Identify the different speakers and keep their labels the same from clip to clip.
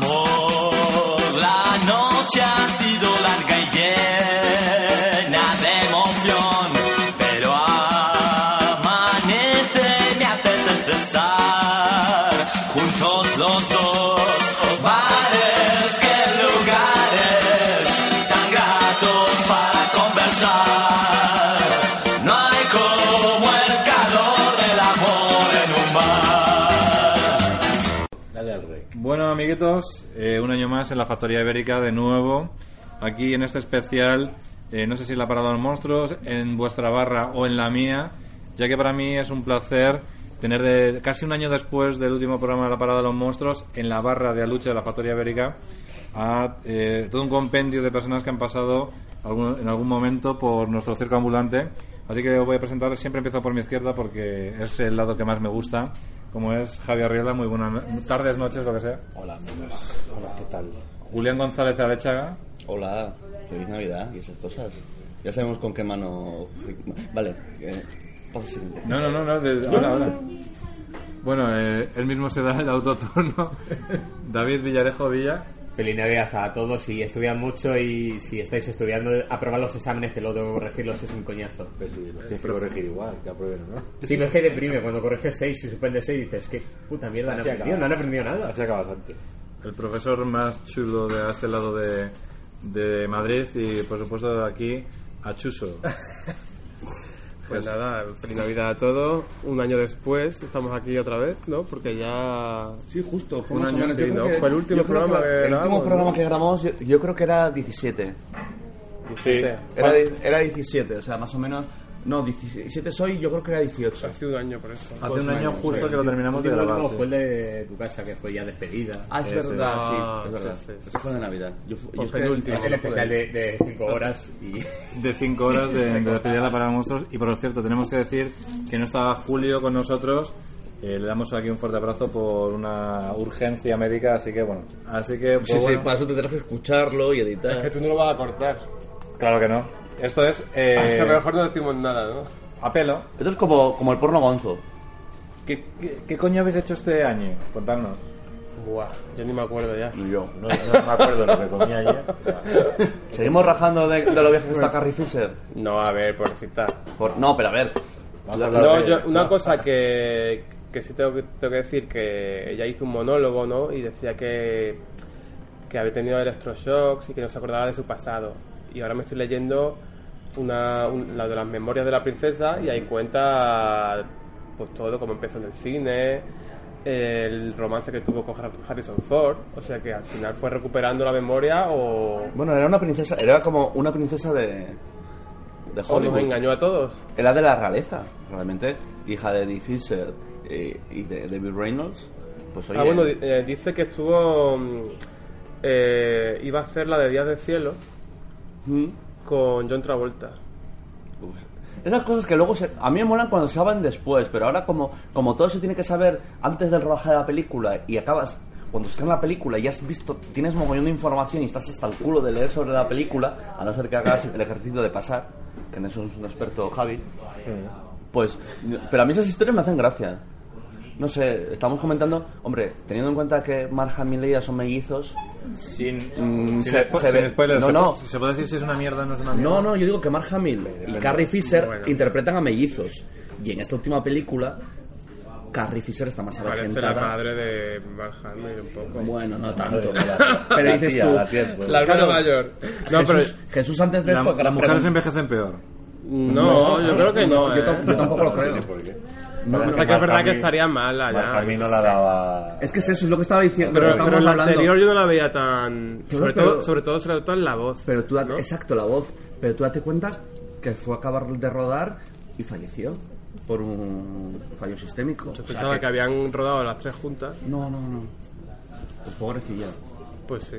Speaker 1: Amor, la noche ha sido larga y llena de emoción, pero amanece, me apetece estar juntos los dos. Oh, bares, qué lugares tan gratos para conversar. No hay como el calor del amor en un bar.
Speaker 2: Dale al rey.
Speaker 3: Bueno, amiguitos, eh, un año más en la Factoría Ibérica de nuevo. Aquí en este especial, eh, no sé si en la Parada de los Monstruos, en vuestra barra o en la mía, ya que para mí es un placer tener de, casi un año después del último programa de la Parada de los Monstruos, en la barra de Aluche de la Factoría Ibérica, a eh, todo un compendio de personas que han pasado algún- en algún momento por nuestro circo ambulante. Así que os voy a presentar, siempre empiezo por mi izquierda porque es el lado que más me gusta, como es Javier Riela, muy buenas tardes, noches, lo que sea.
Speaker 2: Hola, amigos. Hola, ¿qué tal?
Speaker 3: Julián González Arechaga.
Speaker 2: Hola, feliz Navidad y esas cosas. Ya sabemos con qué mano. Vale, eh, pasa al siguiente.
Speaker 3: No, no, no, no, de- ahora, ahora. Bueno, eh, él mismo se da el autoturno. David Villarejo Villa.
Speaker 4: Feliz Navidad a todos y estudiad mucho y si estáis estudiando, aprobad los exámenes que luego tengo que corregirlos, es un coñazo.
Speaker 5: Pues sí, los tienes que corregir igual, que aprueben, ¿no?
Speaker 4: Sí, pero es que deprime, cuando correges 6 y suspendes 6 dices, que puta mierda, no han
Speaker 5: Así
Speaker 4: aprendido,
Speaker 5: acaba.
Speaker 4: no han aprendido nada.
Speaker 5: Así acabas antes.
Speaker 3: El profesor más chulo de este lado de, de Madrid y, por supuesto, aquí, Achuso.
Speaker 6: Pues nada, feliz Navidad a todos. Un año después estamos aquí otra vez, ¿no? Porque ya.
Speaker 7: Sí, justo. Fue,
Speaker 6: Un
Speaker 7: más o
Speaker 6: año
Speaker 7: menos-
Speaker 6: seguido.
Speaker 7: yo creo que-
Speaker 6: Fue el último
Speaker 7: yo creo
Speaker 6: programa
Speaker 7: que
Speaker 6: que
Speaker 7: El último
Speaker 6: grabamos,
Speaker 7: programa
Speaker 6: ¿no?
Speaker 7: que grabamos, yo, yo creo que era 17.
Speaker 3: Sí.
Speaker 7: Era, di- era 17, o sea, más o menos. No, 17 soy, yo creo que era 18.
Speaker 6: Hace un año por eso.
Speaker 3: Hace un año justo que lo terminamos de
Speaker 4: El
Speaker 3: grabar.
Speaker 4: último
Speaker 3: sí.
Speaker 4: fue el de tu casa, que fue ya despedida. Eh,
Speaker 7: Ah, es
Speaker 3: Ese.
Speaker 7: verdad,
Speaker 6: Ah,
Speaker 7: sí, es verdad.
Speaker 6: sí, sí.
Speaker 2: Eso fue de Navidad. Yo, fu- yo
Speaker 6: Por
Speaker 2: es que-
Speaker 6: penúltimo.
Speaker 4: es el especial de 5 horas y...
Speaker 3: de 5 horas de, de despedida de la parada de monstruos. Y por cierto, tenemos que decir que no estaba Julio con nosotros. Eh, le damos aquí un fuerte abrazo por una urgencia médica, así que bueno. Así que, pues, bueno,
Speaker 7: eso tendrás que escucharlo y editar.
Speaker 6: Es que tú no lo vas a cortar.
Speaker 3: claro que no. Esto es
Speaker 5: Ah,
Speaker 3: eh,
Speaker 6: Hasta mejor no decimos nada, ¿no?
Speaker 3: a pelo.
Speaker 7: Esto es como, como el porno gonzo.
Speaker 3: ¿Qué, qué, qué coño habéis hecho este año? Contadnos.
Speaker 6: Buah, yo ni me acuerdo ya.
Speaker 7: Yo.
Speaker 5: No, no me acuerdo lo que comí ayer.
Speaker 7: Seguimos rajando de, de lo viejo que está Carrie Fisher.
Speaker 6: No, a ver, pobrecita.
Speaker 7: Por- no, pero a ver.
Speaker 6: No, yo, una cosa que, que sí tengo que, tengo que decir, que ella hizo un monólogo, ¿no? Y decía que, que había tenido electroshocks y que no se acordaba de su pasado. Y ahora me estoy leyendo una, un- la de las memorias de la princesa y ahí cuenta pues todo, cómo empezó en el cine, el romance que tuvo con Har- Harrison Ford. O sea que al final fue recuperando la memoria o,
Speaker 7: Bueno, era una princesa, era como una princesa de. de
Speaker 6: o nos
Speaker 7: Hollywood.
Speaker 6: engañó a todos.
Speaker 7: Era de la realeza, realmente. Hija de Eddie Fisher eh, y de David Reynolds. Pues oye.
Speaker 6: Ah, bueno, di- eh, dice que estuvo. mm, eh, iba a hacer la de Días de Cielo
Speaker 7: mm,
Speaker 6: con John Travolta.
Speaker 7: Uf. Esas cosas que luego se- a mí me molan cuando se hablan después, pero ahora como, como todo se tiene que saber antes del rodaje de la película y acabas, cuando estás en la película y has visto, tienes mogollón de información y estás hasta el culo de leer sobre la película, a no ser que hagas el ejercicio de pasar, que en eso es un experto Javi, pues, pero a mí esas historias me hacen gracia. No sé, estamos comentando, hombre, teniendo en cuenta que Marja Miley ya son mellizos,
Speaker 3: Sin,
Speaker 7: Mm,
Speaker 3: sin
Speaker 7: se-
Speaker 3: spo-
Speaker 7: se ve-
Speaker 3: sin spoilers.
Speaker 7: no,
Speaker 3: ¿se,
Speaker 7: no.
Speaker 3: pu- ¿Se puede decir si es una mierda o no es una mierda?
Speaker 7: No, no, yo digo que Mark Hamill y Carrie Fisher interpretan a mellizos. Y en esta última película, Carrie Fisher está más
Speaker 6: Parece la
Speaker 7: avajentada.
Speaker 6: madre de Marhamil un poco.
Speaker 7: Bueno, no tanto.
Speaker 5: La
Speaker 7: Pero dices
Speaker 5: tía,
Speaker 7: tú,
Speaker 5: la tía, pues.
Speaker 6: La hermana
Speaker 7: Claro.
Speaker 6: mayor. No, pero.
Speaker 7: Jesús, Jesús antes de
Speaker 3: La-
Speaker 7: esto... que la
Speaker 3: las mujeres
Speaker 7: pregunta-
Speaker 3: envejecen peor.
Speaker 6: No, yo creo que no.
Speaker 7: Yo,
Speaker 6: eh.
Speaker 7: tam- yo tampoco lo creo.
Speaker 5: ¿Por qué?
Speaker 7: No,
Speaker 6: O
Speaker 7: no.
Speaker 6: sea que es verdad que
Speaker 5: Marhamil-
Speaker 6: estaría mala
Speaker 5: Marca a mí
Speaker 6: ya.
Speaker 5: no la daba.
Speaker 7: Es que es eso, es lo que estaba diciendo.
Speaker 6: Pero,
Speaker 7: lo que
Speaker 6: pero
Speaker 7: estábamos
Speaker 6: la
Speaker 7: hablando.
Speaker 6: anterior yo no la veía tan.
Speaker 7: Pero-
Speaker 6: Sobre
Speaker 7: pero-
Speaker 6: todo, sobre todo se le notó en la voz.
Speaker 7: Pero tú, date-
Speaker 6: ¿no?
Speaker 7: exacto, la voz. Pero tú date cuenta que fue a acabar de rodar
Speaker 8: y falleció por un fallo sistémico.
Speaker 6: Yo
Speaker 8: O sea
Speaker 6: pensaba que...
Speaker 8: que-
Speaker 6: habían rodado las tres juntas.
Speaker 9: No, no, no.
Speaker 8: pues, pobrecilla.
Speaker 6: Pues sí.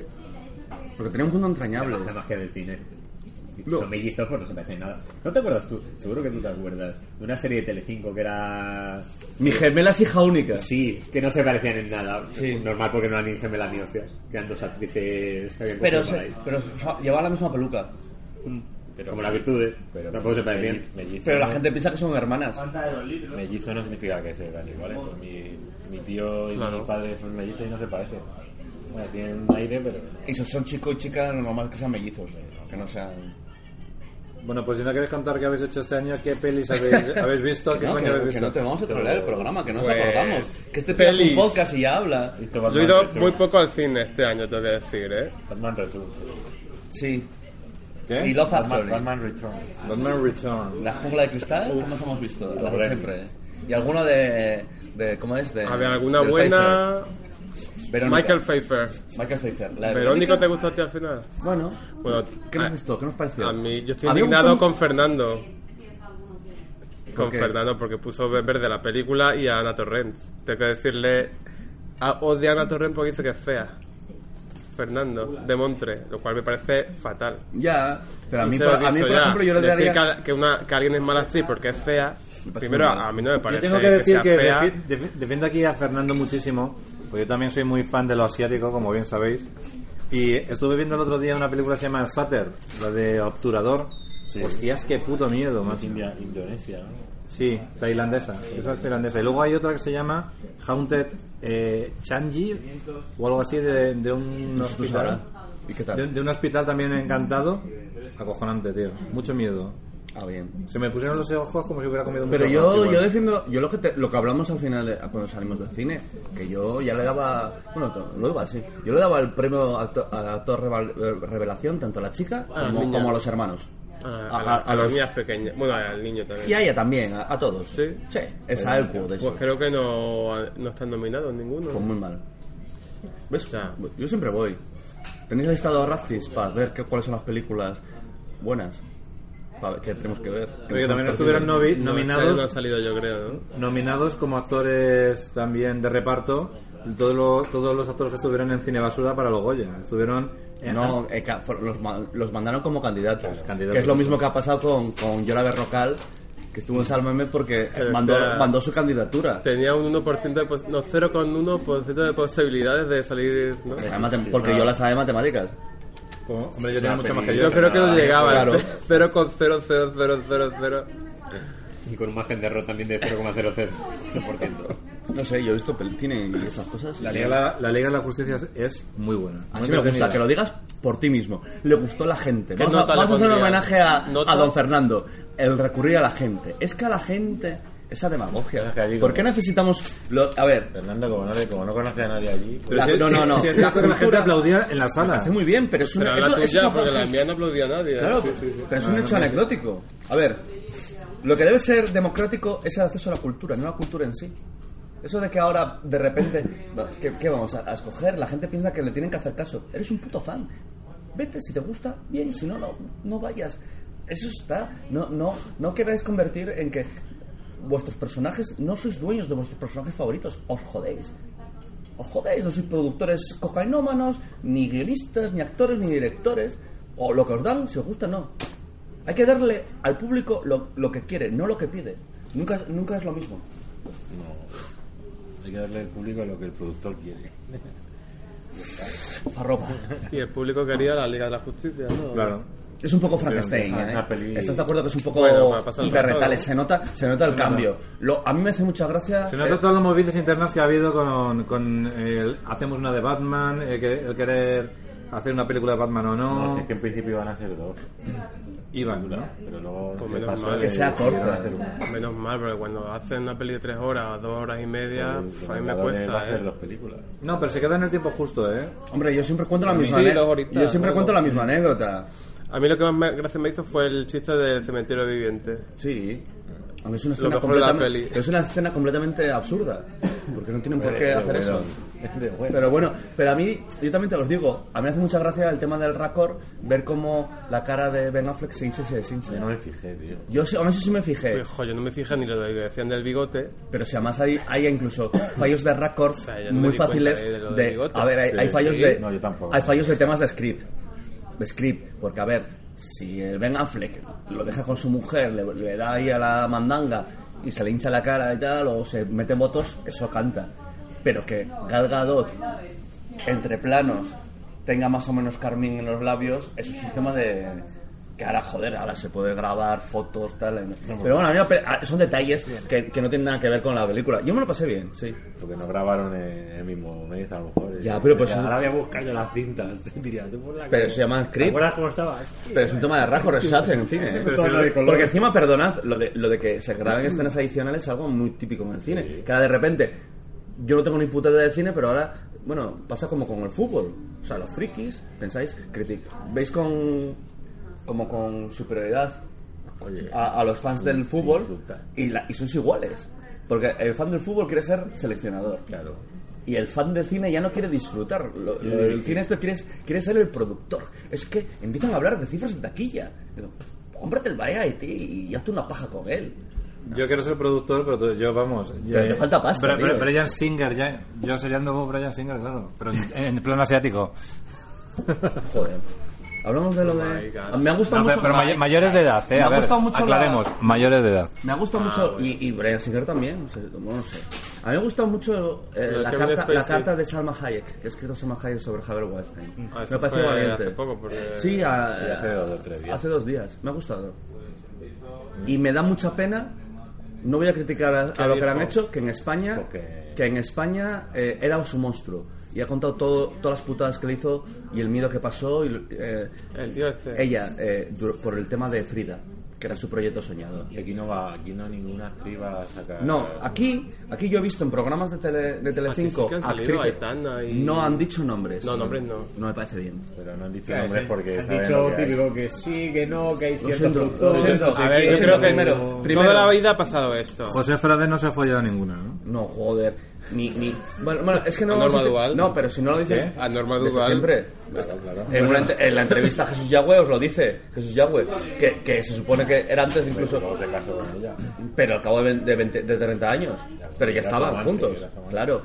Speaker 8: Porque tenía un mundo entrañable.
Speaker 4: La magia del cine.
Speaker 8: No.
Speaker 4: Son mellizos, pues no se parecen en nada. ¿No te acuerdas tú? Seguro que tú te acuerdas de una serie de Telecinco que era...
Speaker 9: Mi gemela es hija única.
Speaker 4: Sí, que no se parecían en nada. Normal porque no eran ni gemelas ni hostias. Que eran dos actrices que habían
Speaker 9: Pero,
Speaker 4: cogido por
Speaker 9: se-
Speaker 4: ahí.
Speaker 9: pero o sea, llevaba la misma peluca.
Speaker 4: Como las virtudes. Tampoco se parecían.
Speaker 5: Mellizo,
Speaker 9: Pero la
Speaker 5: no-
Speaker 9: gente piensa que son hermanas.
Speaker 5: Mellizo no significa que sean iguales. pues mi, mi tío y mi padre son mellizos y no se parecen. Bueno, tienen un aire, pero.
Speaker 8: Y si son chico y chica, lo normal es que sean mellizos, eh, que no sean...
Speaker 3: Bueno, pues si no queréis contar qué habéis hecho este año, qué pelis habéis, habéis visto, qué
Speaker 8: No,
Speaker 3: coño
Speaker 8: que-
Speaker 3: habéis
Speaker 8: que
Speaker 3: visto.
Speaker 8: no te vamos a trolear el programa, que no nos
Speaker 3: Pues,
Speaker 8: acordamos. Que este pega un
Speaker 6: pelis.
Speaker 8: podcast y ya habla.
Speaker 5: Esto
Speaker 6: Yo he ido
Speaker 5: Returns.
Speaker 6: muy poco al cine este año, tengo que decir, ¿eh?
Speaker 5: Batman Returns.
Speaker 8: Sí.
Speaker 3: ¿Qué?
Speaker 8: Y Love
Speaker 5: Batman,
Speaker 8: Actually.
Speaker 5: Batman Returns.
Speaker 3: Batman Return.
Speaker 8: La jungla de cristal, ¿cómo nos hemos visto? La de
Speaker 5: Hombre.
Speaker 8: siempre. ¿eh? Y alguna de, de... ¿Cómo es?
Speaker 9: Eh,
Speaker 8: De,
Speaker 6: A ver, alguna
Speaker 8: del
Speaker 6: buena.
Speaker 8: Pfeiffer. Verónica.
Speaker 6: Michael Pfeiffer.
Speaker 8: Michael Pfeiffer. La de
Speaker 6: Verónica, ¿te gustó a ti al final?
Speaker 9: Bueno,
Speaker 6: Bueno,
Speaker 9: ¿qué
Speaker 6: a-
Speaker 9: nos gustó? ¿Qué nos pareció?
Speaker 6: A mí, yo estoy
Speaker 9: A mí me
Speaker 6: indignado
Speaker 9: gustó
Speaker 6: con Fernando. Con
Speaker 9: qué?
Speaker 6: Fernando, porque puso verde la película y a Ana Torrent. Tengo que decirle. A, odia a Ana Torrent porque dice que es fea. Fernando, de Montre, lo cual me parece fatal.
Speaker 9: Ya, pero a
Speaker 6: Y
Speaker 9: mí,
Speaker 6: se
Speaker 9: por,
Speaker 6: lo he
Speaker 9: a mí,
Speaker 6: dicho
Speaker 9: por
Speaker 6: ya.
Speaker 9: ejemplo, yo le
Speaker 6: Decir
Speaker 9: daría...
Speaker 6: que, al- que una, que alguien es mala actriz porque es fea.
Speaker 9: parece
Speaker 6: Primero,
Speaker 9: muy mal.
Speaker 6: a a mí no me parece
Speaker 3: Yo tengo que decir
Speaker 6: sea
Speaker 3: que,
Speaker 6: fea.
Speaker 3: defi- defi- defiendo aquí a Fernando muchísimo, porque yo también soy muy fan de lo asiático, como bien sabéis. Y estuve viendo el otro día una película que se llama Shutter, la de Obturador. Hostias, qué puto miedo, macho.
Speaker 5: India, Indonesia, ¿no?
Speaker 3: Sí, tailandesa. Esa es tailandesa. Y luego hay otra que se llama Haunted eh, Changi o algo así de, de un hospital.
Speaker 8: ¿Y qué
Speaker 3: De,
Speaker 8: tal?
Speaker 3: de un hospital también encantado. Acojonante, tío. Mucho miedo.
Speaker 8: Ah, bien.
Speaker 3: Se me pusieron los ojos como si hubiera comido mucho
Speaker 9: Pero
Speaker 3: arroz,
Speaker 9: yo,
Speaker 3: igual.
Speaker 9: yo defiendo, yo lo que, te- lo que hablamos al final de- cuando salimos del cine, que yo ya le daba, bueno, to- lo digo así, yo le daba el premio a acto- a actor reval- eh, revelación tanto a la chica
Speaker 6: A la
Speaker 9: como,
Speaker 6: niña.
Speaker 9: como a los hermanos.
Speaker 6: A,
Speaker 9: A-
Speaker 6: a-
Speaker 9: a-
Speaker 6: a
Speaker 9: a
Speaker 6: las
Speaker 9: los-
Speaker 6: niñas pequeñas. Bueno, al niño también.
Speaker 9: Y a ella también, a, a todos.
Speaker 6: Sí.
Speaker 9: Sí, es a Elku, de hecho.
Speaker 6: Pues creo que no, no están nominados ninguno.
Speaker 9: Pues muy mal. ¿Ves?
Speaker 6: Ya.
Speaker 9: Yo siempre voy. ¿Tenéis listado a Razzies para ver qué, cuáles son las películas buenas? Para ver qué tenemos que ver. pues,
Speaker 3: Oye, que también estuvieron novi-
Speaker 6: No, No han
Speaker 3: nominados
Speaker 6: salido, yo creo, ¿no?
Speaker 3: nominados como actores también de reparto todos los, todos los actores que estuvieron en Cine Basura para los Goya. Estuvieron en-
Speaker 9: No, eh, ca- fueron- los, ma- los mandaron como candidatos.
Speaker 3: candidatos.
Speaker 9: Que es lo mismo que ha pasado con, con Yola Berrocal, que estuvo en Sálvame porque
Speaker 6: Que
Speaker 9: mandó,
Speaker 6: decía-
Speaker 9: mandó su candidatura.
Speaker 6: Tenía un 1% de pos- no, 0,1% de posibilidades de salir, ¿no?
Speaker 9: Era matem- porque Yola sabe matemáticas.
Speaker 3: como- Hombre, yo tenía mucho más que yo.
Speaker 6: Yo creo que no llegaba
Speaker 9: claro.
Speaker 6: al 0,0000.
Speaker 4: Y con un margen de error también de 0,00%.
Speaker 9: No sé, yo he visto pel- cine y esas cosas.
Speaker 3: La Liga, la, la Liga de la Justicia es- es muy buena. Muy
Speaker 9: Así me gusta,
Speaker 3: entretenida.
Speaker 9: que lo digas por ti mismo. Le gustó la gente.
Speaker 6: ¿Qué
Speaker 9: Vamos, a,
Speaker 6: nota le
Speaker 9: vamos a hacer un
Speaker 6: pondrías?
Speaker 9: homenaje a,
Speaker 6: ¿Nota?
Speaker 9: a don Fernando. El recurrir a la gente. Es que a la gente... Esa demagogia.
Speaker 5: Es que allí
Speaker 9: ¿Por
Speaker 5: como-
Speaker 9: qué necesitamos... lo- a ver,
Speaker 5: Fernando, como no, le- como no conoce a nadie allí.
Speaker 3: Pero
Speaker 9: La-
Speaker 3: si-
Speaker 9: no,
Speaker 3: si-
Speaker 9: no, no.
Speaker 3: si es cierto que la
Speaker 9: La
Speaker 3: gente
Speaker 9: cultura-
Speaker 3: aplaudía en la sala.
Speaker 9: hace muy bien, pero es un...
Speaker 6: Pero
Speaker 9: eso-
Speaker 6: la
Speaker 9: eso es
Speaker 6: tuya, porque
Speaker 9: aplauso.
Speaker 6: la mía no aplaudía a nadie. ¿eh?
Speaker 9: Claro,
Speaker 6: Sí, sí, sí.
Speaker 9: pero es un hecho anecdótico. A ver, lo que debe ser democrático es el acceso a la cultura, no la cultura en sí. Eso de que ahora, de repente, ¿qué, qué vamos a, a escoger? La gente piensa que le tienen que hacer caso. Eres un puto fan. Vete, si te gusta, bien, si no, no, no vayas. Eso está. No, no, no queráis convertir en que vuestros personajes, no sois dueños de vuestros personajes favoritos, os jodéis. Os jodéis, no sois productores cocainómanos, ni guionistas, ni actores, ni directores. O lo que os dan, si os gusta, no. Hay que darle al público lo, lo que quiere, no lo que pide. Nunca, nunca es lo mismo.
Speaker 5: Hay que darle al público lo que el productor quiere.
Speaker 9: Farropa.
Speaker 6: Y el público quería la Liga de la Justicia, ¿no?
Speaker 3: Claro.
Speaker 9: Es un poco Frankenstein,
Speaker 5: Ah, una
Speaker 9: ¿eh?
Speaker 5: peli-
Speaker 9: ¿Estás de acuerdo que es un poco
Speaker 6: Bueno, para pasar el
Speaker 9: hiperretales?
Speaker 6: rato.
Speaker 9: Se nota, se nota el cambio. Lo, a mí me hace mucha gracia...
Speaker 3: Se nota
Speaker 9: eh,
Speaker 3: todos los movidas internas que ha habido con, con el- hacemos una de Batman, el, que- el querer hacer una película de Batman o
Speaker 5: No,
Speaker 3: no.
Speaker 5: si Pues es que en principio iban a ser dos.
Speaker 3: Iban, ¿no?
Speaker 5: Pero luego
Speaker 6: Pues
Speaker 5: se
Speaker 6: menos
Speaker 5: pasó
Speaker 6: mal.
Speaker 5: de-
Speaker 9: Que sea
Speaker 5: decidieron
Speaker 9: corta.
Speaker 5: hacer una.
Speaker 6: Menos mal, porque cuando hacen una peli de tres horas, dos horas y media, pues,
Speaker 5: El
Speaker 6: a mí me
Speaker 5: ganador va a
Speaker 6: cuesta,
Speaker 5: ser
Speaker 6: ¿eh?
Speaker 5: dos películas.
Speaker 3: No, pero se queda en el tiempo justo, ¿eh?
Speaker 9: Hombre, yo siempre cuento la misma
Speaker 6: Sí,
Speaker 9: ane-
Speaker 6: dos horitas,
Speaker 9: Yo siempre
Speaker 6: luego.
Speaker 9: cuento la misma anécdota.
Speaker 6: A mí lo que más me- gracia me hizo fue el chiste del cementerio viviente.
Speaker 9: Sí. Aunque es una escena,
Speaker 6: mejor de la
Speaker 9: completam-
Speaker 6: peli.
Speaker 9: es una escena completamente absurda. Porque no tienen por qué hacer eso.
Speaker 5: De bueno.
Speaker 9: Pero bueno, pero a mí, yo también te los digo, a mí me hace mucha gracia el tema del racor, ver cómo la cara de Ben Affleck se hincha y se deshincha.
Speaker 5: Yo no me fijé, tío.
Speaker 9: Yo sí, aún así sí me fijé,
Speaker 6: Pues, jo, yo no me fijé ni lo de que decían del bigote.
Speaker 9: pero si además hay, hay incluso fallos de racor
Speaker 6: sea, yo no me
Speaker 9: muy
Speaker 6: di cuenta
Speaker 9: fáciles
Speaker 6: de lo del
Speaker 9: de...
Speaker 6: bigote.
Speaker 9: a ver, hay,
Speaker 5: Sí,
Speaker 9: hay fallos
Speaker 5: sí.
Speaker 9: de...
Speaker 5: No, yo tampoco.
Speaker 9: Hay fallos de temas de script. De script, porque a ver, si el Ben Affleck lo deja con su mujer, le, le da ahí a la mandanga y se le hincha la cara y tal, o se mete motos, eso canta. Pero que Gal Gadot, entre planos, tenga más o menos carmín en los labios, eso es un tema de... Que ahora, joder, ahora se puede grabar fotos, tal. Pero bueno, a mí la pe- ah, son detalles que, que no tienen nada que ver con la película. Yo me lo pasé bien, sí.
Speaker 5: Porque no grabaron en el mismo mes, a lo mejor. eh.
Speaker 9: Ya, pero pues-
Speaker 5: Ahora voy a buscar yo las cintas. Diría, tú por la
Speaker 9: Pero
Speaker 5: que-
Speaker 9: se llama
Speaker 5: ¿Te
Speaker 9: script.
Speaker 5: acuerdas cómo eh. estabas?
Speaker 9: Pero es un tema de rajo rechazo en el cine. ¿eh?
Speaker 4: Todo lo de colores.
Speaker 9: Porque encima, perdonad, lo de, lo de que se graben escenas adicionales es algo muy típico en el cine. Que ahora de repente, yo no tengo ni puta idea de cine, pero ahora, bueno, pasa como con el fútbol. O sea, los frikis, pensáis, critic, veis con. como con superioridad a, a los fans del fútbol
Speaker 5: insulta.
Speaker 9: y, la- y sois iguales. Porque el fan del fútbol quiere ser seleccionador.
Speaker 5: Claro.
Speaker 9: Y el fan de cine ya no quiere disfrutar. Lo- lo- el cine esto quiere, quiere ser el productor. Es que empiezan a hablar de cifras de taquilla. Digo, cómprate el variety y hazte una paja con él.
Speaker 3: Yo quiero ser productor, pero tú- yo, vamos.
Speaker 9: Pero te falta pasta,
Speaker 3: Bra- Bra-
Speaker 9: tío.
Speaker 3: Brian Singer, ya, yo sería el nuevo Brian Singer, claro. Pero en, en plano asiático.
Speaker 9: Joder. Hablamos
Speaker 6: Oh
Speaker 9: de lo de... me ha gustado
Speaker 3: No, pero
Speaker 9: mucho...
Speaker 3: pero may- mayores de edad, eh.
Speaker 9: Me
Speaker 3: A
Speaker 9: ha
Speaker 3: ver,
Speaker 9: gustado mucho la-
Speaker 3: aclaremos. Mayores de edad.
Speaker 9: Me ha
Speaker 6: Ah,
Speaker 9: gustado mucho... Y, y Brian Singer también. o sea, bueno, no sé. A mí me ha gustado mucho eh,
Speaker 6: Lo de
Speaker 9: la,
Speaker 6: Kevin
Speaker 9: carta, la
Speaker 6: Spacey.
Speaker 9: carta de Salma Hayek, que ha escrito Salma Hayek sobre Javier Weinstein.
Speaker 6: Ah,
Speaker 9: me
Speaker 6: eso
Speaker 9: parece
Speaker 6: fue
Speaker 9: valiente.
Speaker 6: hace poco, porque-
Speaker 9: Sí, a-
Speaker 5: Y hace dos o tres días.
Speaker 9: Hace dos días, me ha gustado. Y me da mucha pena, no voy a criticar a, a lo que le han hecho, que en España,
Speaker 5: Porque-
Speaker 9: que en España eh, era su monstruo. Y ha contado todo, todas las putadas que le hizo y el miedo que pasó. Y, eh,
Speaker 6: El tío este.
Speaker 9: ella, eh, dur- por el tema de Frida, que era su proyecto soñado.
Speaker 5: Y aquí no va, aquí no ninguna actriz va a sacar.
Speaker 9: No, aquí, aquí yo he visto en programas de, tele, de Telecinco
Speaker 6: que han salido,
Speaker 9: actrices,
Speaker 6: Aitana y-
Speaker 9: no han dicho nombres.
Speaker 6: No, nombres no.
Speaker 9: No me parece bien.
Speaker 5: Pero no han dicho
Speaker 4: Claro,
Speaker 5: nombres
Speaker 4: sí.
Speaker 5: porque.
Speaker 4: Han
Speaker 5: saben
Speaker 4: dicho
Speaker 5: lo que hay.
Speaker 4: típico que sí, que no, que hay ciertos
Speaker 9: siento, lo
Speaker 4: productores.
Speaker 9: siento.
Speaker 4: no sé
Speaker 6: A ver,
Speaker 4: qué,
Speaker 6: yo creo que
Speaker 4: pero-
Speaker 9: primero-
Speaker 6: toda la vida ha pasado esto.
Speaker 3: José Frade no se ha follado ninguna, ¿no?
Speaker 9: No, joder. Ni, ni... Bueno, bueno, es que no...
Speaker 6: ¿A
Speaker 9: vamos
Speaker 6: Norma
Speaker 9: a decir-
Speaker 6: Duval?
Speaker 9: No, pero si no lo dicen...
Speaker 6: ¿Qué? ¿A Norma
Speaker 9: desde
Speaker 6: Duval?
Speaker 9: siempre. En, una ent- en la entrevista a Jesús Yahweh os lo dice. Jesús Yahweh. Que, que se supone que era antes
Speaker 6: Pues
Speaker 9: incluso...
Speaker 5: Luego se casó con ella.
Speaker 9: Pero al cabo de, veinte- de, 20 de 30 años. Pero ya
Speaker 5: era
Speaker 9: estaban
Speaker 5: amante,
Speaker 9: juntos.
Speaker 5: era amante.
Speaker 9: Claro.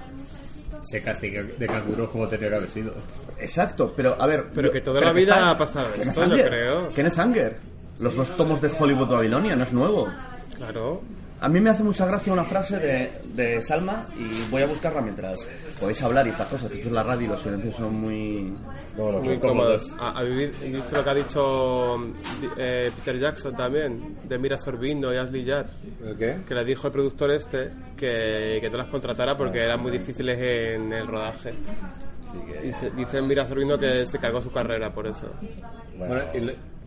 Speaker 4: Se castiga de canguros como tenía que haber sido.
Speaker 9: Exacto, pero a ver...
Speaker 6: Pero
Speaker 9: yo-
Speaker 6: que toda la
Speaker 9: que
Speaker 6: vida
Speaker 9: está-
Speaker 6: ha pasado
Speaker 9: Kenneth
Speaker 6: esto, yo
Speaker 9: Anger.
Speaker 6: creo.
Speaker 9: Kenneth Anger. Los dos tomos de Hollywood Babilonia, no es nuevo.
Speaker 6: Claro.
Speaker 9: A mí me hace mucha gracia una frase de, de Salma y voy a buscarla mientras podéis hablar y estas cosas. Que esto es la radio y los silencios son muy...
Speaker 6: Muy cómodos. Ah, ¿Habéis visto lo que ha dicho mm, di- eh, Peter Jackson también? De Mira Sorbino y Ashley Judd.
Speaker 3: ¿El qué?
Speaker 6: Que le dijo el productor este que, que no las contratara porque
Speaker 9: Ah.
Speaker 6: eran muy difíciles en el rodaje. Y se, dice Mira Sorbino que se cargó su carrera por eso.
Speaker 5: Bueno,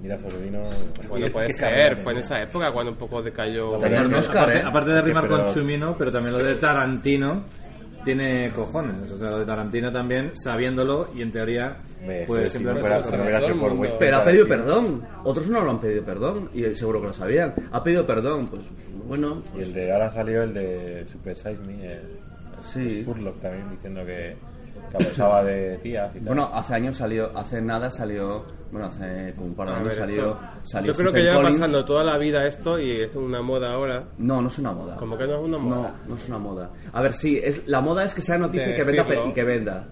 Speaker 5: mira, eh, Sorbino.
Speaker 6: Bueno, puede
Speaker 5: Qué
Speaker 6: ser.
Speaker 5: cabrón,
Speaker 6: Fue en esa época cuando un poco decayó.
Speaker 9: Tenía un Oscar,
Speaker 3: aparte,
Speaker 9: ¿eh?
Speaker 3: aparte de rimar
Speaker 5: Sí, pero-
Speaker 3: con Chumino, pero también lo de Tarantino tiene cojones. O sea, lo de Tarantino también, sabiéndolo y en teoría,
Speaker 5: Me-
Speaker 3: pues
Speaker 5: si no
Speaker 3: simplemente
Speaker 5: fuera-
Speaker 3: se-
Speaker 5: si no hubiera
Speaker 6: todo el
Speaker 5: sido por
Speaker 6: mundo.
Speaker 5: Weinstein,
Speaker 9: Pero ha
Speaker 5: tal,
Speaker 9: pedido
Speaker 5: sí.
Speaker 9: perdón. Otros no lo han pedido perdón y seguro que lo sabían. Ha pedido perdón, pues bueno,
Speaker 5: Y el de ahora salió el de Super Size Me, el
Speaker 9: sí.
Speaker 5: Spurlock también diciendo que, que abusaba de tías y tal.
Speaker 9: Bueno, hace años salió, hace nada salió, bueno, hace como un par de
Speaker 6: A
Speaker 9: años
Speaker 6: ver,
Speaker 9: salió,
Speaker 6: esto-
Speaker 9: salió.
Speaker 6: yo creo que
Speaker 9: Stephen
Speaker 6: lleva
Speaker 9: Collins.
Speaker 6: pasando toda la vida esto y esto es una moda ahora.
Speaker 9: No, no es una moda.
Speaker 6: Como que no es una
Speaker 9: No,
Speaker 6: moda.
Speaker 9: no es una moda. A ver, sí, es, la moda es que sea noticia y que, venda,
Speaker 6: Decirlo.
Speaker 9: pe- y que venda.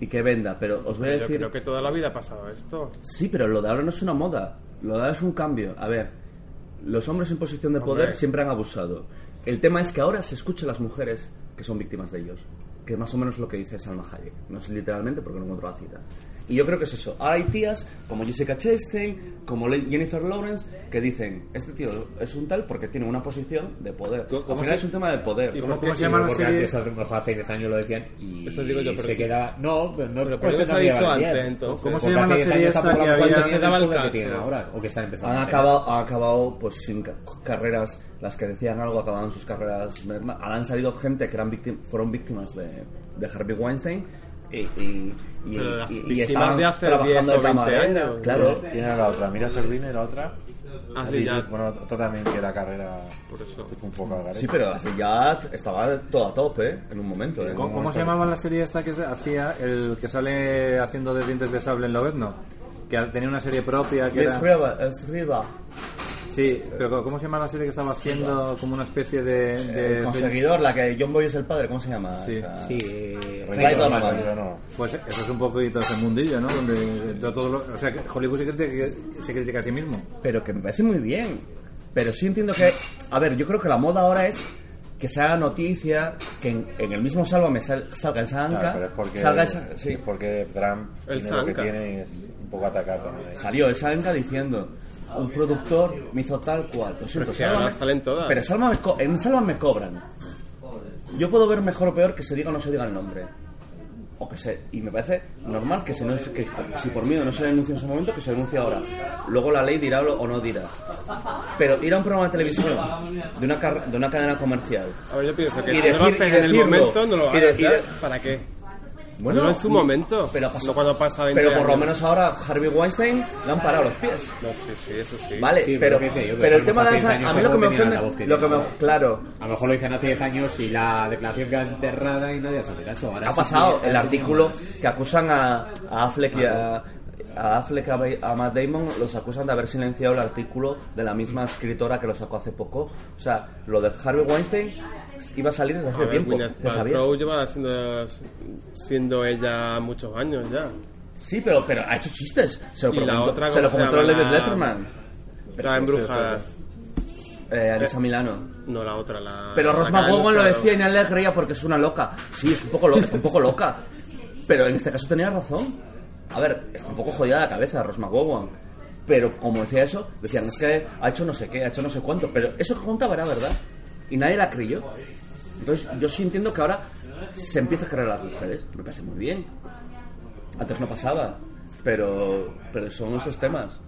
Speaker 9: Y que venda, pero os voy a
Speaker 6: Yo
Speaker 9: decir...
Speaker 6: creo que toda la vida ha pasado esto.
Speaker 9: Sí, pero lo de ahora no es una moda. Lo de ahora es un cambio. A ver, los hombres en posición de poder
Speaker 6: Hombre.
Speaker 9: siempre han abusado. El tema es que ahora se escucha a las mujeres que son víctimas de ellos. Que es más o menos lo que dice Salma Hayek. No es literalmente porque no encuentro la cita. Y yo creo que es eso. Ahora hay tías como Jessica Chastain, como Le- Jennifer Lawrence, que dicen, este tío es un tal porque tiene una posición de poder.
Speaker 3: ¿Cómo-
Speaker 9: Al
Speaker 3: cómo se-
Speaker 9: final es un tema de poder.
Speaker 3: ¿Y cómo,
Speaker 6: por qué?
Speaker 3: cómo se llama la
Speaker 4: porque
Speaker 3: serie?
Speaker 4: antes, a lo mejor hace 10 años lo decían y
Speaker 6: Eso digo yo, pero
Speaker 4: se
Speaker 6: que-
Speaker 4: quedaba... No, pero no pues
Speaker 6: Pero ¿por qué no se ha
Speaker 4: tendría
Speaker 6: dicho
Speaker 4: validez.
Speaker 6: antes, entonces?
Speaker 3: ¿Cómo se
Speaker 4: Porque
Speaker 3: llama
Speaker 4: hace
Speaker 3: la
Speaker 4: 10
Speaker 3: serie
Speaker 4: años
Speaker 3: esta
Speaker 4: tampoco
Speaker 3: que
Speaker 4: la mujer
Speaker 3: había-
Speaker 4: tenía
Speaker 6: se daba el
Speaker 4: poder que
Speaker 6: caso?
Speaker 4: tienen ahora o que están empezando
Speaker 9: Han
Speaker 4: a tener.
Speaker 9: acabado, han acabado pues sin ca- carreras, las que decían algo acababan sus carreras. merma- Ahora han salido gente que eran víctim- fueron víctimas de, de Harvey Weinstein y, y- Y,
Speaker 6: Pero las
Speaker 9: y- y
Speaker 6: víctimas
Speaker 9: estaban
Speaker 6: de hace
Speaker 9: trabajando
Speaker 6: 10 o
Speaker 9: de
Speaker 6: 20
Speaker 9: camarera.
Speaker 6: años.
Speaker 9: Claro.
Speaker 5: Tiene la otra, mira Servine, la otra.
Speaker 6: Ah, sí,
Speaker 5: Y-
Speaker 6: ya.
Speaker 5: Bueno, otra también que la carrera
Speaker 6: Por eso.
Speaker 5: se fue un poco al garete.
Speaker 9: Sí, pero así ya estaba toda top, ¿eh? En un momento, ¿eh?
Speaker 3: ¿Cómo, cómo se llamaba la serie esta que se hacía el que sale haciendo de dientes de sable en Lobezno? Que tenía una serie propia que
Speaker 9: Es
Speaker 3: era...
Speaker 9: Riva, es Riva.
Speaker 3: Sí, pero ¿cómo se llama la serie que estaba haciendo como una especie de... de-
Speaker 9: El conseguidor, la que John Boy es el padre, ¿cómo se llama?
Speaker 3: Eh, Sí.
Speaker 9: Esta-
Speaker 4: Sí, eh,
Speaker 9: Ray Donovan.
Speaker 5: no.
Speaker 3: Pues eso es un poquito ese mundillo, ¿no? Donde todo, todo lo- o sea, que Hollywood se critica, se critica a sí mismo.
Speaker 9: pero que me parece muy bien. Pero sí entiendo que, a ver, yo creo que la moda ahora es que se haga noticia, que en, en el mismo Sálvame sal- salga el Sanca,
Speaker 5: Claro, pero es porque,
Speaker 9: salga el Sa- sí.
Speaker 5: es porque Trump
Speaker 6: El
Speaker 5: tiene lo que
Speaker 6: Sanka.
Speaker 5: tiene y es un poco atacado. ¿no?
Speaker 9: salió el Sanca diciendo, un productor me hizo tal cual, lo
Speaker 6: Pero
Speaker 9: siento,
Speaker 6: es que ahora
Speaker 9: Sálvame-
Speaker 6: salen todas.
Speaker 9: Pero Sálvame co- en Sálvame cobran. Yo puedo ver mejor o peor que se diga o no se diga el nombre. O que se, y me parece normal que, se no, que si por miedo no se denuncie en su momento, que se denuncie ahora. Luego la ley dirá lo- o no dirá. Pero ir a un programa de televisión de una, car- de una cadena comercial.
Speaker 6: A ver, yo pienso que
Speaker 9: Y
Speaker 6: si
Speaker 9: decir-
Speaker 6: no lo haces
Speaker 9: y
Speaker 6: en el
Speaker 9: decirlo.
Speaker 6: momento, no lo
Speaker 9: Y
Speaker 6: van a hacer.
Speaker 9: decir-
Speaker 6: ¿Para qué? No en su momento,
Speaker 9: Pero, pasó-
Speaker 6: no cuando pasa 20
Speaker 9: pero por lo
Speaker 6: años.
Speaker 9: menos ahora Harvey Weinstein le han parado los pies.
Speaker 6: No, sí, sí, eso sí.
Speaker 9: Vale,
Speaker 4: Sí,
Speaker 9: pero,
Speaker 4: pero ¿qué te digo?
Speaker 9: pero el
Speaker 4: Hace
Speaker 9: tema de
Speaker 4: 10
Speaker 9: esa,
Speaker 4: años
Speaker 9: a mí lo que me
Speaker 4: tampoco tenían
Speaker 9: ofende,
Speaker 4: la voz que
Speaker 9: lo que
Speaker 4: tienen
Speaker 9: me,
Speaker 4: ahora.
Speaker 9: claro,
Speaker 4: A lo mejor lo dicen hace 10 años y la declaración queda enterrada y nadie sabe eso. Ahora
Speaker 9: ha
Speaker 4: sí,
Speaker 9: pasado
Speaker 4: sí,
Speaker 9: el
Speaker 4: ahora sí
Speaker 9: artículo
Speaker 4: que
Speaker 9: que acusan a, a Affleck y a, a Affleck, a, Ba- a Matt Damon, los acusan de haber silenciado el artículo de la misma escritora que lo sacó hace poco. O sea, lo de Harvey Weinstein iba a salir desde
Speaker 6: A
Speaker 9: hace
Speaker 6: ver,
Speaker 9: tiempo.
Speaker 6: Gwyneth
Speaker 9: se sabía.
Speaker 6: Paltrow lleva siendo, siendo ella muchos años ya.
Speaker 9: Sí, pero, pero ha hecho chistes. Se lo
Speaker 6: Y la
Speaker 9: preguntó,
Speaker 6: otra,
Speaker 9: se
Speaker 6: ¿cómo
Speaker 9: lo
Speaker 6: se
Speaker 9: preguntó a David
Speaker 6: llama?
Speaker 9: Letterman,
Speaker 6: Está embrujada.
Speaker 9: eh, Alisa Milano.
Speaker 6: No, la otra, la.
Speaker 9: Pero
Speaker 6: la que
Speaker 9: Rosma
Speaker 6: ha
Speaker 9: Gogon lo
Speaker 6: denunciado.
Speaker 9: decía y nadie le creía porque es una loca. Sí, es un poco loca, está un poco loca. Pero en este caso tenía razón. A ver, está un poco jodida la cabeza Rosma Gogon. Pero como decía eso, decían, es que ha hecho no sé qué, ha hecho no sé cuánto. Pero eso que contaba era verdad. Y nadie la creyó. Entonces yo sí entiendo que ahora se empieza a creer a las mujeres. Me parece muy bien. Antes no pasaba. Pero, pero son esos temas.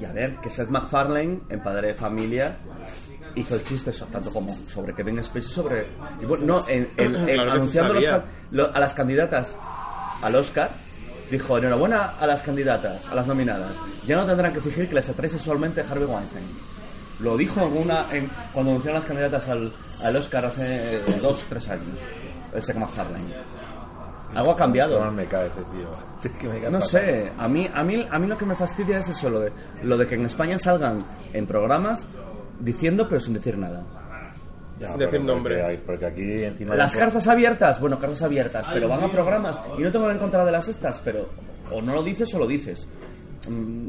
Speaker 9: Y a ver, que Seth MacFarlane, en Padre de Familia, hizo el chiste so- tanto como sobre Kevin Spacey, sobre... y bueno, no, en, en- en-
Speaker 6: Claro que se
Speaker 9: anunciando los
Speaker 6: sabía.
Speaker 9: ca- lo- a las candidatas al Oscar, dijo, enhorabuena a las candidatas, a las nominadas. Ya no tendrán que fingir que les atrae sexualmente Harvey Weinstein. Lo dijo en una, en- cuando anunciaron las candidatas al, al Oscar hace eh, dos, tres años, el Seth MacFarlane. Algo ha cambiado.
Speaker 5: Cómo me cae este tío. Es que me cae
Speaker 9: No
Speaker 5: fatal.
Speaker 9: sé, a mí, a, mí, a mí lo que me fastidia es eso, lo de, lo de que en España salgan en programas diciendo pero sin decir nada.
Speaker 5: Ya,
Speaker 6: Sin
Speaker 5: Ah, pero
Speaker 6: decir
Speaker 5: porque
Speaker 6: nombres.
Speaker 5: hay- Porque aquí encima...
Speaker 9: Las
Speaker 5: de-
Speaker 3: pues.
Speaker 9: cartas abiertas, bueno, cartas abiertas, pero van a programas y no tengo nada en contra de las estas, pero o no lo dices o lo dices. Mm,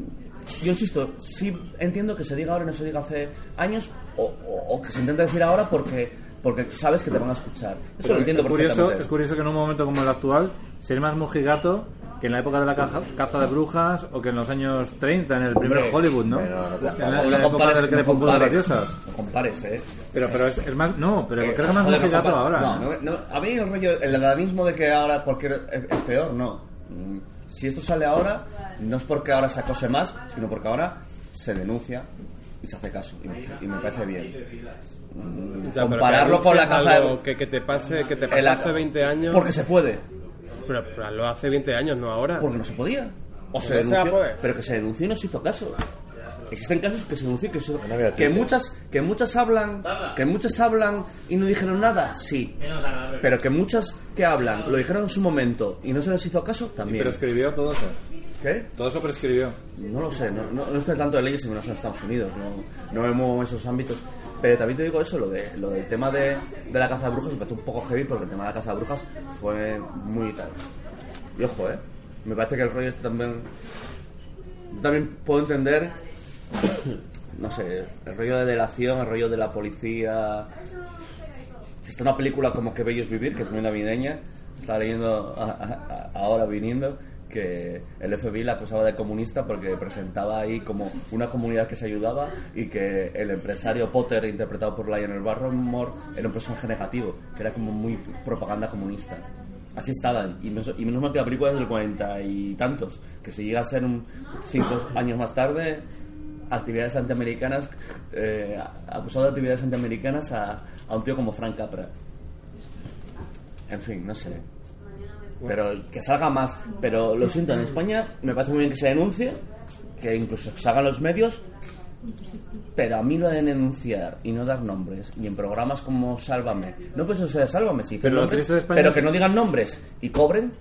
Speaker 9: Yo insisto, sí entiendo que se diga ahora y no se diga hace años o, o- o que se intenta decir ahora porque, porque sabes que te van a escuchar. Eso lo entiendo
Speaker 3: es curioso,
Speaker 9: perfectamente.
Speaker 3: es curioso que en un momento como el actual ser más mojigato que en la época de la caja- caza de brujas o que en los años 30 en el primer
Speaker 9: Hombre,
Speaker 3: Hollywood, ¿no?
Speaker 5: pero no
Speaker 3: En
Speaker 5: compares,
Speaker 3: la- en
Speaker 9: No
Speaker 3: la época
Speaker 9: compares,
Speaker 3: del
Speaker 9: no
Speaker 3: crepúsculo de las
Speaker 9: compares,
Speaker 3: diosas.
Speaker 9: no compares, eh.
Speaker 3: Pero, pero es, es más, no, pero creo que es más
Speaker 9: Joder,
Speaker 3: mojigato
Speaker 9: compa-
Speaker 3: ahora.
Speaker 9: No, no, no, a mí el rollo, el alarmismo de que ahora cualquier es, es peor, no. Mm, Si esto sale ahora, no es porque ahora se acose más, sino porque ahora se denuncia y se hace caso. Y, me- y me parece bien. Mm,
Speaker 6: Ya, pero
Speaker 9: Compararlo
Speaker 6: que
Speaker 9: con la
Speaker 6: anuncies
Speaker 9: caza
Speaker 6: algo Que, que te pase, que te
Speaker 9: el
Speaker 6: pase
Speaker 9: ac-
Speaker 6: hace 20 años.
Speaker 9: Porque se puede.
Speaker 6: Pero, pero lo hace 20 años, no ahora.
Speaker 9: Porque no se podía. O se
Speaker 6: no se va a
Speaker 9: denunció,
Speaker 6: poder.
Speaker 9: pero que se denunció y no se hizo caso. Existen casos que se denunció y que se hizo
Speaker 5: No había
Speaker 9: que
Speaker 5: tiempo.
Speaker 9: muchas que muchas hablan que muchas hablan y no dijeron nada, sí. Pero que muchas que hablan lo dijeron en su momento y no se les hizo caso también.
Speaker 3: Pero escribió todo eso.
Speaker 9: ¿Qué?
Speaker 3: Todo eso prescribió.
Speaker 9: No lo sé, no, no, no estoy tanto de leyes menos en Estados Unidos, no, no me muevo en esos ámbitos. Pero también te digo eso, lo, de, lo del tema de, de la caza de brujas me parece un poco heavy porque el tema de la caza de brujas fue muy tal. Y ojo, ¿eh? Me parece que el rollo es también... yo También puedo entender, no sé, el rollo de delación, el rollo de la policía... Está una película como Que Bello es Vivir, que es muy navideña. Estaba leyendo a- a- a- ahora viniendo que el FBI la acusaba de comunista porque presentaba ahí como una comunidad que se ayudaba y que el empresario Potter, interpretado por Lionel Barrymore, era un personaje negativo, que era como muy propaganda comunista. Así estaba, y menos, y menos mal que la película es del cuarenta y tantos, que si llega a ser un cinco años más tarde, actividades antiamericanas, eh, acusado de actividades antiamericanas a, a un tío como Frank Capra. En fin, no sé. Pero que salga más. Pero lo siento, en España me parece muy bien que se denuncie, que incluso salgan los medios. Pero a mí lo de denunciar y no dar nombres, y en programas como Sálvame, no pues eso sea Sálvame, sí,
Speaker 3: Pero lo
Speaker 9: nombres,
Speaker 3: triste de España
Speaker 9: pero
Speaker 3: es-
Speaker 9: que no digan nombres y cobren,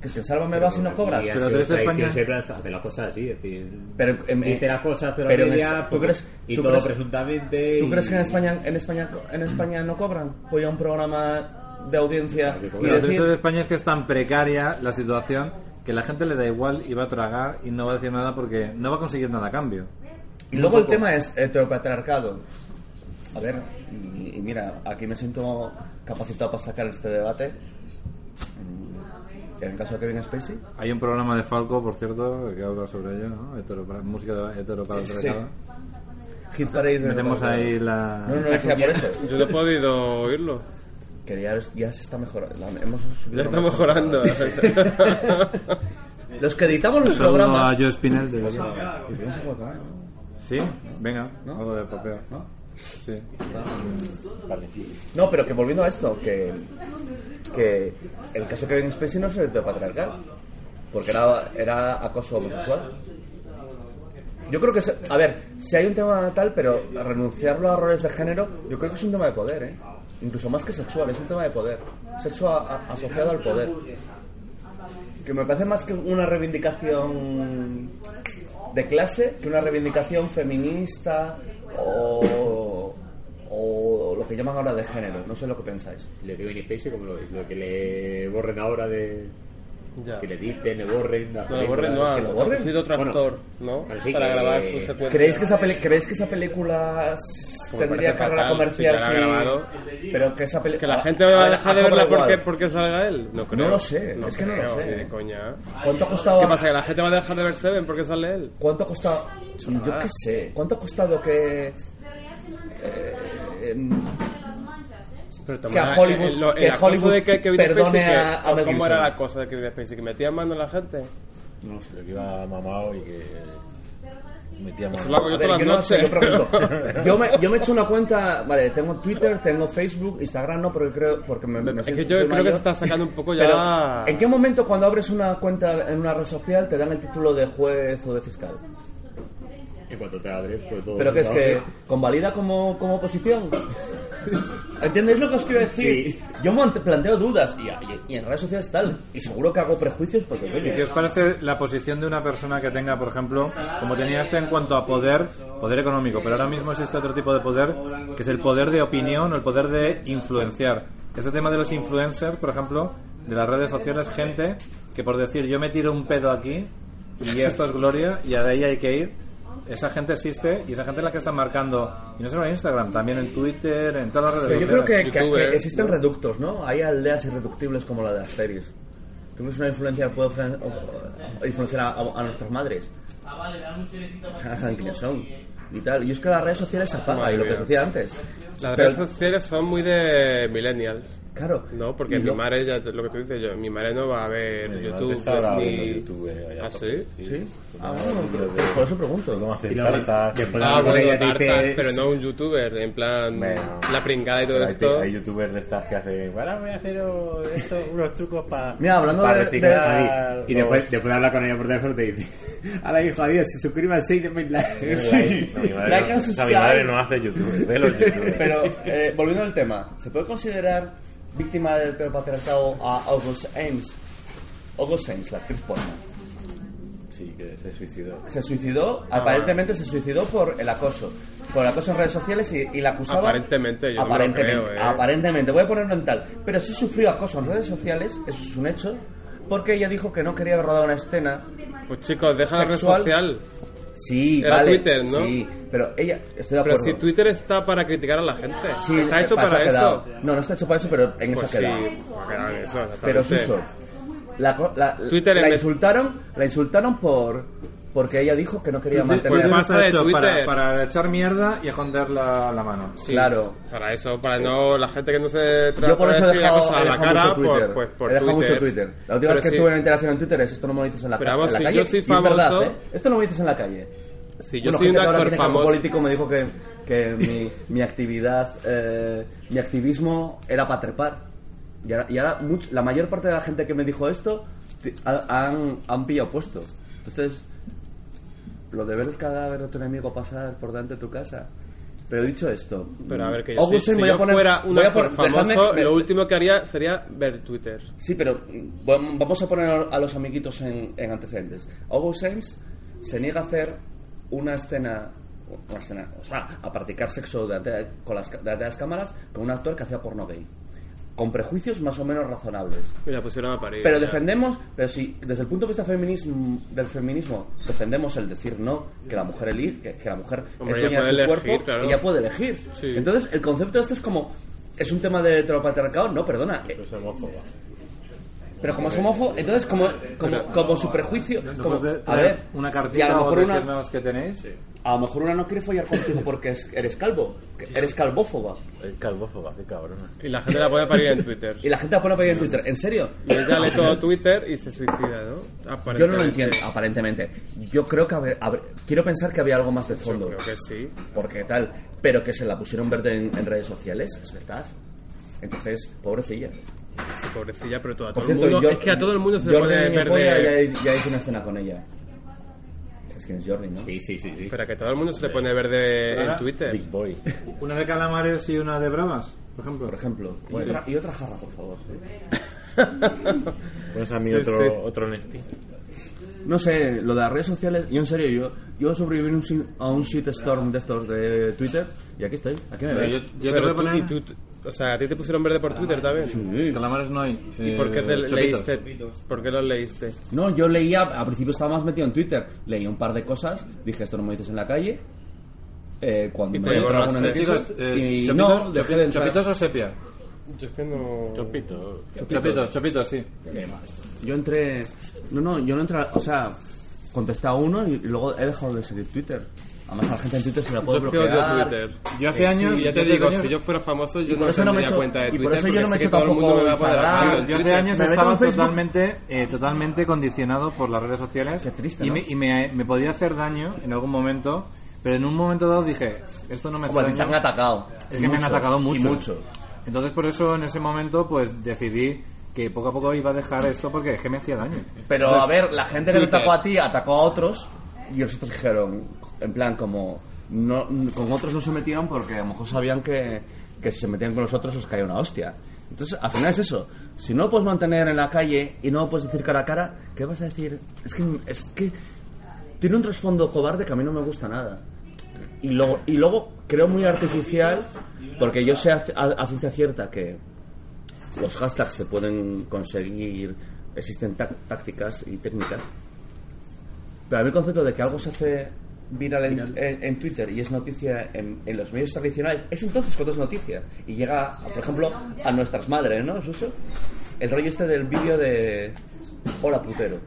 Speaker 9: que es que en Sálvame vas y no cobras.
Speaker 4: Y ha
Speaker 3: Pero
Speaker 4: sido
Speaker 3: tú eres de
Speaker 4: tradición
Speaker 3: España.
Speaker 4: siempre hacer las cosas así, es decir,
Speaker 9: Pero, em,
Speaker 4: dice las cosas, pero,
Speaker 9: pero en
Speaker 4: media,
Speaker 9: Espa- ¿tú crees-
Speaker 4: y
Speaker 9: tú
Speaker 4: todo
Speaker 9: crees-
Speaker 4: presuntamente.
Speaker 9: ¿Tú
Speaker 4: y-
Speaker 9: crees que en este- España, en España, en España no cobran? Voy a un programa de audiencia
Speaker 4: Claro que
Speaker 9: y
Speaker 3: Y lo triste de
Speaker 9: decir...
Speaker 3: España es que es tan precaria la situación que la gente le da igual y va a tragar y no va a decir nada porque no va a conseguir nada a cambio.
Speaker 9: Y luego el tema es heteropatriarcado. A ver, y, y mira, aquí me siento capacitado para sacar este debate. Mm, En el caso de Kevin Spacey,
Speaker 3: Hay un programa de Falco, por cierto, que habla sobre ello, ¿no? Heteropara- música de heteropatriarcado.
Speaker 9: Hit Parade...
Speaker 3: Metemos ahí la...
Speaker 9: No, no decía por eso.
Speaker 6: Yo no he podido oírlo.
Speaker 9: Que ya, ya se está mejorando. la- hemos
Speaker 6: Ya
Speaker 9: subido la
Speaker 6: está
Speaker 9: mejor-
Speaker 6: mejorando.
Speaker 9: Los que editamos
Speaker 3: Un
Speaker 9: los
Speaker 3: saludo a
Speaker 9: programas...
Speaker 3: Joe Spinell Pues de Sí, venga, algo de papeo. Sí.
Speaker 9: No, pero que volviendo a esto, que, que el caso que Kevin Spacey no se de patriarcal, porque era, era acoso homosexual. Yo creo que, se- a ver, si hay un tema tal, pero renunciarlo a errores de género, yo creo que es un tema de poder, ¿eh? Incluso más que sexual, es un tema de poder. Sexo a- a- asociado al poder. Que me parece más que una reivindicación de clase que una reivindicación feminista o, o lo que llaman ahora de género. No sé lo que pensáis.
Speaker 4: Le digo en Spacey como lo, lo que le borren ahora de.
Speaker 6: Ya.
Speaker 4: Que le diten, le borren. la
Speaker 6: No, lo
Speaker 4: película,
Speaker 6: borren, no.
Speaker 4: que
Speaker 6: Han
Speaker 4: lo
Speaker 9: borren.
Speaker 6: cogido otro
Speaker 4: Bueno,
Speaker 6: actor, ¿no?
Speaker 4: pero sí
Speaker 6: Para
Speaker 4: que-
Speaker 6: grabar su secuencia.
Speaker 9: ¿Creéis que, esa peli- ¿Creéis que esa película s-
Speaker 6: Como
Speaker 9: tendría
Speaker 6: parece
Speaker 9: carrera
Speaker 6: fatal,
Speaker 9: comercial?
Speaker 6: si ya
Speaker 9: si-
Speaker 6: la ha grabado.
Speaker 9: Pero que esa peli- Ah,
Speaker 6: ¿Que la gente va a
Speaker 9: ver,
Speaker 6: dejar de
Speaker 9: cobra
Speaker 6: verla
Speaker 9: igual.
Speaker 6: porque, porque salga él? No creo.
Speaker 9: lo sé, es que no lo sé.
Speaker 6: ni de coña.
Speaker 9: ¿Cuánto ha costado?
Speaker 6: ¿Qué pasa? ¿Que la gente va a dejar de ver Seven porque sale él?
Speaker 9: ¿Cuánto ha costado? Yo
Speaker 6: Chorrada.
Speaker 9: qué sé. ¿Cuánto ha costado que... eh, em,
Speaker 6: Pero
Speaker 9: Que a Hollywood-
Speaker 6: el- el-
Speaker 9: que
Speaker 6: el acoso
Speaker 9: Hollywood
Speaker 6: de que, Kevin
Speaker 9: perdone
Speaker 6: Spacey, que-
Speaker 9: a- a Mel
Speaker 6: ¿Cómo
Speaker 9: Gibson?
Speaker 6: era la cosa de Kevin Spacey? ¿Que metía mano en la gente?
Speaker 5: No sé, que iba mamado y que metía
Speaker 6: Eso lo hago
Speaker 5: mano.
Speaker 6: yo
Speaker 9: A ver,
Speaker 6: todas
Speaker 9: yo
Speaker 6: las
Speaker 9: no sé,
Speaker 6: noches.
Speaker 9: yo pregunto. Yo me, yo me he hecho una cuenta, vale, tengo Twitter, tengo Facebook, Instagram no, porque creo, porque me, me
Speaker 6: Es
Speaker 9: siento-
Speaker 6: que yo creo
Speaker 9: soy
Speaker 6: que
Speaker 9: mayor.
Speaker 6: se está sacando un poco
Speaker 9: Pero,
Speaker 6: ya...
Speaker 9: ¿en qué momento cuando abres una cuenta en una red social te dan el título de juez o de fiscal?
Speaker 4: En cuanto te abres, pues todo.
Speaker 9: Pero que es que
Speaker 4: todo-
Speaker 9: convalida como, como oposición. ¿Entendéis lo que os quiero decir?
Speaker 4: Sí.
Speaker 9: Yo mont- planteo dudas y, y- y en redes sociales tal. Y seguro que hago prejuicios porque
Speaker 3: ¿Y qué os
Speaker 9: coño.
Speaker 3: parece la posición de una persona que tenga, por ejemplo, como tenía este en cuanto a poder, poder económico, pero ahora mismo existe otro tipo de poder, que es el poder de opinión o el poder de influenciar? Este tema de los influencers, por ejemplo, de las redes sociales, gente que por decir yo me tiro un pedo aquí y esto es gloria y a de ahí hay que ir, esa gente existe y esa gente es la que está marcando, y no solo en Instagram, también en Twitter, en todas las redes
Speaker 9: Pero yo creo
Speaker 3: sociales.
Speaker 9: que, que-
Speaker 6: youtuber,
Speaker 9: que existen reductos, ¿no? Hay aldeas irreductibles como la de Asteris. Tuvimos una influencia que puede ofre- o- o- influenciar a, a- a nuestras madres. ¿Saben quiénes son? Y tal. Y es que las redes sociales se apagan,
Speaker 6: Madre
Speaker 9: y lo que os
Speaker 6: mía.
Speaker 9: decía antes.
Speaker 6: Las
Speaker 9: Pero-
Speaker 6: redes sociales son muy de millennials.
Speaker 9: Claro.
Speaker 6: No, porque
Speaker 9: Y
Speaker 6: mi
Speaker 9: lo-
Speaker 6: madre, ya te- lo que tú dices, yo, mi madre no va a ver
Speaker 5: Mi madre
Speaker 6: YouTube.
Speaker 5: está ahora
Speaker 6: ni-
Speaker 5: viendo YouTube, eh, allá
Speaker 6: ¿Ah, sí?
Speaker 9: Sí. Ah, bueno, pero- pero por eso pregunto.
Speaker 5: ¿Cómo hacer
Speaker 4: Y luego-
Speaker 5: tartas?
Speaker 4: después de
Speaker 6: Ah,
Speaker 4: hablar con
Speaker 6: bueno,
Speaker 4: ella, te
Speaker 6: tartas,
Speaker 4: dices-
Speaker 6: pero no un youtuber, en plan
Speaker 5: Bueno.
Speaker 6: la pringada y todo
Speaker 5: Pero hay-
Speaker 6: esto.
Speaker 5: Hay youtubers de estas que hacen, ahora voy a hacer oh, esto, unos trucos para.
Speaker 9: Mira, hablando de- de-
Speaker 4: Javi, Y después, después de hablar con ella por teléfono te dice Ahora hijo, adiós, suscríbase y denme like
Speaker 5: Sí. No, mi madre,
Speaker 9: Like
Speaker 5: no-
Speaker 9: and
Speaker 5: o sea, mi
Speaker 9: subscribe.
Speaker 5: madre no hace YouTube, ve los youtubers.
Speaker 9: Pero eh, volviendo al tema, ¿se puede considerar víctima del patriarcado a August Ames? August Ames, la actriz porno.
Speaker 5: Sí, que se suicidó.
Speaker 9: Se suicidó, aparentemente se suicidó por el acoso. Por el acoso en redes sociales y, y la acusaba.
Speaker 6: Aparentemente, yo no me lo
Speaker 9: aparentemente,
Speaker 6: creo, ¿eh?
Speaker 9: aparentemente, voy a ponerlo en tal. Pero sí sufrió acoso en redes sociales, eso es un hecho, porque ella dijo que no quería rodar una escena.
Speaker 6: Pues chicos, deja la red
Speaker 9: Sexual.
Speaker 6: social.
Speaker 9: Sí,
Speaker 6: Era
Speaker 9: vale,
Speaker 6: Twitter, ¿no?
Speaker 9: Sí, pero ella, estoy
Speaker 6: Pero
Speaker 9: de acuerdo.
Speaker 6: si Twitter está para criticar a la gente.
Speaker 9: Sí, eh,
Speaker 6: está hecho para
Speaker 9: ha
Speaker 6: eso.
Speaker 9: quedado. No, no está hecho para eso, pero en
Speaker 6: Pues
Speaker 9: eso
Speaker 6: sí,
Speaker 9: ha quedado.
Speaker 6: va a quedar en eso.
Speaker 9: Pero
Speaker 6: exactamente.
Speaker 9: Suso, la, co- la,
Speaker 6: Twitter en
Speaker 9: la
Speaker 6: vez-
Speaker 9: insultaron, la insultaron por porque ella dijo que no quería
Speaker 3: Pues,
Speaker 9: mantener.
Speaker 3: ¿qué
Speaker 6: Twitter-
Speaker 3: más ha
Speaker 6: de
Speaker 3: hecho para,
Speaker 6: Twitter.
Speaker 3: para echar mierda y esconder la, la mano.
Speaker 6: Sí,
Speaker 9: claro.
Speaker 6: Para eso, para no la gente que no se trata
Speaker 9: Yo por eso
Speaker 6: de
Speaker 9: he
Speaker 6: pues decir la
Speaker 9: dejado,
Speaker 6: cosa
Speaker 9: he
Speaker 6: a la
Speaker 9: dejado
Speaker 6: cara,
Speaker 9: mucho Twitter.
Speaker 6: por, pues por
Speaker 9: he dejado
Speaker 6: Twitter.
Speaker 9: mucho Twitter. La última
Speaker 6: Pero
Speaker 9: vez que
Speaker 6: sí,
Speaker 9: tuve una interacción en Twitter es esto no me lo dices en la,
Speaker 6: Pero
Speaker 9: ca-
Speaker 6: vamos,
Speaker 9: en la
Speaker 6: si
Speaker 9: calle.
Speaker 6: yo soy
Speaker 9: y es verdad,
Speaker 6: famoso-
Speaker 9: ¿eh? Esto no me dices en la calle.
Speaker 6: Si yo
Speaker 9: Bueno,
Speaker 6: soy un
Speaker 9: gente que ahora
Speaker 6: actor
Speaker 9: tiene cargo
Speaker 6: famoso.
Speaker 9: político me dijo que, que mi, mi actividad, eh, mi activismo era para trepar. Y ahora, y ahora much- la mayor parte de la gente que me dijo esto ti- ha- han, han pillado puesto. Entonces, lo de ver el cadáver de tu enemigo pasar por delante de tu casa. Pero dicho esto,
Speaker 6: Pero a ver, que yo,
Speaker 9: August
Speaker 6: si,
Speaker 9: Saint
Speaker 6: si
Speaker 9: voy a
Speaker 6: yo
Speaker 9: poner-
Speaker 6: fuera un
Speaker 9: voy a
Speaker 6: actor
Speaker 9: poner- dejadme-
Speaker 6: famoso,
Speaker 9: me-
Speaker 6: lo último que haría sería ver Twitter.
Speaker 9: Sí, pero mm, vam- vamos a poner a los amiguitos en, en antecedentes. August Sainz se niega a hacer una escena, una escena, o sea, a practicar sexo delante de, con las, ca- delante de las cámaras con un actor que hacía porno gay. Con prejuicios más o menos razonables.
Speaker 6: Mira, pusieron a parir.
Speaker 9: Pero
Speaker 6: ya.
Speaker 9: defendemos, pero si desde el punto de vista feminismo, del feminismo defendemos el decir no, que la mujer elige, que, que la mujer
Speaker 6: Hombre,
Speaker 9: es
Speaker 6: ella
Speaker 9: dueña de su
Speaker 6: puede elegir,
Speaker 9: cuerpo,
Speaker 6: claro.
Speaker 9: ella puede elegir.
Speaker 6: Sí.
Speaker 9: Entonces, el concepto este es como es un tema de heteropatriarcado, no, perdona,
Speaker 3: Pues
Speaker 9: eh,
Speaker 5: Es homófoba.
Speaker 9: pero como es homófobo, entonces como, como, como su prejuicio, como,
Speaker 3: puedes
Speaker 9: a
Speaker 3: traer
Speaker 9: ver,
Speaker 3: una
Speaker 9: y a
Speaker 3: cartita
Speaker 9: lo
Speaker 3: o
Speaker 9: mejor una,
Speaker 3: decirnos que tenéis.
Speaker 9: a lo mejor una no quiere follar contigo porque es- eres calvo, que eres calvófoba.
Speaker 5: Es calvófoba, qué cabrón.
Speaker 6: Y la gente la puede parir en Twitter.
Speaker 9: Y la gente la pone a pedir en Twitter, ¿en serio?
Speaker 6: Y ella lee todo Twitter y se suicida, ¿no?
Speaker 9: Yo no
Speaker 6: Aparentemente.
Speaker 9: lo entiendo, aparentemente. Yo creo que haber- haber- quiero pensar que había algo más de fondo.
Speaker 6: Creo que sí.
Speaker 9: porque tal, pero que se la pusieron verde en, en redes sociales, es verdad. Entonces, pobrecilla.
Speaker 6: Sí, pobrecilla, pero todo, a
Speaker 9: Por
Speaker 6: todo
Speaker 9: cierto,
Speaker 6: el mundo.
Speaker 9: Jor-
Speaker 6: es que a todo el mundo se le
Speaker 9: Jordi
Speaker 6: puede
Speaker 9: Niño Polla
Speaker 6: perder.
Speaker 9: Ya, ya hizo una escena con ella. ¿Sabes quién es Jordi, no?
Speaker 4: Sí, sí, sí. sí.
Speaker 6: Espera, que a todo el mundo se le pone verde en
Speaker 3: Ahora,
Speaker 6: Twitter.
Speaker 5: Big Boy.
Speaker 3: Una de calamares y una de bravas, por ejemplo.
Speaker 9: Por ejemplo. Y, otra, y otra jarra, por favor.
Speaker 5: Pones Pues a mí
Speaker 6: Sí,
Speaker 5: otro,
Speaker 6: sí.
Speaker 5: otro este. Nesti.
Speaker 9: No sé, lo de las redes sociales, yo en serio, yo, yo sobreviví un sin- a un shitstorm de estos de Twitter y aquí estoy, aquí me
Speaker 6: Pero yo,
Speaker 9: ves.
Speaker 6: yo te voy a poner. y tú- o sea, a ti te pusieron verde por Twitter también.
Speaker 3: Calamares no hay.
Speaker 6: ¿Y
Speaker 3: eh,
Speaker 6: por qué te
Speaker 3: chopitos.
Speaker 6: leíste? ¿Por qué los leíste?
Speaker 9: No, yo leía, al principio estaba más metido en Twitter, leí un par de cosas, dije esto no me dices en la calle. Eh, cuando
Speaker 6: Y
Speaker 9: me
Speaker 6: te
Speaker 9: entra
Speaker 6: borraste.
Speaker 9: alguna
Speaker 3: Chopitos,
Speaker 9: noticia,
Speaker 3: eh,
Speaker 9: y
Speaker 3: chopitos,
Speaker 9: no, dejé de
Speaker 3: chopi-
Speaker 9: entrar.
Speaker 3: ¿Chopitos o sepia?
Speaker 6: Yo es que no.
Speaker 5: Chopito.
Speaker 3: Chopitos, chopitos, sí.
Speaker 9: Yo entré. No, no, yo no entré. O sea, contesté a uno y luego he dejado de seguir Twitter. Además, a la gente en Twitter se la puede
Speaker 6: Yo es que odio
Speaker 9: bloquear. Eh,
Speaker 6: Twitter.
Speaker 3: Yo hace años.
Speaker 6: Y ya te
Speaker 3: hace
Speaker 6: digo,
Speaker 3: años-
Speaker 6: si yo fuera famoso, yo
Speaker 9: por
Speaker 6: no
Speaker 9: eso no me
Speaker 6: tendría
Speaker 9: echo-
Speaker 6: cuenta de
Speaker 9: y por
Speaker 6: Twitter.
Speaker 9: eso yo no
Speaker 6: porque
Speaker 9: me
Speaker 6: sé
Speaker 9: echo
Speaker 6: que todo el
Speaker 9: tampoco
Speaker 6: mundo me va a poner
Speaker 9: Instagram.
Speaker 6: rápido en
Speaker 3: Yo hace
Speaker 6: Twitter.
Speaker 3: años
Speaker 9: Me meto
Speaker 3: estaba
Speaker 9: en Facebook.
Speaker 3: totalmente, eh, totalmente condicionado por las redes sociales
Speaker 9: Qué triste,
Speaker 3: y,
Speaker 9: ¿no?
Speaker 3: me, y me- me podía hacer daño en algún momento, pero en un momento dado dije, esto no me hace
Speaker 9: Como a ti te
Speaker 3: daño.
Speaker 9: han atacado.
Speaker 3: Es
Speaker 9: Y
Speaker 3: que me han
Speaker 9: mucho,
Speaker 3: atacado mucho.
Speaker 9: Y mucho.
Speaker 3: Entonces por eso en ese momento pues decidí que poco a poco iba a dejar esto porque es que me hacía daño.
Speaker 9: Pero a ver, la gente que te
Speaker 6: Twitter.
Speaker 9: atacó a ti atacó a otros y los otros dijeron, en plan, como. No, con otros no se metieron porque a lo mejor sabían que, que si se metían con los otros os caía una hostia. Entonces, al final es eso. Si no lo puedes mantener en la calle y no lo puedes decir cara a cara, ¿qué vas a decir? Es que. Es que tiene un trasfondo cobarde que a mí no me gusta nada. Y luego, y luego creo muy artificial, porque yo sé a, a- a ciencia cierta que los hashtags se pueden conseguir, existen tá- tácticas y técnicas. Pero a mí el concepto de que algo se hace viral en, en- en Twitter y es noticia en, en los medios tradicionales, es entonces cuando es noticia. Y llega, a, por ejemplo, a nuestras madres, ¿no, Suso? El rollo este del vídeo de Hola putero.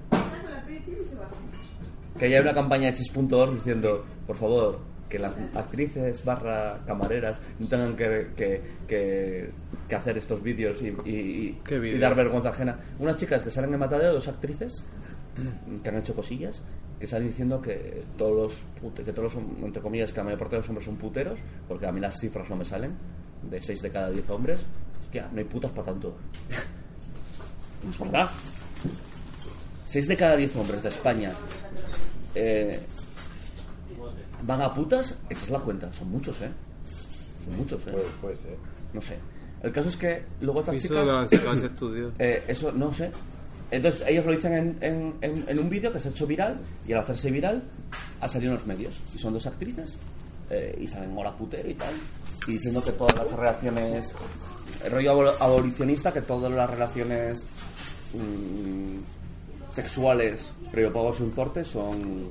Speaker 9: Que haya una campaña de chis.org diciendo, por favor, que las actrices barra camareras no tengan que, que, que- que hacer estos vídeos y, y- y-
Speaker 6: ¿Qué vídeo?
Speaker 9: y dar vergüenza ajena. Unas chicas que salen en Matadero, dos actrices que han hecho cosillas, que salen diciendo que todos los, pute- que todos los hom- entre comillas, que la mayor parte de los hombres son puteros, porque a mí las cifras no me salen, de 6 de cada 10 hombres. Hostia, no hay putas para tanto. Es verdad. 6 de cada 10 hombres de España eh, van a putas, esa es la cuenta. Son muchos, ¿eh? Son muchos, ¿eh?
Speaker 5: Puede ser.
Speaker 9: No sé. El caso es que luego estas
Speaker 6: Y eso
Speaker 9: chicas...
Speaker 6: lo han sacado ese estudio.
Speaker 9: Eh, eso no sé. Entonces ellos lo dicen en, en- en- en un vídeo que se ha hecho viral y al hacerse viral ha salido en los medios. Y son dos actrices eh, y salen mola putero y tal. Y diciendo que todas las relaciones... El rollo abol- abolicionista, que todas las relaciones mm, sexuales previo pago a su importe son,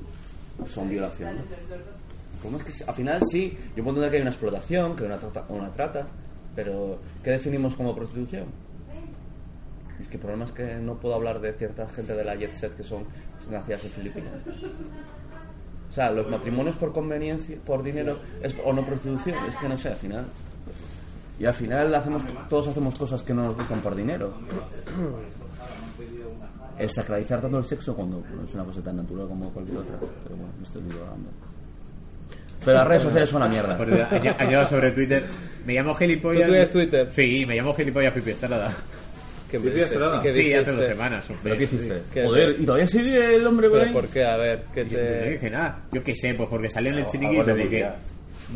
Speaker 9: son violación. ¿no? El problema es que al final sí, yo puedo entender que hay una explotación, que hay una trata, una trata, pero ¿qué definimos como prostitución? Es que el problema es que no puedo hablar de cierta gente de la jet set que son nacidas en Filipinas. O sea, los matrimonios por conveniencia, por dinero es- o no prostitución, es que no sé, al final. Y al final hacemos, todos hacemos cosas que no nos gustan por dinero. El sacralizar tanto el sexo cuando bueno, es una cosa tan natural como cualquier otra. Pero bueno, me estoy divagando. Pero las redes sociales son una mierda.
Speaker 4: Por añado sobre Twitter. Me llamo gilipollas.
Speaker 6: ¿Tú tienes Twitter?
Speaker 4: Sí, me llamo gilipollas Pipi Estrada.
Speaker 6: que
Speaker 3: ¿Tú hiciste nada?
Speaker 6: que
Speaker 3: Sí,
Speaker 4: Sí, hace dos
Speaker 6: dijiste-
Speaker 4: semanas. un
Speaker 3: ¿Pero
Speaker 4: mes.
Speaker 3: qué hiciste?
Speaker 6: que-
Speaker 9: Joder, y todavía sigue el hombre por
Speaker 6: ¿Pero
Speaker 9: ahí.
Speaker 6: por qué? A ver, que
Speaker 4: Yo No
Speaker 6: te...
Speaker 4: dije nada. Yo qué sé, pues porque salió en el
Speaker 5: algo le
Speaker 4: chiringuito. porque-
Speaker 5: diría.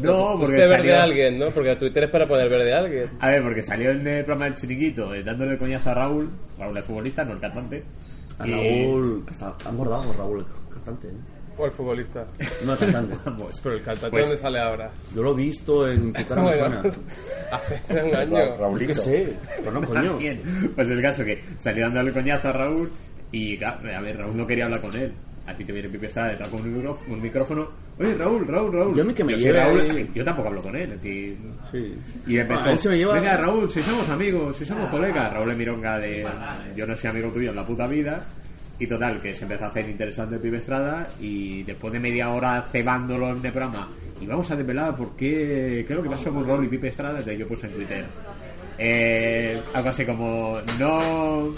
Speaker 4: No,
Speaker 6: Pusiste
Speaker 4: porque
Speaker 6: verde
Speaker 4: salió...
Speaker 6: a alguien, ¿no? Porque Twitter es para poner verde a alguien.
Speaker 4: A ver, porque salió en el programa del chiringuito eh, dándole el coñazo a Raúl. Raúl el futbolista, no el cantante.
Speaker 9: A
Speaker 4: y-
Speaker 9: Raúl, que está ha engordado Raúl, el cantante. ¿eh?
Speaker 6: O el futbolista.
Speaker 9: No, el cantante.
Speaker 4: Ambos.
Speaker 6: Pero el cantante,
Speaker 4: Pues-
Speaker 6: ¿dónde sale ahora?
Speaker 9: Yo lo he visto en tu cara me
Speaker 6: Bueno,
Speaker 9: suena.
Speaker 6: hace un
Speaker 5: Ra-
Speaker 6: año.
Speaker 9: Yo qué
Speaker 5: Raulito.
Speaker 9: sé, pero no, coño.
Speaker 4: También. Pues el caso que salió dándole el coñazo a Raúl y, claro, a ver, Raúl no quería hablar con él. A ti te viene Pipe está detrás con un micro- un micrófono. Oye, Raúl, Raúl, Raúl.
Speaker 9: Yo a mí que me
Speaker 4: Yo soy
Speaker 9: lleve
Speaker 4: Raúl,
Speaker 9: ahí.
Speaker 4: yo tampoco hablo con él. a ti-
Speaker 9: Sí.
Speaker 4: Y empezó,
Speaker 9: Ah, él se me lleva-
Speaker 4: venga Raúl, si somos amigos, si somos colegas. Raúl le mironga de, yo no soy amigo tuyo en la puta vida. Y total, que se empezó a hacer interesante el pibe Estrada y después de media hora cebándolo en el programa y vamos a desvelar por qué, qué es lo que pasó con Raúl y Pipe Estrada, desde yo puse en Twitter. Eh, algo así como, no,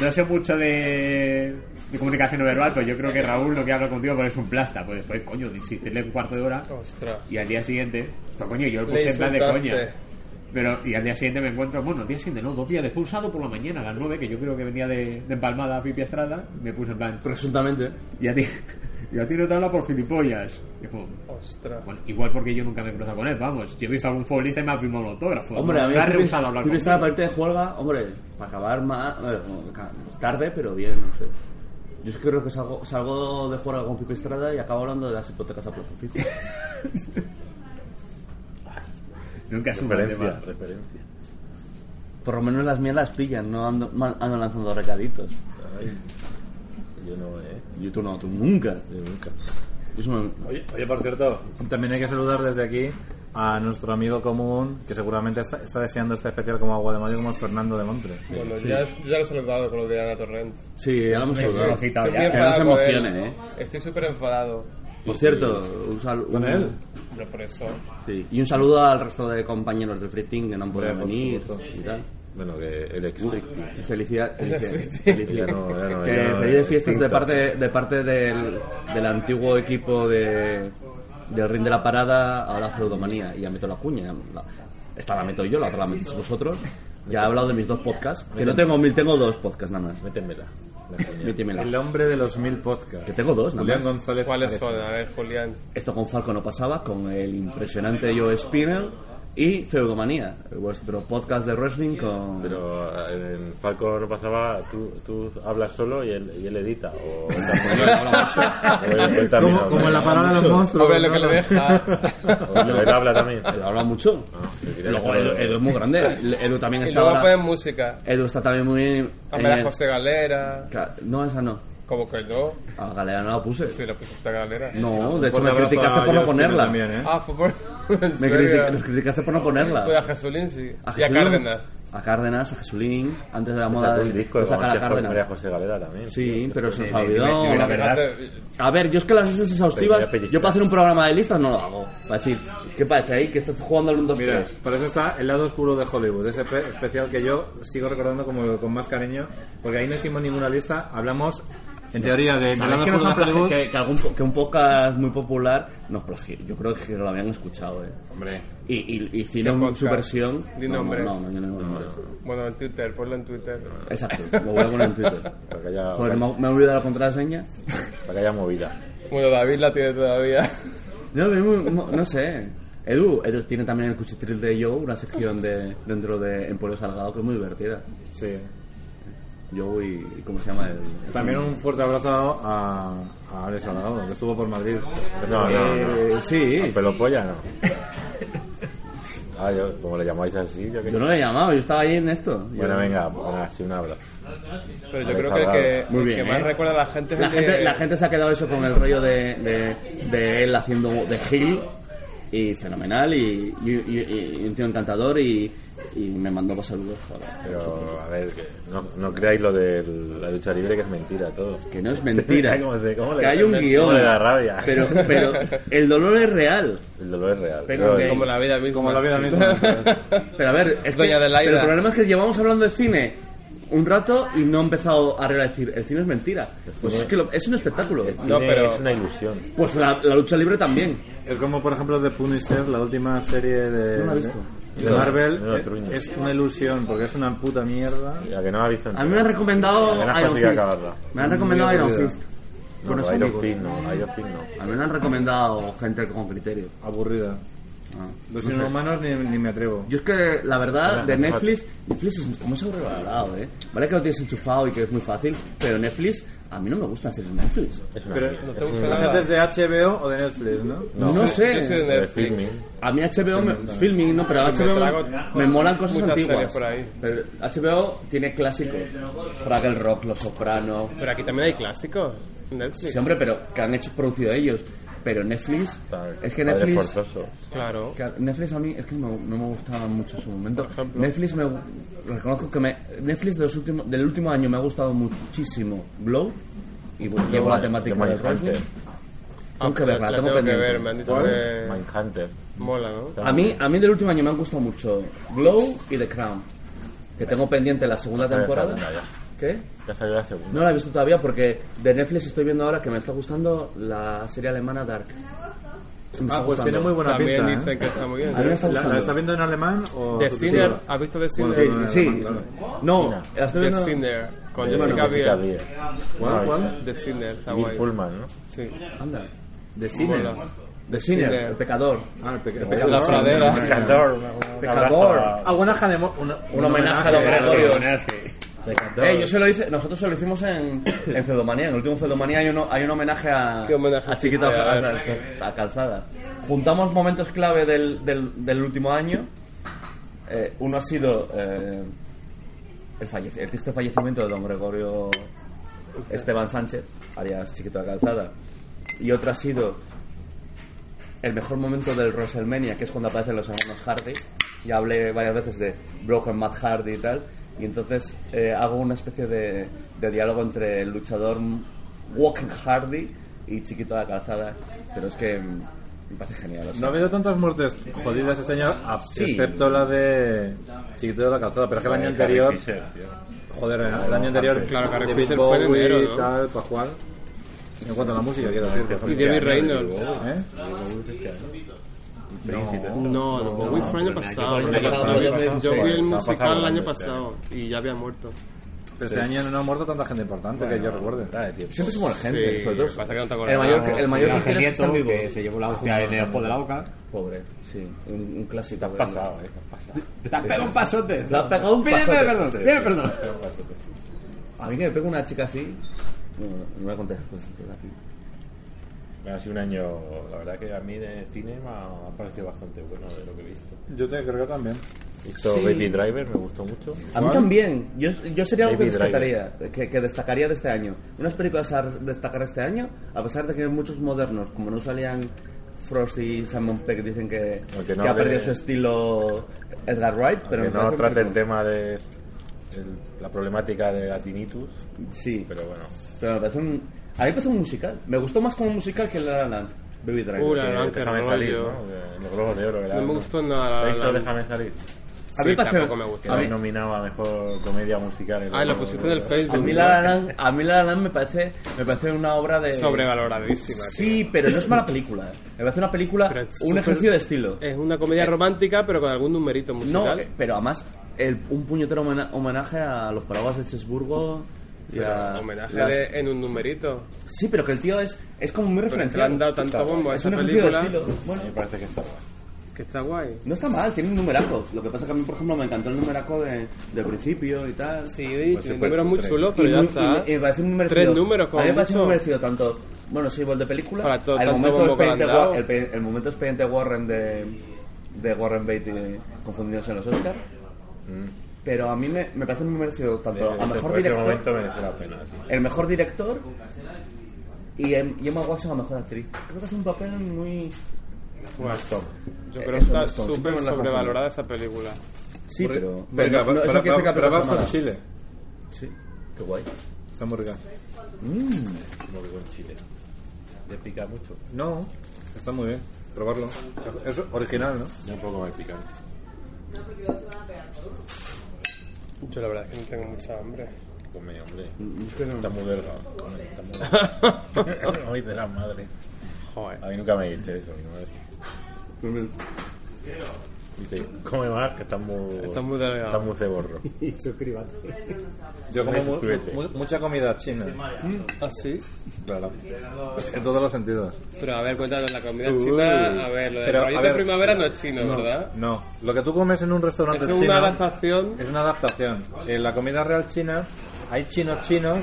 Speaker 4: no sé mucho de, de comunicación no verbal, pues yo creo que Raúl lo que habla contigo pues es un plasta, pues después, coño, de insistirle un cuarto de hora
Speaker 6: Ostras.
Speaker 4: y al día siguiente, pues coño, yo lo
Speaker 6: Le
Speaker 4: puse en plan de
Speaker 6: insultaste.
Speaker 4: coña. Pero, y al día siguiente me encuentro, bueno, al día siguiente no, dos días expulsado por la mañana a las nueve, que yo creo que venía de, de empalmada a Pipi Estrada, me puse en plan,
Speaker 9: Presuntamente.
Speaker 4: y a ti, y a ti no te habla por gilipollas. Y como,
Speaker 6: Ostras.
Speaker 4: bueno, igual porque yo nunca me he cruzado con él, vamos, yo he visto a algún futbolista y me ha firmado un autógrafo.
Speaker 9: Hombre, a mí
Speaker 4: me ha
Speaker 9: Pipe-
Speaker 4: rehusado a hablar
Speaker 9: Pipe
Speaker 4: con
Speaker 9: estaba parte de juelga, hombre, para acabar más tarde, pero bien, no sé. Yo es que creo que salgo, salgo de juerga con Pipe Estrada y acabo hablando de las hipotecas a plazo fijo.
Speaker 4: Nunca supe el
Speaker 5: Referencia,
Speaker 4: tema.
Speaker 5: referencia.
Speaker 9: Por lo menos las mierdas pillan, no ando, man- ando lanzando recaditos.
Speaker 5: Ay, yo no, eh.
Speaker 9: Yo tú no, tú nunca.
Speaker 5: Yo nunca.
Speaker 9: Yo soy un-
Speaker 5: Oye, oye, por cierto,
Speaker 3: También hay que saludar desde aquí a nuestro amigo común, que seguramente está, está deseando este especial como agua de mayo, como es Fernando de Montre.
Speaker 6: Bueno, ya, ya lo he saludado con lo de Ana Torrent.
Speaker 9: Sí, ya lo hemos
Speaker 4: Lo
Speaker 9: saludado.
Speaker 4: he citado
Speaker 6: Estoy
Speaker 4: ya.
Speaker 6: bien
Speaker 9: que no se
Speaker 6: enfadado con él.
Speaker 9: emocione, ¿eh?
Speaker 6: Estoy súper enfadado.
Speaker 9: Por cierto, un saludo.
Speaker 3: ¿Con él?
Speaker 6: Pero por eso.
Speaker 9: Sí. Y un saludo al resto de compañeros del Free Team que no han podido
Speaker 3: Hombre, por
Speaker 9: venir
Speaker 3: supuesto.
Speaker 9: y tal.
Speaker 5: bueno, que el ex
Speaker 9: Y Felicidad. felicidad-
Speaker 5: Ya
Speaker 9: felicidad.
Speaker 5: no, ya no,
Speaker 9: Que
Speaker 5: ya no,
Speaker 9: felices
Speaker 5: eh,
Speaker 9: fiestas de
Speaker 5: pinta.
Speaker 9: parte, de parte del, del antiguo equipo de, del Ring de la Parada a la Feudomanía. Y ya meto la cuña. la- esta la meto yo, la otra la metéis vosotros. Ya he hablado de mis dos podcasts. Que no tengo mil, tengo dos podcasts nada más.
Speaker 5: Métemela.
Speaker 9: Métemela.
Speaker 3: El hombre de los mil podcasts.
Speaker 9: Que tengo dos nada
Speaker 3: Julián
Speaker 9: más.
Speaker 3: González.
Speaker 6: ¿Cuáles
Speaker 3: Arecha.
Speaker 6: son? A ver, Julián.
Speaker 9: Esto con Falco no pasaba, con el impresionante Joe Spinell y Feudomanía, vuestro podcast de wrestling con...
Speaker 5: Pero eh, en Falco no pasaba, tú, tú hablas solo y él, y él edita. O, o él- él también
Speaker 3: Como,
Speaker 5: habla.
Speaker 3: como en la parada de los monstruos.
Speaker 6: Hombre, lo
Speaker 3: ¿no?
Speaker 6: que le deja.
Speaker 5: O él habla también.
Speaker 9: Edu habla mucho.
Speaker 5: Ah, yo quería
Speaker 9: Luego
Speaker 5: dejarlo-
Speaker 9: Edu, Edu es muy grande. Edu también
Speaker 6: Y
Speaker 9: está
Speaker 6: luego
Speaker 9: ahora... Eh.
Speaker 6: ponen música.
Speaker 9: Edu está también muy... bien
Speaker 6: A ver a José Galera.
Speaker 9: No, esa no.
Speaker 6: Como que no.
Speaker 9: A Galera no la puse.
Speaker 6: Sí, la pusiste a Galera.
Speaker 9: No, de hecho
Speaker 3: Un
Speaker 9: me
Speaker 3: pues abrazo
Speaker 9: criticaste
Speaker 3: a
Speaker 9: por no
Speaker 3: Josh
Speaker 9: ponerla.
Speaker 3: También, ¿eh?
Speaker 6: Ah, fue por. ¿En
Speaker 9: Me
Speaker 6: serio?
Speaker 9: criti- nos criticaste por no ponerla.
Speaker 6: Pues a Jesulín sí. Y a
Speaker 9: Jesulín,
Speaker 6: Cárdenas.
Speaker 9: A Cárdenas, a Jesulín, antes de la moda
Speaker 5: Sacó
Speaker 9: de,
Speaker 5: un disco
Speaker 9: de
Speaker 5: de
Speaker 9: sacar a
Speaker 5: Juan José- María
Speaker 9: Cárdenas.
Speaker 5: José Galera también.
Speaker 9: Sí, pero se nos ha
Speaker 4: dime la
Speaker 9: olvidado.
Speaker 4: verdad.
Speaker 9: A ver, yo es que las listas exhaustivas,
Speaker 5: Pequeña pellizca.
Speaker 9: yo para hacer un programa de listas no lo hago. Para decir, ¿qué parece ahí? Que estoy jugando al 1, 2,
Speaker 3: Mira,
Speaker 9: 3.
Speaker 3: para eso está el lado oscuro de Hollywood, ese pe- especial que yo sigo recordando como con más cariño, porque ahí no hicimos ninguna lista, hablamos en teoría de del
Speaker 9: ¿Sabéis
Speaker 3: lado
Speaker 9: que, nos han
Speaker 3: oscuro de
Speaker 9: plagi-
Speaker 3: Hollywood.
Speaker 9: que, que algún po- que un podcast muy popular nos plagió? Yo creo que lo habían escuchado, ¿eh?
Speaker 3: Hombre,
Speaker 9: Y, y,
Speaker 6: ¿Qué
Speaker 9: hicieron
Speaker 6: podcast?
Speaker 9: su versión.
Speaker 6: Di
Speaker 9: no, no,
Speaker 6: nombres.
Speaker 9: no, no, yo no, digo nombres.
Speaker 6: Bueno, en Twitter, ponlo en Twitter.
Speaker 9: Exacto, lo voy a poner en Twitter.
Speaker 5: Para que haya,
Speaker 9: Joder, me, me he olvidado la contraseña.
Speaker 5: para que haya movida.
Speaker 6: Bueno, David la tiene todavía.
Speaker 9: No, me- me- no, no sé. Edu, Edu tiene también el cuchitril de Joe, una sección de, dentro de Emporio Salgado que es muy divertida.
Speaker 3: sí.
Speaker 9: Joe y, y ¿cómo se llama? El, el-
Speaker 3: También un fuerte abrazo a, a Alex Salgado, que estuvo por Madrid.
Speaker 5: No, no, no.
Speaker 9: Eh, sí.
Speaker 5: Pelo polla, no. Ah, yo, como le llamáis así, yo que
Speaker 9: Yo no lo he llamado, yo estaba ahí en esto. Yo-
Speaker 5: Bueno, venga, bueno, así un abrazo.
Speaker 6: Pero yo
Speaker 5: Vale,
Speaker 6: creo que el que,
Speaker 9: Muy
Speaker 6: el
Speaker 9: bien,
Speaker 6: que
Speaker 9: ¿eh?
Speaker 6: más recuerda a la gente Este es
Speaker 9: La
Speaker 6: el de-
Speaker 9: gente, la gente se ha quedado eso con el rollo de, de, de él haciendo de Gil y fenomenal y, y, y- y un tío encantador y, y me mandó los saludos. joder.
Speaker 5: Pero, a ver, que no, no creáis lo de la lucha libre, que es mentira todo.
Speaker 9: Que no es mentira.
Speaker 5: ¿Cómo se- cómo le-
Speaker 9: que hay un
Speaker 5: cómo
Speaker 9: guión.
Speaker 5: le da rabia?
Speaker 9: Pero, pero el dolor es real.
Speaker 5: El dolor es real.
Speaker 9: Pero
Speaker 5: Yo-
Speaker 9: que-
Speaker 6: Como la vida misma.
Speaker 3: Como la vida misma.
Speaker 9: Pero a ver, es que-
Speaker 6: Doña Adelaida.
Speaker 9: pero el problema es que llevamos hablando de cine un rato y no he empezado a decir el cine es mentira. Pues es que lo- es un espectáculo.
Speaker 6: No,
Speaker 5: tiene-
Speaker 6: pero-
Speaker 5: Es una ilusión.
Speaker 9: Pues la, la lucha libre también.
Speaker 3: Es como, por ejemplo, The Punisher, la última serie de...
Speaker 9: No la he visto.
Speaker 3: de
Speaker 5: No,
Speaker 3: Marvel
Speaker 5: no,
Speaker 3: eh,
Speaker 5: truño.
Speaker 3: es una ilusión porque es una puta mierda.
Speaker 5: Ya que no la he visto
Speaker 9: A mí me han
Speaker 5: entera.
Speaker 9: recomendado
Speaker 5: Ya que no has
Speaker 9: Iron
Speaker 5: conseguido
Speaker 9: Fist.
Speaker 5: acabarla.
Speaker 9: Me han recomendado Iron
Speaker 3: aburrida.
Speaker 9: Fist.
Speaker 5: No,
Speaker 9: Por eso
Speaker 5: Iron
Speaker 9: digo.
Speaker 5: Fist no, Iron Fist no.
Speaker 9: A mí me han recomendado gente con criterio.
Speaker 3: Aburrida.
Speaker 9: Ah,
Speaker 3: Los
Speaker 9: no sé.
Speaker 3: inhumanos ni, ni me atrevo.
Speaker 9: Yo es que, la verdad, de Netflix, Netflix es como sobrevalorado, ¿eh? Vale que lo tienes enchufado y que es muy fácil, pero Netflix, a mí no me gusta hacer Netflix.
Speaker 5: Es una
Speaker 3: Pero
Speaker 5: mierda.
Speaker 6: te gusta
Speaker 3: la
Speaker 6: nada.
Speaker 3: gente es de HBO o de Netflix, ¿no?
Speaker 9: No, sé.
Speaker 6: Yo soy de
Speaker 5: De
Speaker 6: Netflix.
Speaker 5: filming.
Speaker 9: A mí HBO, me- filming, no, pero
Speaker 6: Me trago
Speaker 9: HBO me, me molan cosas
Speaker 6: muchas series
Speaker 9: antiguas.
Speaker 6: por ahí.
Speaker 9: Pero HBO tiene clásicos. Fraggle Rock, Los Soprano.
Speaker 6: Pero aquí también hay clásicos. Netflix.
Speaker 9: Sí, hombre, pero que han hecho producido ellos. Pero Netflix, es que
Speaker 5: Padre
Speaker 9: Netflix...
Speaker 5: forzoso.
Speaker 6: Claro.
Speaker 9: Que Netflix a mí es que no, no me gustaba mucho en su momento. Netflix me reconozco que me Netflix de los últimos- del último año me ha gustado muchísimo Blow y bueno,
Speaker 5: De
Speaker 9: luego la
Speaker 5: Mind-
Speaker 9: temática
Speaker 5: de
Speaker 9: de
Speaker 5: Mindhunter.
Speaker 9: Rocky. Tengo que verla,
Speaker 6: Ah, la
Speaker 9: tengo
Speaker 6: tengo que
Speaker 9: pendiente.
Speaker 6: ver, me han dicho
Speaker 9: ¿Cuál?
Speaker 6: que
Speaker 5: Mindhunter.
Speaker 6: mola, ¿no?
Speaker 9: A mí a mí del último año me han gustado mucho Glow y The Crown. Que tengo pendiente la segunda
Speaker 5: Ya salió la
Speaker 9: temporada.
Speaker 5: segunda,
Speaker 9: ¿Qué?
Speaker 5: Ya salió la segunda.
Speaker 9: No la he visto todavía porque de Netflix estoy viendo ahora que me está gustando la serie alemana Dark. Me está
Speaker 3: Ah, pues
Speaker 9: gustando.
Speaker 3: tiene muy buena
Speaker 6: También
Speaker 3: pinta.
Speaker 6: dicen
Speaker 3: ¿eh?
Speaker 6: que está muy bien.
Speaker 9: A mí me está
Speaker 3: ¿La,
Speaker 9: gustando.
Speaker 3: la está viendo en alemán o.?
Speaker 6: The Sinner,
Speaker 3: subtitulada?
Speaker 6: ¿has visto The
Speaker 3: Bueno,
Speaker 6: Sinner?
Speaker 3: no, no,
Speaker 9: Sí,
Speaker 3: no, claro.
Speaker 9: No, la estoy
Speaker 6: The
Speaker 9: viendo-
Speaker 6: Sinner, con
Speaker 5: De
Speaker 6: Jessica
Speaker 5: Jessica
Speaker 6: Biel.
Speaker 5: Biel.
Speaker 3: ¿Cuál? ¿Cuál?
Speaker 6: The Sinner, está
Speaker 5: Bill
Speaker 6: guay.
Speaker 5: Pullman, ¿no?
Speaker 6: Sí.
Speaker 9: Anda.
Speaker 3: The Sinner.
Speaker 6: Mola.
Speaker 9: The Sinner,
Speaker 6: Sinner.
Speaker 9: el pecador.
Speaker 3: Ah, el pe- el
Speaker 6: La
Speaker 3: pecador.
Speaker 6: pradera.
Speaker 9: Pecador.
Speaker 3: Ah, buena jane- una-
Speaker 9: Un homenaje a Don Gregorio.
Speaker 5: Pecador.
Speaker 9: Eh, yo se lo hice, nosotros se lo hicimos en, en Fedomanía. En el último Fedomanía hay, uno, hay un homenaje Ah, a,
Speaker 6: ¿Qué homenaje
Speaker 9: a Chiquita
Speaker 6: hiciste? A
Speaker 9: a,
Speaker 6: ver.
Speaker 9: a- a Calzada. Juntamos momentos clave del, del, del último año. Eh, uno ha sido eh, el, falle- el triste fallecimiento de don Gregorio Esteban Sánchez, alias Chiquito de Calzada. Y otro ha sido el mejor momento del WrestleMania, que es cuando aparecen los hermanos Hardy. Ya hablé varias veces de Broken Matt Hardy y tal. Y entonces eh, hago una especie de, de diálogo entre el luchador Walking Hardy y Chiquito de la Calzada. Pero es que mm, me parece genial. o sea.
Speaker 3: No ha habido tantas muertes jodidas este año, a-
Speaker 9: Sí.
Speaker 3: excepto la de Chiquito de la Calzada. Pero es que el año
Speaker 5: Harry
Speaker 3: anterior.
Speaker 5: Fisher, tío.
Speaker 3: Joder, el año anterior.
Speaker 6: Claro, Harry
Speaker 3: David
Speaker 6: Fisher fue en
Speaker 3: Bowie
Speaker 6: enero, ¿no?
Speaker 3: y tal, Pajual. En cuanto a la música, quiero decir.
Speaker 6: Y David Reynolds.
Speaker 3: ¿Eh?
Speaker 6: este No, The Bowie fue el año pasado.
Speaker 9: el
Speaker 6: el
Speaker 9: año
Speaker 6: año pasado. Yo
Speaker 9: pasado, el año
Speaker 6: vi- Yo
Speaker 5: pasado,
Speaker 6: vi el
Speaker 5: el año
Speaker 6: musical
Speaker 5: pasado,
Speaker 6: el año
Speaker 5: el año
Speaker 6: pasado y ya había muerto.
Speaker 3: Este año no ha muerto tanta gente importante que yo recuerde.
Speaker 9: Siempre se muere gente,
Speaker 6: Sí,
Speaker 9: sobre todo.
Speaker 6: pasa que no te
Speaker 9: el
Speaker 6: acuerdas.
Speaker 9: mayor, el mayor que
Speaker 4: Ángel
Speaker 9: quiere es que
Speaker 4: Nieto,
Speaker 9: están vivos.
Speaker 4: que se llevó la hostia en el ojo de la boca.
Speaker 9: Pobre, sí, un, un clásico.
Speaker 5: Has pasado, eh. Has pasado.
Speaker 4: Te has pegado un pasote.
Speaker 9: Te has pegado un pasote.
Speaker 4: Pídeme perdón, pídeme perdón.
Speaker 9: A mí que me pega una chica así. No, no voy a contar esas cosas. pero aquí.
Speaker 5: Ha sido un año, la verdad que a mí de cine me ha me ha parecido bastante bueno de lo que he visto.
Speaker 3: Yo te creo que también.
Speaker 5: He visto Baby Driver, me gustó mucho.
Speaker 9: A mí también. Yo, yo sería algo que
Speaker 5: Baby
Speaker 9: destacaría, que, que destacaría de este año. Unas películas a destacar este año, a pesar de que muchos modernos, como no salían Frost y Simon Peck, dicen que,
Speaker 5: Aunque no
Speaker 9: que ha
Speaker 5: hable-
Speaker 9: perdido su estilo Edgar Wright,
Speaker 5: Pero
Speaker 9: pero me
Speaker 5: no
Speaker 9: parece
Speaker 5: trata el
Speaker 9: muy-
Speaker 5: tema de el- la problemática de la tinnitus,
Speaker 9: Sí,
Speaker 5: pero bueno.
Speaker 9: pero me parece un- a mí me parece un musical. Me gustó más como musical que La La Land, Baby Driver.
Speaker 6: Uh, La
Speaker 5: Que
Speaker 6: La Land, qué
Speaker 5: déjame salir,
Speaker 6: rollo.
Speaker 5: ¿no? De Los globos de oro. que la-
Speaker 6: No me gustó nada.
Speaker 5: ¿Has
Speaker 6: La
Speaker 5: visto
Speaker 6: La Land.
Speaker 5: Déjame salir.
Speaker 9: a
Speaker 6: Sí,
Speaker 9: mí me parece-
Speaker 6: tampoco me gustó.
Speaker 9: a
Speaker 5: Que
Speaker 9: mí-
Speaker 5: lo nominado a mejor comedia musical. en
Speaker 6: Ah,
Speaker 5: los
Speaker 6: lo
Speaker 5: Globos
Speaker 6: pusiste
Speaker 5: de
Speaker 6: en el
Speaker 5: Oro.
Speaker 6: Facebook.
Speaker 9: A mí La La Land, a mí La La Land me parece me parece una obra de
Speaker 6: Sobrevaloradísima.
Speaker 9: Sí, pero no es mala película. eh. Me parece una película
Speaker 6: Pero es
Speaker 9: un
Speaker 6: súper-
Speaker 9: ejercicio de estilo.
Speaker 6: tío. Es una comedia romántica, pero con algún numerito
Speaker 9: no,
Speaker 6: musical.
Speaker 9: eh, pero además el- un puñetero homena- homenaje a los paraguas de Chesburgo y a-
Speaker 6: Pero homenaje
Speaker 9: las-
Speaker 6: de- en un numerito.
Speaker 9: Sí, pero que el tío es es como muy
Speaker 6: Pero que
Speaker 9: referencial.
Speaker 6: le han dado tanto bombo a
Speaker 9: es
Speaker 6: esa
Speaker 9: un ejercicio
Speaker 6: película.
Speaker 9: de estilo. Bueno,
Speaker 5: Me parece que está bueno.
Speaker 6: Que está guay.
Speaker 9: no está mal, tiene numeracos. Lo que pasa que a mí, por ejemplo, me encantó el numeraco de, del principio y tal.
Speaker 6: Sí, y
Speaker 5: Pues sí,
Speaker 6: tiene
Speaker 5: pues,
Speaker 6: números muy
Speaker 5: tres.
Speaker 6: chulos,
Speaker 9: Y
Speaker 6: pero ya
Speaker 9: muy-
Speaker 6: está.
Speaker 9: y me- y me parece muy merecido.
Speaker 6: Tres números, como
Speaker 9: A mí me parece
Speaker 6: mucho.
Speaker 9: muy merecido tanto. Bueno, sí, igual de película.
Speaker 6: Para todo,
Speaker 9: al
Speaker 6: tanto
Speaker 9: momento
Speaker 6: bombo que le han
Speaker 9: expediente
Speaker 6: dado.
Speaker 9: War- el, pe- el momento expediente Warren de, de Warren Beatty confundiéndose en los Oscars.
Speaker 6: Mm.
Speaker 9: Pero a mí me, me parece muy merecido tanto a
Speaker 5: Ese-
Speaker 9: mejor
Speaker 5: por ese momento
Speaker 9: director,
Speaker 5: merece la pena. sí.
Speaker 9: el mejor director y em- y Emma Watson a mejor actriz. Creo que hace un papel muy.
Speaker 6: Guay. Yo creo que
Speaker 9: Eh, Eso
Speaker 6: está
Speaker 9: me confunde
Speaker 6: súper
Speaker 9: con la
Speaker 6: sobrevalorada esa película.
Speaker 9: Sí,
Speaker 3: Muy
Speaker 9: pero.
Speaker 3: rica.
Speaker 9: pero
Speaker 3: Venga,
Speaker 9: no- no,
Speaker 3: bra- bra-
Speaker 9: eso quiere decir que la película
Speaker 3: bravas
Speaker 9: sea
Speaker 3: con
Speaker 9: mala.
Speaker 3: Chile.
Speaker 9: Sí, qué guay.
Speaker 3: Está muy rica.
Speaker 5: Como que con Mm. Chile. ¿Te pica mucho?
Speaker 3: No, está muy bien. Probarlo. Es original, ¿no?
Speaker 5: Yo un poco me pica.
Speaker 6: Yo la verdad es que no tengo mucha hambre.
Speaker 5: Come, hombre. Está muy delgado. Come, Está muy delgado. Hoy de las madres.
Speaker 6: Joder.
Speaker 5: A mí nunca me diste eso. a mí no me- Dice, come más, que estás muy,
Speaker 6: Estás muy delgado.
Speaker 5: estás muy ceborro.
Speaker 10: Y suscríbete.
Speaker 3: Yo como mu-
Speaker 5: Suscríbete.
Speaker 3: mu- mucha comida china.
Speaker 6: Así.
Speaker 3: Claro. En todos los sentidos.
Speaker 11: Pero a ver, cuéntanos, la comida china, a ver, lo del
Speaker 3: Pero,
Speaker 11: rollito
Speaker 3: a ver,
Speaker 11: primavera no es chino, ¿verdad?
Speaker 3: No, lo que tú comes en un restaurante
Speaker 6: Es
Speaker 3: chino
Speaker 6: una adaptación.
Speaker 3: es una adaptación. En la comida real china hay chinos chinos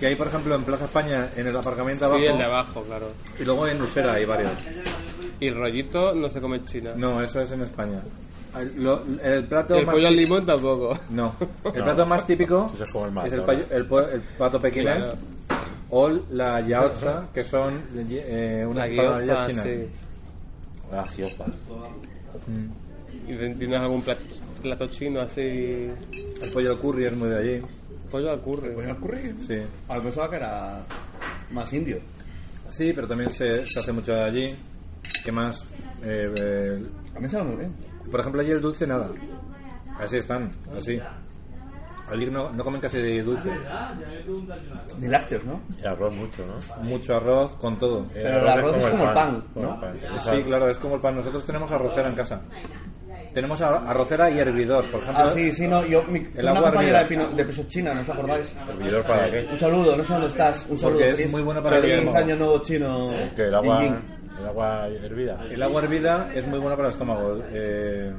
Speaker 3: que hay, por ejemplo, en Plaza España, en el aparcamiento
Speaker 11: Sí,
Speaker 3: abajo,
Speaker 11: el de abajo, claro.
Speaker 3: y luego en Usera hay varios.
Speaker 11: Y rollito no se come en China.
Speaker 3: No, eso es en España. El, lo- el plato
Speaker 11: Y el
Speaker 3: más
Speaker 11: pollo al
Speaker 3: típico-
Speaker 11: limón tampoco.
Speaker 3: No, el plato más típico
Speaker 5: Eso es como el
Speaker 3: es el,
Speaker 5: McDonald's.
Speaker 3: payo- el po- el pato pequinés
Speaker 11: Claro.
Speaker 3: o la yaoza, que son eh, unas
Speaker 11: La
Speaker 3: parrillas
Speaker 11: guioza,
Speaker 3: chinas.
Speaker 11: sí.
Speaker 5: La giofa.
Speaker 11: ¿Y te- tienes algún plato, plato chino así?
Speaker 3: El pollo al curry es muy de allí.
Speaker 11: Pollo al curry.
Speaker 2: Pues no ocurrir.
Speaker 3: Sí,
Speaker 2: A lo pensaba que era más indio.
Speaker 3: sí pero también se, se hace mucho de allí. ¿Qué más? Eh, eh,
Speaker 2: A mí sabe muy bien.
Speaker 3: por ejemplo, allí el dulce nada. Así están, así. Allí no, no comen casi dulce.
Speaker 2: Ni lácteos, ¿no?
Speaker 5: Y arroz mucho, ¿no?
Speaker 3: Mucho arroz con todo.
Speaker 5: El
Speaker 2: Pero el arroz es como el pan, ¿no?
Speaker 3: Sí, claro, es como el pan. Nosotros tenemos arrocera en casa. Tenemos ar- arrocera y hervidor, por ejemplo.
Speaker 2: Ah, sí, sí, no. Yo, mi, una
Speaker 3: agua
Speaker 2: compañera de,
Speaker 3: hervida.
Speaker 2: pino, de piso china, ¿no os acordáis?
Speaker 5: ¿Servidor para qué?
Speaker 2: Un saludo, no sé dónde estás. Un saludo.
Speaker 3: Porque es
Speaker 2: Feliz-
Speaker 3: muy bueno para el
Speaker 2: feliz
Speaker 3: estómago.
Speaker 2: año nuevo chino.
Speaker 5: Que el agua,
Speaker 2: Ying, ying.
Speaker 5: el agua hervida.
Speaker 3: El agua hervida es muy buena para el estómago. Eh,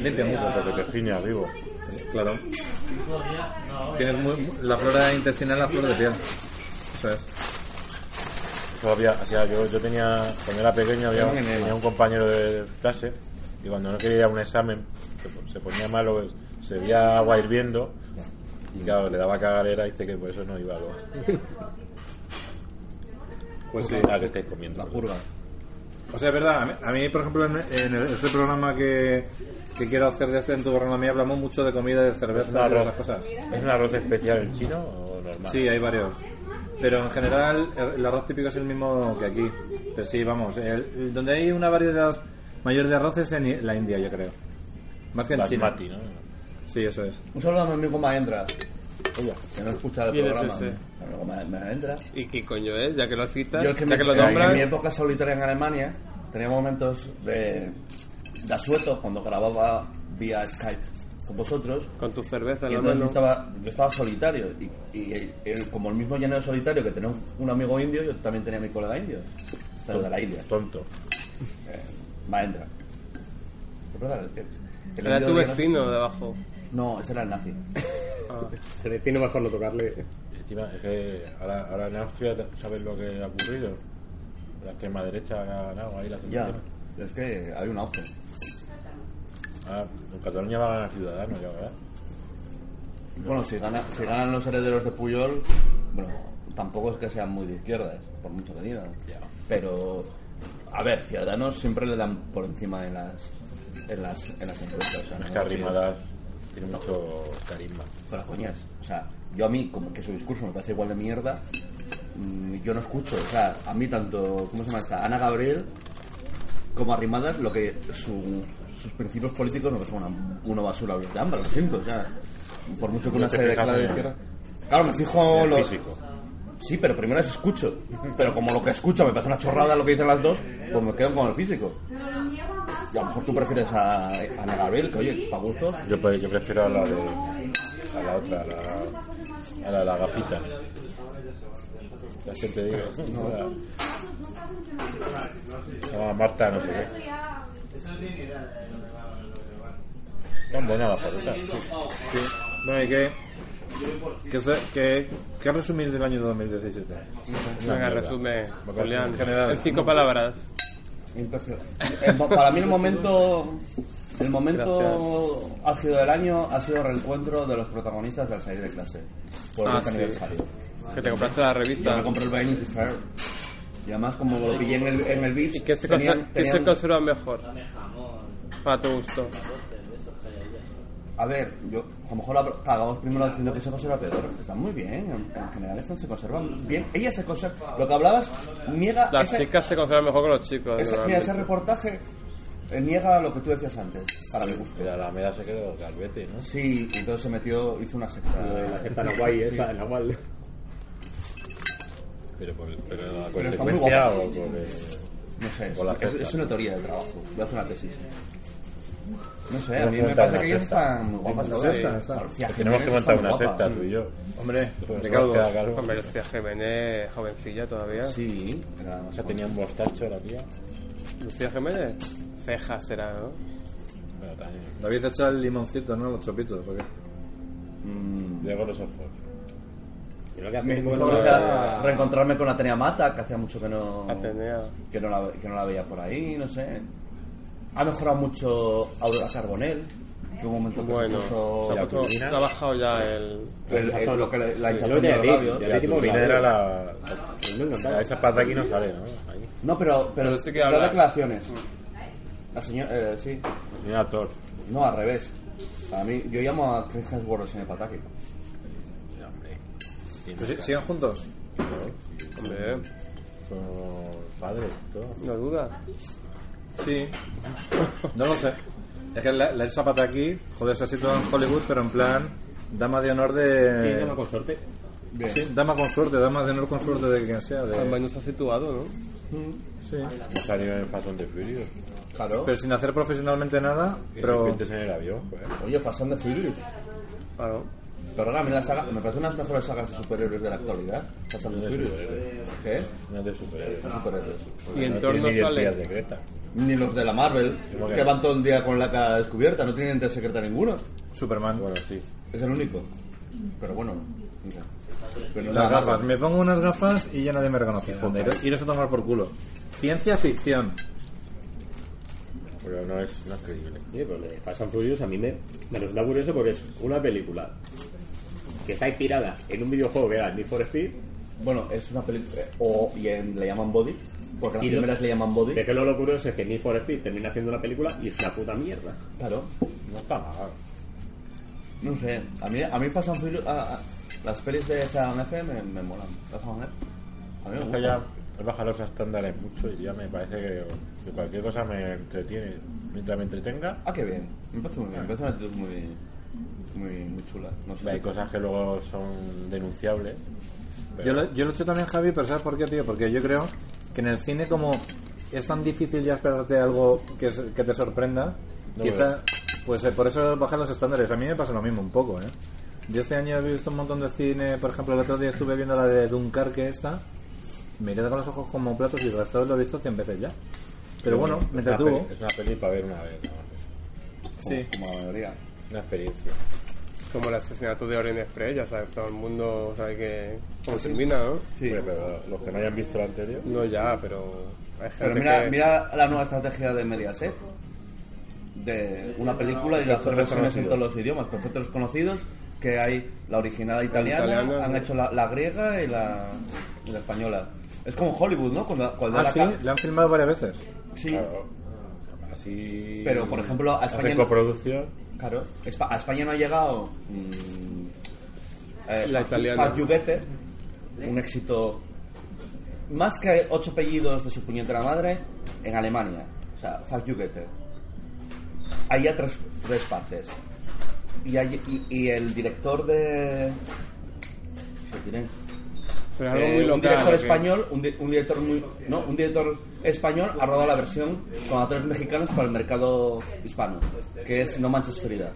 Speaker 3: limpia mucho.
Speaker 5: Porque te ciña vivo.
Speaker 3: Claro. Tienes muy- la flora intestinal a flor de piel. Eso es.
Speaker 5: Eso había- hacía- yo, yo tenía, cuando era pequeño, había,
Speaker 2: Tengo enema.
Speaker 5: tenía un compañero de clase y cuando no quería ir a un examen se, po- se ponía malo, pues, se veía agua hirviendo y claro, le daba cagadera y dice que por eso no iba a lo-
Speaker 3: Pues sí.
Speaker 5: a que estáis comiendo.
Speaker 2: La purga.
Speaker 3: O sea, es verdad, a mí, a mí, por ejemplo, en, en el- este programa que, que quiero hacer de este en tu programa mía, hablamos mucho de comida, de cerveza y de
Speaker 5: Claro.
Speaker 3: esas cosas.
Speaker 5: ¿Es un arroz especial en chino o normal?
Speaker 3: Sí, hay varios. Pero en general el- el arroz típico es el mismo que aquí. Pero sí, vamos, el- el- donde hay una variedad mayor de arroces es en I- la India, yo creo. Más que en China.
Speaker 5: Basmati, ¿no?
Speaker 3: Sí, eso es.
Speaker 2: Un saludo a mi amigo Maendra. Que no escucha el
Speaker 6: ¿Quién es
Speaker 2: programa.
Speaker 6: ese?
Speaker 2: Mi amigo Ma- Maendra.
Speaker 11: ¿Y qué coño es? Ya que lo citas,
Speaker 2: Yo el
Speaker 11: ya
Speaker 2: que me,
Speaker 11: que lo
Speaker 2: en mi
Speaker 11: nombras.
Speaker 2: época solitaria en Alemania tenía momentos de, de asueto cuando grababa vía Skype con vosotros.
Speaker 11: Con tu cerveza en
Speaker 2: Y
Speaker 11: la
Speaker 2: entonces yo
Speaker 11: mano.
Speaker 2: estaba, yo estaba solitario. Y, y él, como el mismo llanero solitario que tenía un, un amigo indio, yo también tenía a mi colega indio. Pero de la India,
Speaker 5: Tonto.
Speaker 2: Maendra. Es verdad, el- el
Speaker 11: Era
Speaker 2: indio
Speaker 11: tu
Speaker 2: que
Speaker 11: vecino de abajo.
Speaker 2: No, ese era el nazi.
Speaker 10: El tiene mejor no tocarle.
Speaker 5: Encima, es que ahora, ahora en Austria, ¿sabes lo que ha ocurrido? La extrema derecha ha ganado ahí las
Speaker 2: Ya,
Speaker 5: elecciones.
Speaker 2: es que hay un auge.
Speaker 5: Ah, en Cataluña va a ganar Ciudadanos, ya, ¿verdad?
Speaker 2: Bueno, si, gana- si ganan los herederos de Puyol, bueno, tampoco es que sean muy de izquierdas, por mucho que digan. Pero, a ver, Ciudadanos siempre le dan por encima en las, en las, en las encuestas. o sea,
Speaker 5: No es
Speaker 2: no
Speaker 5: que
Speaker 2: lo tienes
Speaker 5: Arrimadas tiene mucho carisma.
Speaker 2: Fuera coñas. O sea, yo a mí, como que su discurso me parece igual de mierda, mm, yo no escucho. O sea, a mí tanto, ¿cómo se llama esta? Ana Gabriel, como Arrimadas, lo que su- sus principios políticos me parecen una, una basura de ambas, lo siento. O sea, por mucho
Speaker 5: No
Speaker 2: que una
Speaker 5: te fijas
Speaker 2: se declare de
Speaker 5: en el-
Speaker 2: izquierda. Claro, me fijo
Speaker 5: En el
Speaker 2: los-
Speaker 5: físico.
Speaker 2: Sí, pero primero las escucho. Pero como lo que escucho me parece una chorrada lo que dicen las dos, pues me quedo con el físico. Y a lo mejor tú prefieres a, a Ana Gabriel, que oye, para gustos.
Speaker 5: Yo, pre- yo prefiero a la, de- a la otra, a la, a la, de la gafita. La que te digo. La- Se llama Marta, no sé qué. Están buenas las patatas.
Speaker 3: Sí. Bueno, ¿y qué, qué, qué- qué resumir del año 2017?
Speaker 11: Venga, resume, Julián.
Speaker 3: En general.
Speaker 11: En cinco palabras.
Speaker 2: Entonces, el Eh, mo- para mí el momento el momento álgido del año ha sido el reencuentro de los protagonistas del salir de clase por el
Speaker 11: Ah,
Speaker 2: 20
Speaker 11: sí.
Speaker 2: aniversario.
Speaker 11: Que te compraste la
Speaker 2: Yo
Speaker 11: revista.
Speaker 2: me compré el Vanity Fair y además como lo pillé en el, en el beach,
Speaker 11: ¿Y qué se,
Speaker 2: tenían-
Speaker 11: conse- qué se
Speaker 2: tenían-
Speaker 11: conserva mejor? Para tu gusto.
Speaker 2: a ver, yo a lo mejor pagamos primero diciendo que se conserva peor, están muy bien, en, en general están, se conservan bien. Ella se conserva, lo que hablabas niega
Speaker 11: Las
Speaker 2: ese-
Speaker 11: chicas se conservan mejor que los chicos.
Speaker 2: ese- mira,
Speaker 11: normalmente.
Speaker 2: ese reportaje eh, niega lo que tú decías antes, para mi gusto.
Speaker 5: La Alameda se quedó calvete, ¿no?
Speaker 2: Sí, y entonces se metió, hizo una secta.
Speaker 10: La gente en Hawaii, esa, eh, en la cual.
Speaker 5: Pero por pero la
Speaker 2: Pero está muy
Speaker 5: consecuencia
Speaker 2: guapa.
Speaker 5: o por... eh,
Speaker 2: No sé,
Speaker 5: Con la
Speaker 2: es,
Speaker 5: cesta.
Speaker 2: es una teoría de trabajo. Voy a hacer una tesis. No sé, a mí me parece que ellas están muy guapas
Speaker 5: Una
Speaker 2: todas.
Speaker 5: sexta,
Speaker 2: eh.
Speaker 5: está.
Speaker 2: Lucía
Speaker 5: Pues tenemos que
Speaker 2: Jiménez
Speaker 5: montar
Speaker 2: está
Speaker 5: una
Speaker 2: guapa.
Speaker 5: sexta, tú y yo.
Speaker 3: Hombre,
Speaker 5: Pues
Speaker 3: Ricardo.
Speaker 5: nos queda calvo.
Speaker 6: Hombre, Lucía Jiménez, jovencilla todavía.
Speaker 2: Sí, era más
Speaker 5: Ya tenía un bostacho la tía.
Speaker 6: Lucía Jiménez, ceja será, ¿no?
Speaker 5: Bueno, también.
Speaker 3: David echa el limoncito, ¿no? Los chopitos, ¿o qué?
Speaker 5: Luego los ojos.
Speaker 4: Yo lo que hace
Speaker 2: Me
Speaker 4: es
Speaker 2: me
Speaker 4: como-
Speaker 2: gusta reencontrarme con Atenea Mata, que hacía mucho que no,
Speaker 6: Atenea.
Speaker 2: que, no la, que no la veía por ahí, no sé. Ha mejorado mucho Aurora Carbonell, que hubo un momento que
Speaker 6: Bueno,
Speaker 2: se puso...
Speaker 6: se ha, puesto-
Speaker 5: turbina.
Speaker 6: ha bajado ya el.
Speaker 2: el- el- lo que le- la hinchazón
Speaker 4: Yo
Speaker 2: de
Speaker 4: te
Speaker 2: los
Speaker 4: digo,
Speaker 2: labios.
Speaker 4: yo
Speaker 5: La
Speaker 4: te digo,
Speaker 5: turbina
Speaker 4: la-
Speaker 6: ¿eh?
Speaker 5: era la...
Speaker 4: Me encantaba.
Speaker 5: la- Esa paz de aquí no sale, ¿no? Ahí.
Speaker 2: No, pero, pero,
Speaker 6: Pero sí que
Speaker 2: da
Speaker 6: habla.
Speaker 2: declaraciones. La señora, eh, sí.
Speaker 5: Mira Thor.
Speaker 2: No, al revés. Para mí, yo llamo a Chris Hemsworth en el pataque.
Speaker 3: Pues sí, ¿Siguen juntos?
Speaker 6: Hombre,
Speaker 2: pues,
Speaker 5: Son padres, todo.
Speaker 6: no duda.
Speaker 3: Sí. No lo sé. Es que la, la Elsa Pataki, joder, se ha situado en Hollywood, pero en plan dama de honor
Speaker 4: Sí,
Speaker 3: de...
Speaker 4: llama consorte.
Speaker 3: Sí, dama con suerte, dama de honor con suerte de quien sea. de-
Speaker 6: Además, no se ha situado, ¿no?
Speaker 3: sí.
Speaker 5: No salió en Fast and the Furious.
Speaker 2: Claro.
Speaker 3: Pero sin hacer profesionalmente nada,
Speaker 5: Pero...
Speaker 3: pero...
Speaker 5: en el avión, joder.
Speaker 2: Oye, Fast and the Furious.
Speaker 6: Claro.
Speaker 2: Pero ahora, a mí la saga, me parece una de las mejores sagas de superhéroes de la actualidad. Fast and the Furious. ¿Qué?
Speaker 5: No es de superhéroes.
Speaker 2: Superhéroes.
Speaker 6: Y en
Speaker 5: No
Speaker 6: torno
Speaker 5: tiene ni
Speaker 6: sale.
Speaker 5: identidad secreta.
Speaker 2: Ni los de la Marvel,
Speaker 5: ¿Cómo que
Speaker 2: que
Speaker 5: no?
Speaker 2: van todo el día con la cara descubierta, no tienen identidad secreta ninguno.
Speaker 3: Superman.
Speaker 5: Bueno, sí.
Speaker 2: Es el único. Pero bueno, mira. Pero
Speaker 3: Las
Speaker 2: nada,
Speaker 3: gafas. Me pongo unas gafas y ya nadie me reconoce. Joder, iros a tomar por culo. Ciencia ficción.
Speaker 5: Pero no es, no es creíble.
Speaker 4: Oye, pero lo de Fast and Furious a mí me, me resulta curioso porque es una película que está inspirada en un videojuego que era Need for Speed,
Speaker 2: Bueno, es una película. O y en- le llaman Body, porque las
Speaker 4: Y lo-
Speaker 2: primeras le llaman Body.
Speaker 4: pero es que luego lo curioso es que Need for Speed termina haciendo una película y es una puta mierda.
Speaker 2: Claro.
Speaker 5: No está mal.
Speaker 2: No sé, a mí, a mí Fast and Furious. ah, ah, las pelis de ZMF me, me molan. Las ZMF. A mí me
Speaker 5: Es
Speaker 2: gusta.
Speaker 5: que ya he bajado los estándares mucho y ya me parece que, que cualquier cosa me entretiene. Mientras me entretenga,
Speaker 2: Ah, qué bien. Me parece muy bien. Me parece una actitud muy, muy, muy chula. No sé.
Speaker 5: hay cosas que luego son denunciables.
Speaker 3: Yo
Speaker 5: pero-
Speaker 3: lo, yo lo he hecho también, Javi, pero ¿sabes por qué, tío? Porque yo creo que en el cine, como es tan difícil ya esperarte algo que, s- que te sorprenda,
Speaker 5: No
Speaker 3: quizá, pues eh, por eso bajan los estándares. A mí me pasa lo mismo un poco, ¿eh? Yo este año he visto un montón de cine, por ejemplo, el otro día estuve viendo la de Dunkerque esta, me quedé con los ojos como platos y digo, esto lo he visto 100 veces ya. Pero bueno, me
Speaker 5: es una
Speaker 3: entretuvo.
Speaker 5: peli- Es una peli para ver una vez. nada más.
Speaker 3: Sí.
Speaker 2: Como la mayoría.
Speaker 5: Una experiencia.
Speaker 6: Como el asesinato de Oren Express, ya sabes, todo el mundo sabe que. cómo termina, ¿no?
Speaker 2: Sí.
Speaker 5: Hombre, pero los que no hayan visto la anterior,
Speaker 6: No ya, pero. Hay gente
Speaker 2: Pero mira,
Speaker 6: que-
Speaker 2: mira la nueva estrategia de Mediaset. De una película y las dos versiones en todos los idiomas. Perfectos conocidos, que hay la original italiana,
Speaker 6: italiana,
Speaker 2: han
Speaker 6: ¿no?
Speaker 2: hecho la, la griega y la, y la española. Es como Hollywood, ¿no? Cuando, cuando
Speaker 3: Ah,
Speaker 2: la
Speaker 3: sí,
Speaker 2: ca-
Speaker 3: la han filmado varias veces.
Speaker 2: sí.
Speaker 5: claro. Así.
Speaker 2: Pero, por ejemplo, a
Speaker 5: hace
Speaker 2: España no-
Speaker 5: coproducción.
Speaker 2: Claro, Espa- a España no ha llegado mm, eh,
Speaker 6: La
Speaker 2: Fa-
Speaker 6: italiana.
Speaker 2: Fa Giuguete, un éxito más que ocho apellidos de su puñetera madre en Alemania. O sea, Far Hay ya tres, tres partes. Y, hay- y- y el director de. ¿qué diré?
Speaker 6: pero es algo
Speaker 2: Eh,
Speaker 6: muy
Speaker 2: un
Speaker 6: local,
Speaker 2: director
Speaker 6: ¿o qué?
Speaker 2: español, un, di- un director muy, no, un director español ha rodado la versión con actores mexicanos para el mercado hispano, que es No Manches Frida.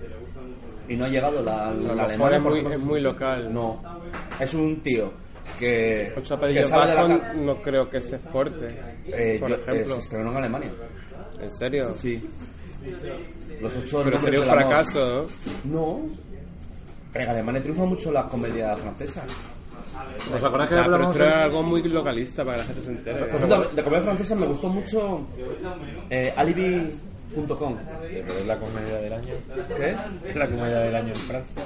Speaker 2: Y no ha llegado la,
Speaker 6: A
Speaker 2: la,
Speaker 6: lo mejor
Speaker 2: alemana
Speaker 6: es muy,
Speaker 2: porque-
Speaker 6: es muy local.
Speaker 2: no, es un tío que,
Speaker 6: Ocho
Speaker 2: que
Speaker 6: apellidos
Speaker 2: sabe de la
Speaker 6: vascos
Speaker 2: ca-
Speaker 6: no creo que se exporte.
Speaker 2: eh,
Speaker 6: por
Speaker 2: yo- eh,
Speaker 6: ejemplo.
Speaker 2: se estrenó en Alemania.
Speaker 6: ¿En serio?
Speaker 2: Sí. Los ocho
Speaker 6: Pero
Speaker 2: nombres
Speaker 6: sería un
Speaker 2: del amor.
Speaker 6: fracaso,
Speaker 2: No. En Alemania triunfa mucho la comedia francesa.
Speaker 3: ¿Os acordáis
Speaker 6: ¿no?
Speaker 3: que
Speaker 6: Ah, pero
Speaker 3: hablamos
Speaker 6: esto era algo muy localista para que la gente se
Speaker 2: Por
Speaker 6: entere.
Speaker 2: ejemplo, de comedia francesa me gustó mucho eh, alibi.com.
Speaker 5: Pero es la comedia del año.
Speaker 2: ¿Qué?
Speaker 5: Es la comedia del año en Francia.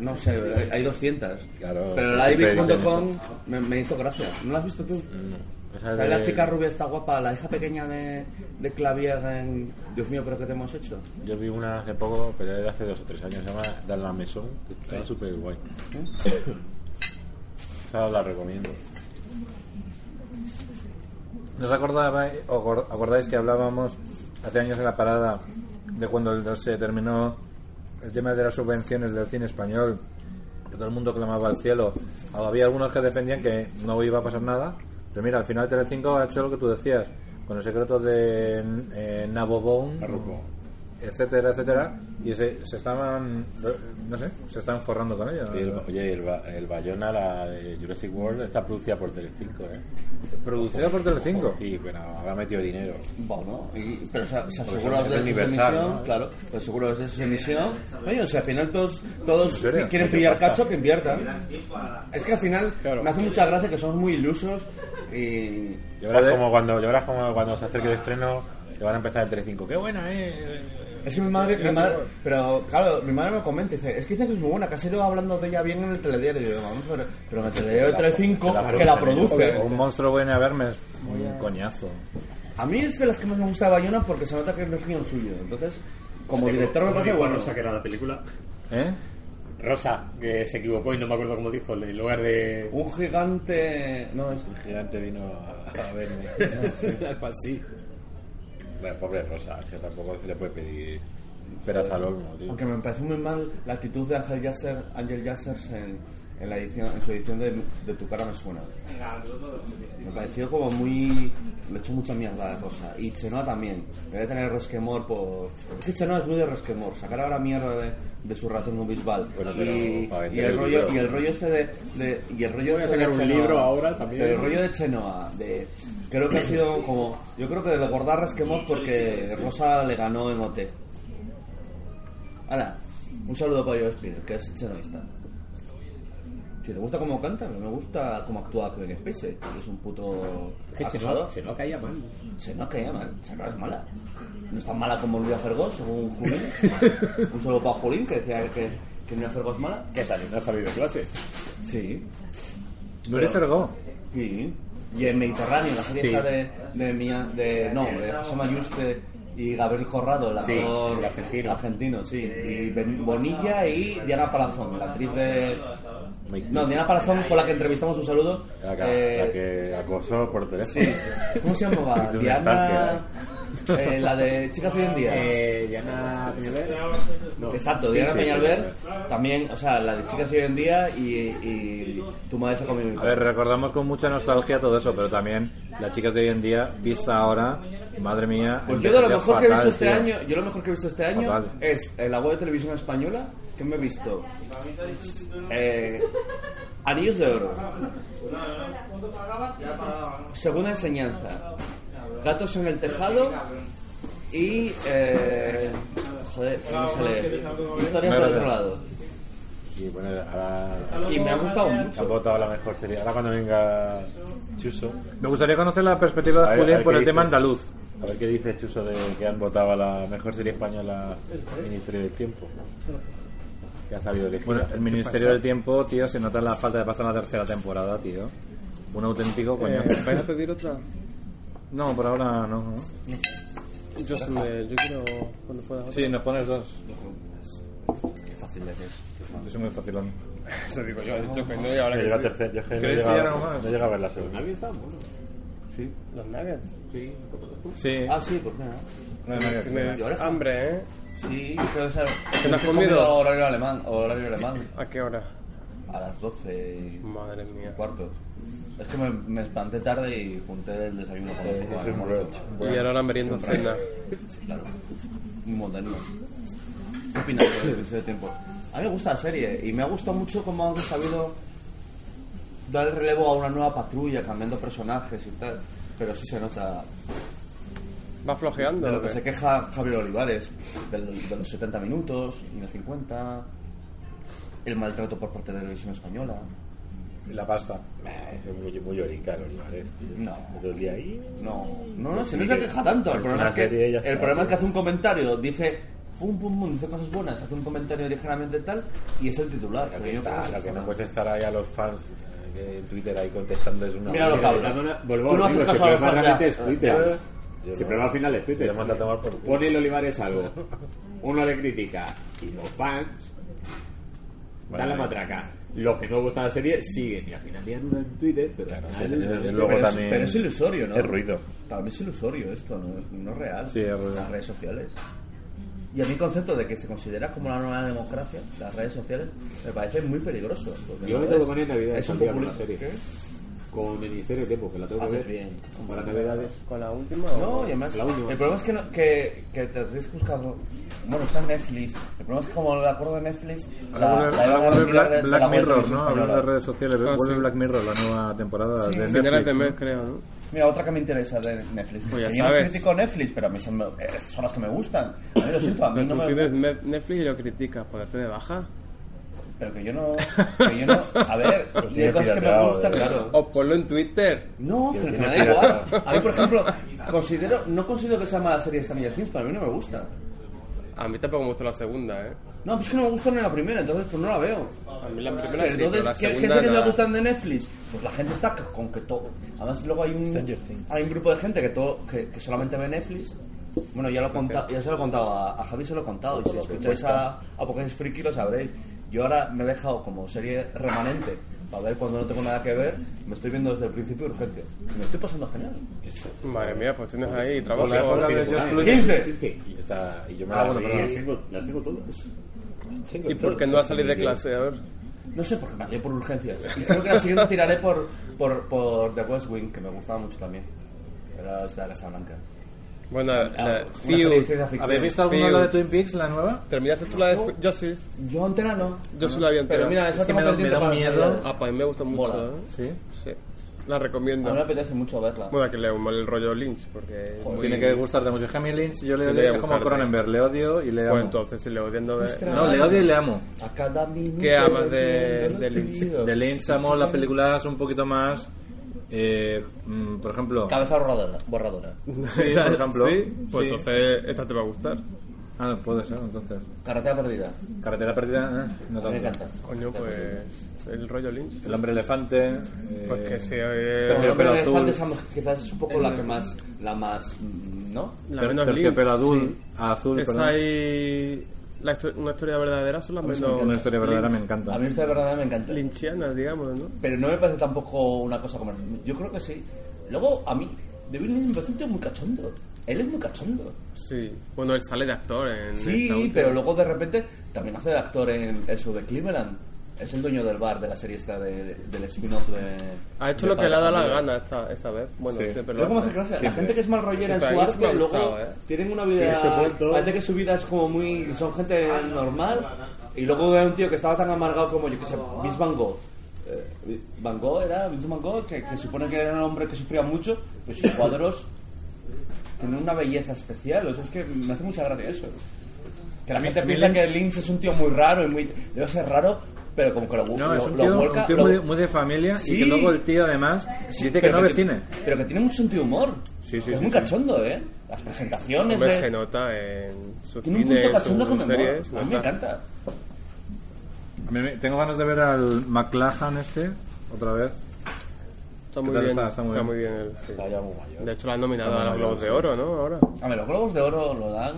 Speaker 2: No sé, hay- hay 200.
Speaker 5: Claro.
Speaker 2: Pero el alibi.com me, me hizo gracia. ¿No la has visto tú?
Speaker 5: Mm. Esa
Speaker 2: ¿Sabes
Speaker 5: de-
Speaker 2: la chica rubia está guapa, la hija pequeña de, de Clavier en... Dios mío, pero ¿qué te hemos hecho?
Speaker 5: Yo vi una hace poco, pero era de hace dos o tres años, se llama Dans la Maison, que está súper guay.
Speaker 3: ¿Eh?
Speaker 5: Esa la recomiendo.
Speaker 3: ¿Nos acordabais, o acor- acordáis que hablábamos hace años en la parada de cuando el- se terminó el tema de las subvenciones del cine español? Que todo el mundo clamaba al cielo. Había algunos que defendían que no iba a pasar nada. Pero mira, al final Telecinco ha hecho lo que tú decías, con el secreto de eh, Nabobón. etcétera, etcétera, y se, se estaban, no sé, se están forrando con ello.
Speaker 5: Y el- oye, el, Ba- el Bayona, la de Jurassic World, está producida por Telecinco, ¿eh?
Speaker 3: Producida por Telecinco.
Speaker 5: Sí, pero habrá metido dinero.
Speaker 2: Bueno, y- pero se, se
Speaker 5: Porque
Speaker 2: asegura los
Speaker 5: es
Speaker 2: derechos de
Speaker 5: universal,
Speaker 2: emisión,
Speaker 5: ¿no?
Speaker 2: claro, se asegura los derechos de emisión. Oye, si al final todos, todos
Speaker 5: ¿En serio?
Speaker 2: quieren
Speaker 5: ¿Qué te
Speaker 2: pillar
Speaker 5: pasa?
Speaker 2: cacho, que inviertan. Es que al final me hace mucha gracia que somos muy ilusos y...
Speaker 5: Ya verás como cuando, ya verás como cuando se acerque el estreno, te van a empezar el Telecinco. ¡Qué buena, eh!
Speaker 9: Es que mi madre, mi madre- pero claro, mi madre me comenta y dice, es que dice que es muy buena, que has ido hablando de ella bien en el telediario. Y yo, vamos, pero, pero en el telediario de 35 que la produce.
Speaker 3: O Un monstruo viene a verme es un coñazo.
Speaker 9: A mí es de las que más me gusta de Bayona porque se nota que no es guión suyo. Entonces, como director me parece
Speaker 10: dijo
Speaker 9: bueno.
Speaker 10: Rosa Este que era la película.
Speaker 3: ¿Eh?
Speaker 10: Rosa, que se equivocó y no me acuerdo cómo dijo, en lugar de...
Speaker 9: Un gigante... No, es...
Speaker 5: El gigante vino a, a verme.
Speaker 10: Algo así.
Speaker 5: Bueno, pobre Rosa, que tampoco le puede pedir peras al olmo, tío.
Speaker 2: Aunque me parece muy mal la actitud de Ángel Yasser, Ángel Yassers en, en la edición, en su edición de, de Tu cara me suena. Me pareció como muy... Le echó mucha mierda a la cosa. Y Chenoa también. Debe tener resquemor por... Es que Chenoa es muy de resquemor. Sacar ahora mierda de, de su relación con Bisbal.
Speaker 5: Bueno, pero
Speaker 2: y,
Speaker 5: para
Speaker 2: y
Speaker 5: vender
Speaker 2: el
Speaker 5: el
Speaker 2: rollo,
Speaker 5: libro.
Speaker 2: y el rollo este de... de- y el rollo
Speaker 10: Voy a
Speaker 2: este de
Speaker 10: sacar un
Speaker 2: Chenoa.
Speaker 10: libro ahora también.
Speaker 2: Pero el rollo de Chenoa, de... Creo que ha sido como... Yo creo que de recordar resquemor porque Rosa le ganó en OT. Hala, un saludo para Joe Spinner, que es chenoista. Si te gusta cómo canta, no me gusta cómo actúa Kevin Spacey, que es un puto
Speaker 4: Ah, pues
Speaker 10: Que se
Speaker 2: acosador.
Speaker 10: no, se no caía mal.
Speaker 2: Chenoa que llama, Chenoa es mala. No es tan mala como Luis Fergos, según Julín. un saludo para Julín, que decía que, que Luis Fergos es mala.
Speaker 10: Que salió, no ha salido de clase.
Speaker 2: Sí,
Speaker 3: Luis Fergó.
Speaker 2: sí. Y en Mediterráneo, la serie
Speaker 10: Sí.
Speaker 2: está de, de, Mia- de, no, de José Mayuste y Gabriel Corrado, el
Speaker 10: Sí,
Speaker 2: actor
Speaker 10: el argentino.
Speaker 2: argentino, sí. Y Ben- Bonilla y Diana Palazón, la actriz de No, Diana Palazón con la que entrevistamos un saludo.
Speaker 5: La, ca-
Speaker 2: Eh,
Speaker 5: la que acosó por teléfono.
Speaker 2: sí. ¿Cómo se llamaba?
Speaker 5: Hizo un
Speaker 2: Diana. eh, la de Chicas Hoy en Día.
Speaker 10: Eh, Diana Peñalver. No.
Speaker 2: Exacto, Diana
Speaker 5: sí,
Speaker 2: Peñalver. También, o sea, la de Chicas Hoy en Día y, y tu madre se comió mi
Speaker 3: A ver, recordamos con mucha nostalgia todo eso, pero también las chicas de hoy en día, vista ahora, madre mía.
Speaker 2: Pues yo de lo
Speaker 3: envejecía
Speaker 2: mejor que he visto
Speaker 3: fatal,
Speaker 2: este
Speaker 3: tío.
Speaker 2: año, yo lo mejor que he visto este año
Speaker 3: Fatal.
Speaker 2: es el agua de televisión española que me he visto. Eh, Anillos de oro. Segunda enseñanza. Gatos en el tejado y eh, joder, no se lee. Historia por otro lado.
Speaker 5: Y bueno, ahora
Speaker 2: Y me ha gustado mucho.
Speaker 5: han votado la mejor serie. Ahora cuando venga Chuso.
Speaker 3: Me gustaría conocer la perspectiva
Speaker 5: A
Speaker 3: de
Speaker 5: ver, a
Speaker 3: Julián
Speaker 5: ver
Speaker 3: por
Speaker 5: qué
Speaker 3: el tema
Speaker 5: dice.
Speaker 3: andaluz.
Speaker 5: A ver qué dice Chuso de que han votado a la mejor serie española en Ministerio del Tiempo. Que ha salido elegida.
Speaker 3: Bueno, el Ministerio del Tiempo, tío, se nota la falta de pasta en la tercera temporada, tío. Un auténtico
Speaker 11: Eh,
Speaker 3: coñazo.
Speaker 11: ¿Vais a pedir otra?
Speaker 3: No, por ahora no.
Speaker 11: Yo, se me- yo quiero cuando pueda otra.
Speaker 3: Sí, nos pones dos. Yo soy muy facilón.
Speaker 11: Eso digo yo, de hecho, que no, y ahora
Speaker 5: Yo
Speaker 11: que
Speaker 5: llego a
Speaker 11: sí.
Speaker 5: tercer- yo es que no
Speaker 3: ¿Queréis
Speaker 5: llego a-
Speaker 3: pillar algo más?
Speaker 5: no llego a ver la segunda.
Speaker 11: Los nuggets.
Speaker 3: Sí.
Speaker 2: Ah, sí, pues nada.
Speaker 3: No, no, no, no.
Speaker 11: Tienes hambre, ¿eh?
Speaker 2: Sí, creo que se
Speaker 11: ¿Qué no has comido?
Speaker 2: horario alemán, horario alemán
Speaker 11: ¿A qué hora?
Speaker 2: a las 12 y
Speaker 11: Madre mía.
Speaker 2: cuarto. Es que me, me espanté tarde y junté el desayuno
Speaker 3: Eh,
Speaker 2: con el
Speaker 5: Es un brunch.
Speaker 11: Y ahora la merienda cena.
Speaker 2: Claro. Muy moderno. ¿Qué opinas del episodio de tiempo? A mí me gusta la serie y me ha gustado mucho cómo han sabido dar el relevo a una nueva patrulla, cambiando personajes y tal. Pero sí se nota.
Speaker 11: Va flojeando.
Speaker 2: De lo
Speaker 11: ¿o
Speaker 2: que
Speaker 11: qué?
Speaker 2: se queja Javier Olivares, del- de los 70 minutos, y los 50, el maltrato por parte de la televisión española.
Speaker 3: Y La pasta.
Speaker 5: Nah, Es muy, muy llorica, Olivares, tío.
Speaker 2: No.
Speaker 5: Todo el este. día ahí.
Speaker 2: No, no, no,
Speaker 5: Pues
Speaker 2: si no
Speaker 5: sí
Speaker 2: se
Speaker 5: que-
Speaker 2: queja tanto. El
Speaker 5: es
Speaker 2: problema
Speaker 5: una
Speaker 2: es que,
Speaker 5: serie y ya está,
Speaker 2: el problema es que
Speaker 5: tío.
Speaker 2: hace un comentario, dice pum pum pum, dice cosas buenas, hace un comentario ligeramente tal y es el titular.
Speaker 5: Lo
Speaker 2: pero
Speaker 5: que,
Speaker 2: yo
Speaker 5: está,
Speaker 2: creo que
Speaker 5: lo que
Speaker 2: está
Speaker 5: no
Speaker 2: mal.
Speaker 5: puedes estar ahí a los fans eh, que en Twitter ahí contestando es una.
Speaker 2: Mira lo que
Speaker 5: mierda.
Speaker 2: habla.
Speaker 10: Perdona,
Speaker 2: Tú no
Speaker 10: Volvemos,
Speaker 2: haces
Speaker 10: digo, si
Speaker 2: caso
Speaker 10: el
Speaker 2: a la
Speaker 10: problema realmente es
Speaker 2: falta.
Speaker 10: Twitter.
Speaker 2: Eh.
Speaker 5: Yo
Speaker 10: Si el
Speaker 5: no.
Speaker 10: problema al final es
Speaker 5: Te
Speaker 10: Twitter.
Speaker 5: manda a tomar por culo.
Speaker 10: Pone el Olivares algo, uno le critica y los fans dan la matraca. Los que no gustan la serie siguen y al final ya dudan en Twitter, pero al
Speaker 5: sí,
Speaker 10: final-
Speaker 5: sí, sí, sí.
Speaker 10: pero-
Speaker 5: Luego
Speaker 2: pero, es-
Speaker 5: también-
Speaker 2: pero es ilusorio, ¿no?
Speaker 5: Es ruido.
Speaker 2: Para mí es ilusorio esto, no, no es real.
Speaker 3: Sí, es ruido.
Speaker 2: Las redes sociales. Y a mí el concepto de que se considera como la nueva democracia, las redes sociales, me parece muy peligroso. porque
Speaker 10: Yo
Speaker 2: no
Speaker 10: me tengo
Speaker 2: es-
Speaker 10: que poner Navidad
Speaker 2: Es un
Speaker 10: día con la
Speaker 2: populismo.
Speaker 10: serie.
Speaker 4: con el Ministerio de Tiempo, que la tengo que
Speaker 2: Haces
Speaker 4: ver.
Speaker 2: bien.
Speaker 4: Para Navidades.
Speaker 6: ¿Con la última?
Speaker 2: No,
Speaker 6: o-
Speaker 2: y además,
Speaker 4: La última.
Speaker 2: el problema es que, no- que, que te tienes que buscarlo. Bueno, está en Netflix. El problema es que, como el acuerdo de Netflix.
Speaker 3: Ahora vuelve-
Speaker 2: iban a
Speaker 3: ahora vuelve
Speaker 2: retirar
Speaker 3: Black,
Speaker 2: de- de
Speaker 3: Black
Speaker 2: la web
Speaker 3: Mirror, ¿no?
Speaker 2: española.
Speaker 3: Hablando de redes sociales,
Speaker 6: Ah,
Speaker 3: vuelve
Speaker 6: sí.
Speaker 3: Black Mirror, la nueva temporada de
Speaker 6: Finales de
Speaker 3: Netflix.
Speaker 6: mes,
Speaker 3: ¿no?
Speaker 6: creo, ¿no?
Speaker 2: Mira, otra que me interesa de Netflix.
Speaker 6: Pues ya
Speaker 2: Que yo no
Speaker 6: sabes.
Speaker 2: critico Netflix, pero a mí son, eh, son las que me gustan. A mí lo siento, a mí
Speaker 6: Pero
Speaker 2: no
Speaker 6: tú
Speaker 2: me
Speaker 6: tienes Net- Netflix y lo criticas, ponerte de baja.
Speaker 2: Pero que yo no. Que yo no a ver,
Speaker 12: Lo
Speaker 2: y hay
Speaker 12: tiene
Speaker 2: cosas que me
Speaker 12: pirateado,
Speaker 2: gustan,
Speaker 12: eh.
Speaker 2: claro.
Speaker 6: O ponlo en Twitter.
Speaker 2: No, pero que me da
Speaker 12: tiene
Speaker 2: igual. A mí, por ejemplo, considero, no considero que sea mala serie esta Stranger Things, pero a mí no me gusta.
Speaker 6: A mí tampoco me gustó la segunda, ¿eh?
Speaker 2: No, pues es que no me gusta ni la primera, entonces pues no la veo.
Speaker 6: A mí la primera
Speaker 2: Pero
Speaker 6: sí, pero la
Speaker 2: entonces, ¿qué, qué
Speaker 6: segunda
Speaker 2: series me
Speaker 6: nada.
Speaker 2: gustan de Netflix? Pues la gente está con que todo. Además, luego hay un, hay un grupo de gente que, todo, que, que solamente ve Netflix. Bueno, ya, lo he conta- ya se lo he contado, a, a Javi se lo he contado. Y si escucháis a, a Pokémon Friki lo sabréis. Yo ahora me he dejado como serie remanente para ver cuando no tengo nada que ver. Me estoy viendo desde el principio urgente. Me estoy pasando genial.
Speaker 6: Madre mía, pues tienes ahí trabajo.
Speaker 12: Con la época de George Clooney.
Speaker 2: 15.
Speaker 12: Y, está, y yo me
Speaker 2: Ah,
Speaker 12: la
Speaker 2: bueno,
Speaker 12: leí.
Speaker 2: perdón.
Speaker 4: Las tengo, las tengo todas.
Speaker 6: ¿Y por qué no has salido de clase? A ver.
Speaker 2: No sé por qué me hallé por urgencias. Y creo que la siguiente tiraré por, por, por The West Wing, que me gustaba mucho también. Era esta de Casablanca.
Speaker 6: Bueno, la,
Speaker 2: Ah, Una
Speaker 6: Feud.
Speaker 2: serie de ciencia ficción.
Speaker 3: ¿Habéis visto alguna de la de Twin Peaks, la nueva?
Speaker 6: ¿Terminaste tú la de Feud? Yo sí.
Speaker 2: Yo entera no.
Speaker 6: Yo sí la vi entera.
Speaker 2: Pero mira, esa
Speaker 3: Es que
Speaker 2: tengo
Speaker 3: me da- me da
Speaker 2: pendiente
Speaker 3: miedo.
Speaker 2: para-
Speaker 6: Ah, pues a mí me gustó
Speaker 2: Mola.
Speaker 6: mucho, ¿eh?
Speaker 3: Sí.
Speaker 6: Sí. La
Speaker 2: A mí me
Speaker 6: recomiendo.
Speaker 2: apetece mucho verla.
Speaker 6: Bueno, que le mole el rollo Lynch, porque... Pues
Speaker 2: Joder.
Speaker 3: Tiene que gustarte mucho. Jamie Lynch, yo le,
Speaker 6: Sí,
Speaker 3: odio
Speaker 6: le voy a
Speaker 3: es como
Speaker 6: gustarte.
Speaker 3: Cronenberg, le odio y le amo.
Speaker 6: Bueno, entonces, si le odian no ve...
Speaker 3: no, le odio y le amo.
Speaker 2: A cada minuto.
Speaker 6: ¿Qué amas de, de Lynch?
Speaker 3: De Lynch amo las películas un poquito más... eh, mm, por ejemplo...
Speaker 2: Cabeza borradora. borradora.
Speaker 3: Sí, por ejemplo.
Speaker 6: Sí, pues
Speaker 3: Sí.
Speaker 6: entonces esta te va a gustar.
Speaker 3: Ah, no puede ser, entonces.
Speaker 2: Carretera perdida.
Speaker 3: Carretera perdida, eh, no
Speaker 2: A mí me
Speaker 3: tanto.
Speaker 2: encanta.
Speaker 6: Coño, pues... El rollo Lynch.
Speaker 3: El hombre elefante... eh,
Speaker 6: Pues que sí,
Speaker 2: Pero
Speaker 6: eh...
Speaker 3: Pero
Speaker 2: el hombre
Speaker 3: pelo
Speaker 2: de
Speaker 3: azul.
Speaker 2: Fan de Sam quizás es un poco la que más. La más. mm, ¿No?
Speaker 6: La
Speaker 3: ter-
Speaker 6: menos
Speaker 3: terciopelo
Speaker 6: Lynch,
Speaker 3: azul,
Speaker 6: sí.
Speaker 3: azul,
Speaker 6: Esa
Speaker 3: perdón.
Speaker 6: hay... La histo- una historia verdadera son las menos...
Speaker 3: Una historia verdadera me
Speaker 2: A
Speaker 3: encanta.
Speaker 2: mí esta de verdad me encanta.
Speaker 6: Lynchianas, digamos, ¿no?
Speaker 2: Pero no me parece tampoco una cosa como. Yo creo que sí. Luego, a mí, David Lynch me parece un tío muy cachondo. Él es muy cachondo.
Speaker 6: Sí. Bueno, él sale de actor en
Speaker 2: Sí,
Speaker 6: esta última.
Speaker 2: pero luego de repente también hace de actor en el show de Cleveland. Es el dueño del bar de la serie esta de- del spin-off de.
Speaker 6: Ha hecho
Speaker 2: de
Speaker 6: lo que le ha dado la
Speaker 2: Padre Familia.
Speaker 6: gana esta, esta vez. Bueno,
Speaker 3: Sí.
Speaker 6: siempre lo
Speaker 2: Luego me hace
Speaker 6: hace.
Speaker 2: gracia, la
Speaker 3: Siempre.
Speaker 2: gente que es mal rollera
Speaker 6: Sí,
Speaker 2: en su
Speaker 6: pero a mí sí me
Speaker 2: arte,
Speaker 6: ha
Speaker 2: luego
Speaker 6: gustado, ¿eh?
Speaker 2: tienen una
Speaker 4: Sí, ese
Speaker 2: vida.
Speaker 4: punto. Ah,
Speaker 2: Parece que su vida es como muy. Son gente normal. Y luego ve a un tío que estaba tan amargado como yo que sé, Vince Van Gogh. Eh, Van Gogh era Vince Van Gogh, que, que supone que era un hombre que sufría mucho, pero sus cuadros tienen una belleza especial. O sea, es que me hace mucha gracia eso. Que la gente piensa que Lynch es un tío muy raro y muy. Debe ser raro, pero como que lo,
Speaker 3: No,
Speaker 2: lo-
Speaker 3: es un
Speaker 2: lo
Speaker 3: tío,
Speaker 2: vuelca-
Speaker 3: un tío
Speaker 2: lo-
Speaker 3: muy, muy de familia y
Speaker 2: Sí.
Speaker 3: que luego el tío además dice que
Speaker 2: pero
Speaker 3: no ve
Speaker 2: que-
Speaker 3: cine.
Speaker 2: Pero que tiene mucho sentido humor.
Speaker 3: Sí, sí,
Speaker 2: es
Speaker 3: sí, sí.
Speaker 2: muy cachondo, ¿eh? Las presentaciones.
Speaker 6: Hombre,
Speaker 2: de-
Speaker 6: se nota en sus
Speaker 2: Tiene un punto
Speaker 6: cines,
Speaker 2: cachondo que
Speaker 6: sus
Speaker 2: me mola.
Speaker 6: series.
Speaker 2: A mí me
Speaker 6: nota.
Speaker 2: encanta.
Speaker 3: A mí me- Tengo ganas de ver al McLachlan este, otra vez. ¿Qué
Speaker 6: Está muy
Speaker 3: tal
Speaker 6: bien,
Speaker 3: está? Está
Speaker 6: está,
Speaker 3: muy
Speaker 6: muy
Speaker 3: bien.
Speaker 6: bien. él, sí.
Speaker 12: Está ya muy mayor.
Speaker 6: De hecho, la han nominado
Speaker 3: Está
Speaker 6: a
Speaker 3: muy
Speaker 6: los Globos de
Speaker 3: mayor,
Speaker 6: Oro, ¿no? Ahora.
Speaker 2: A ver, los globos de oro lo dan.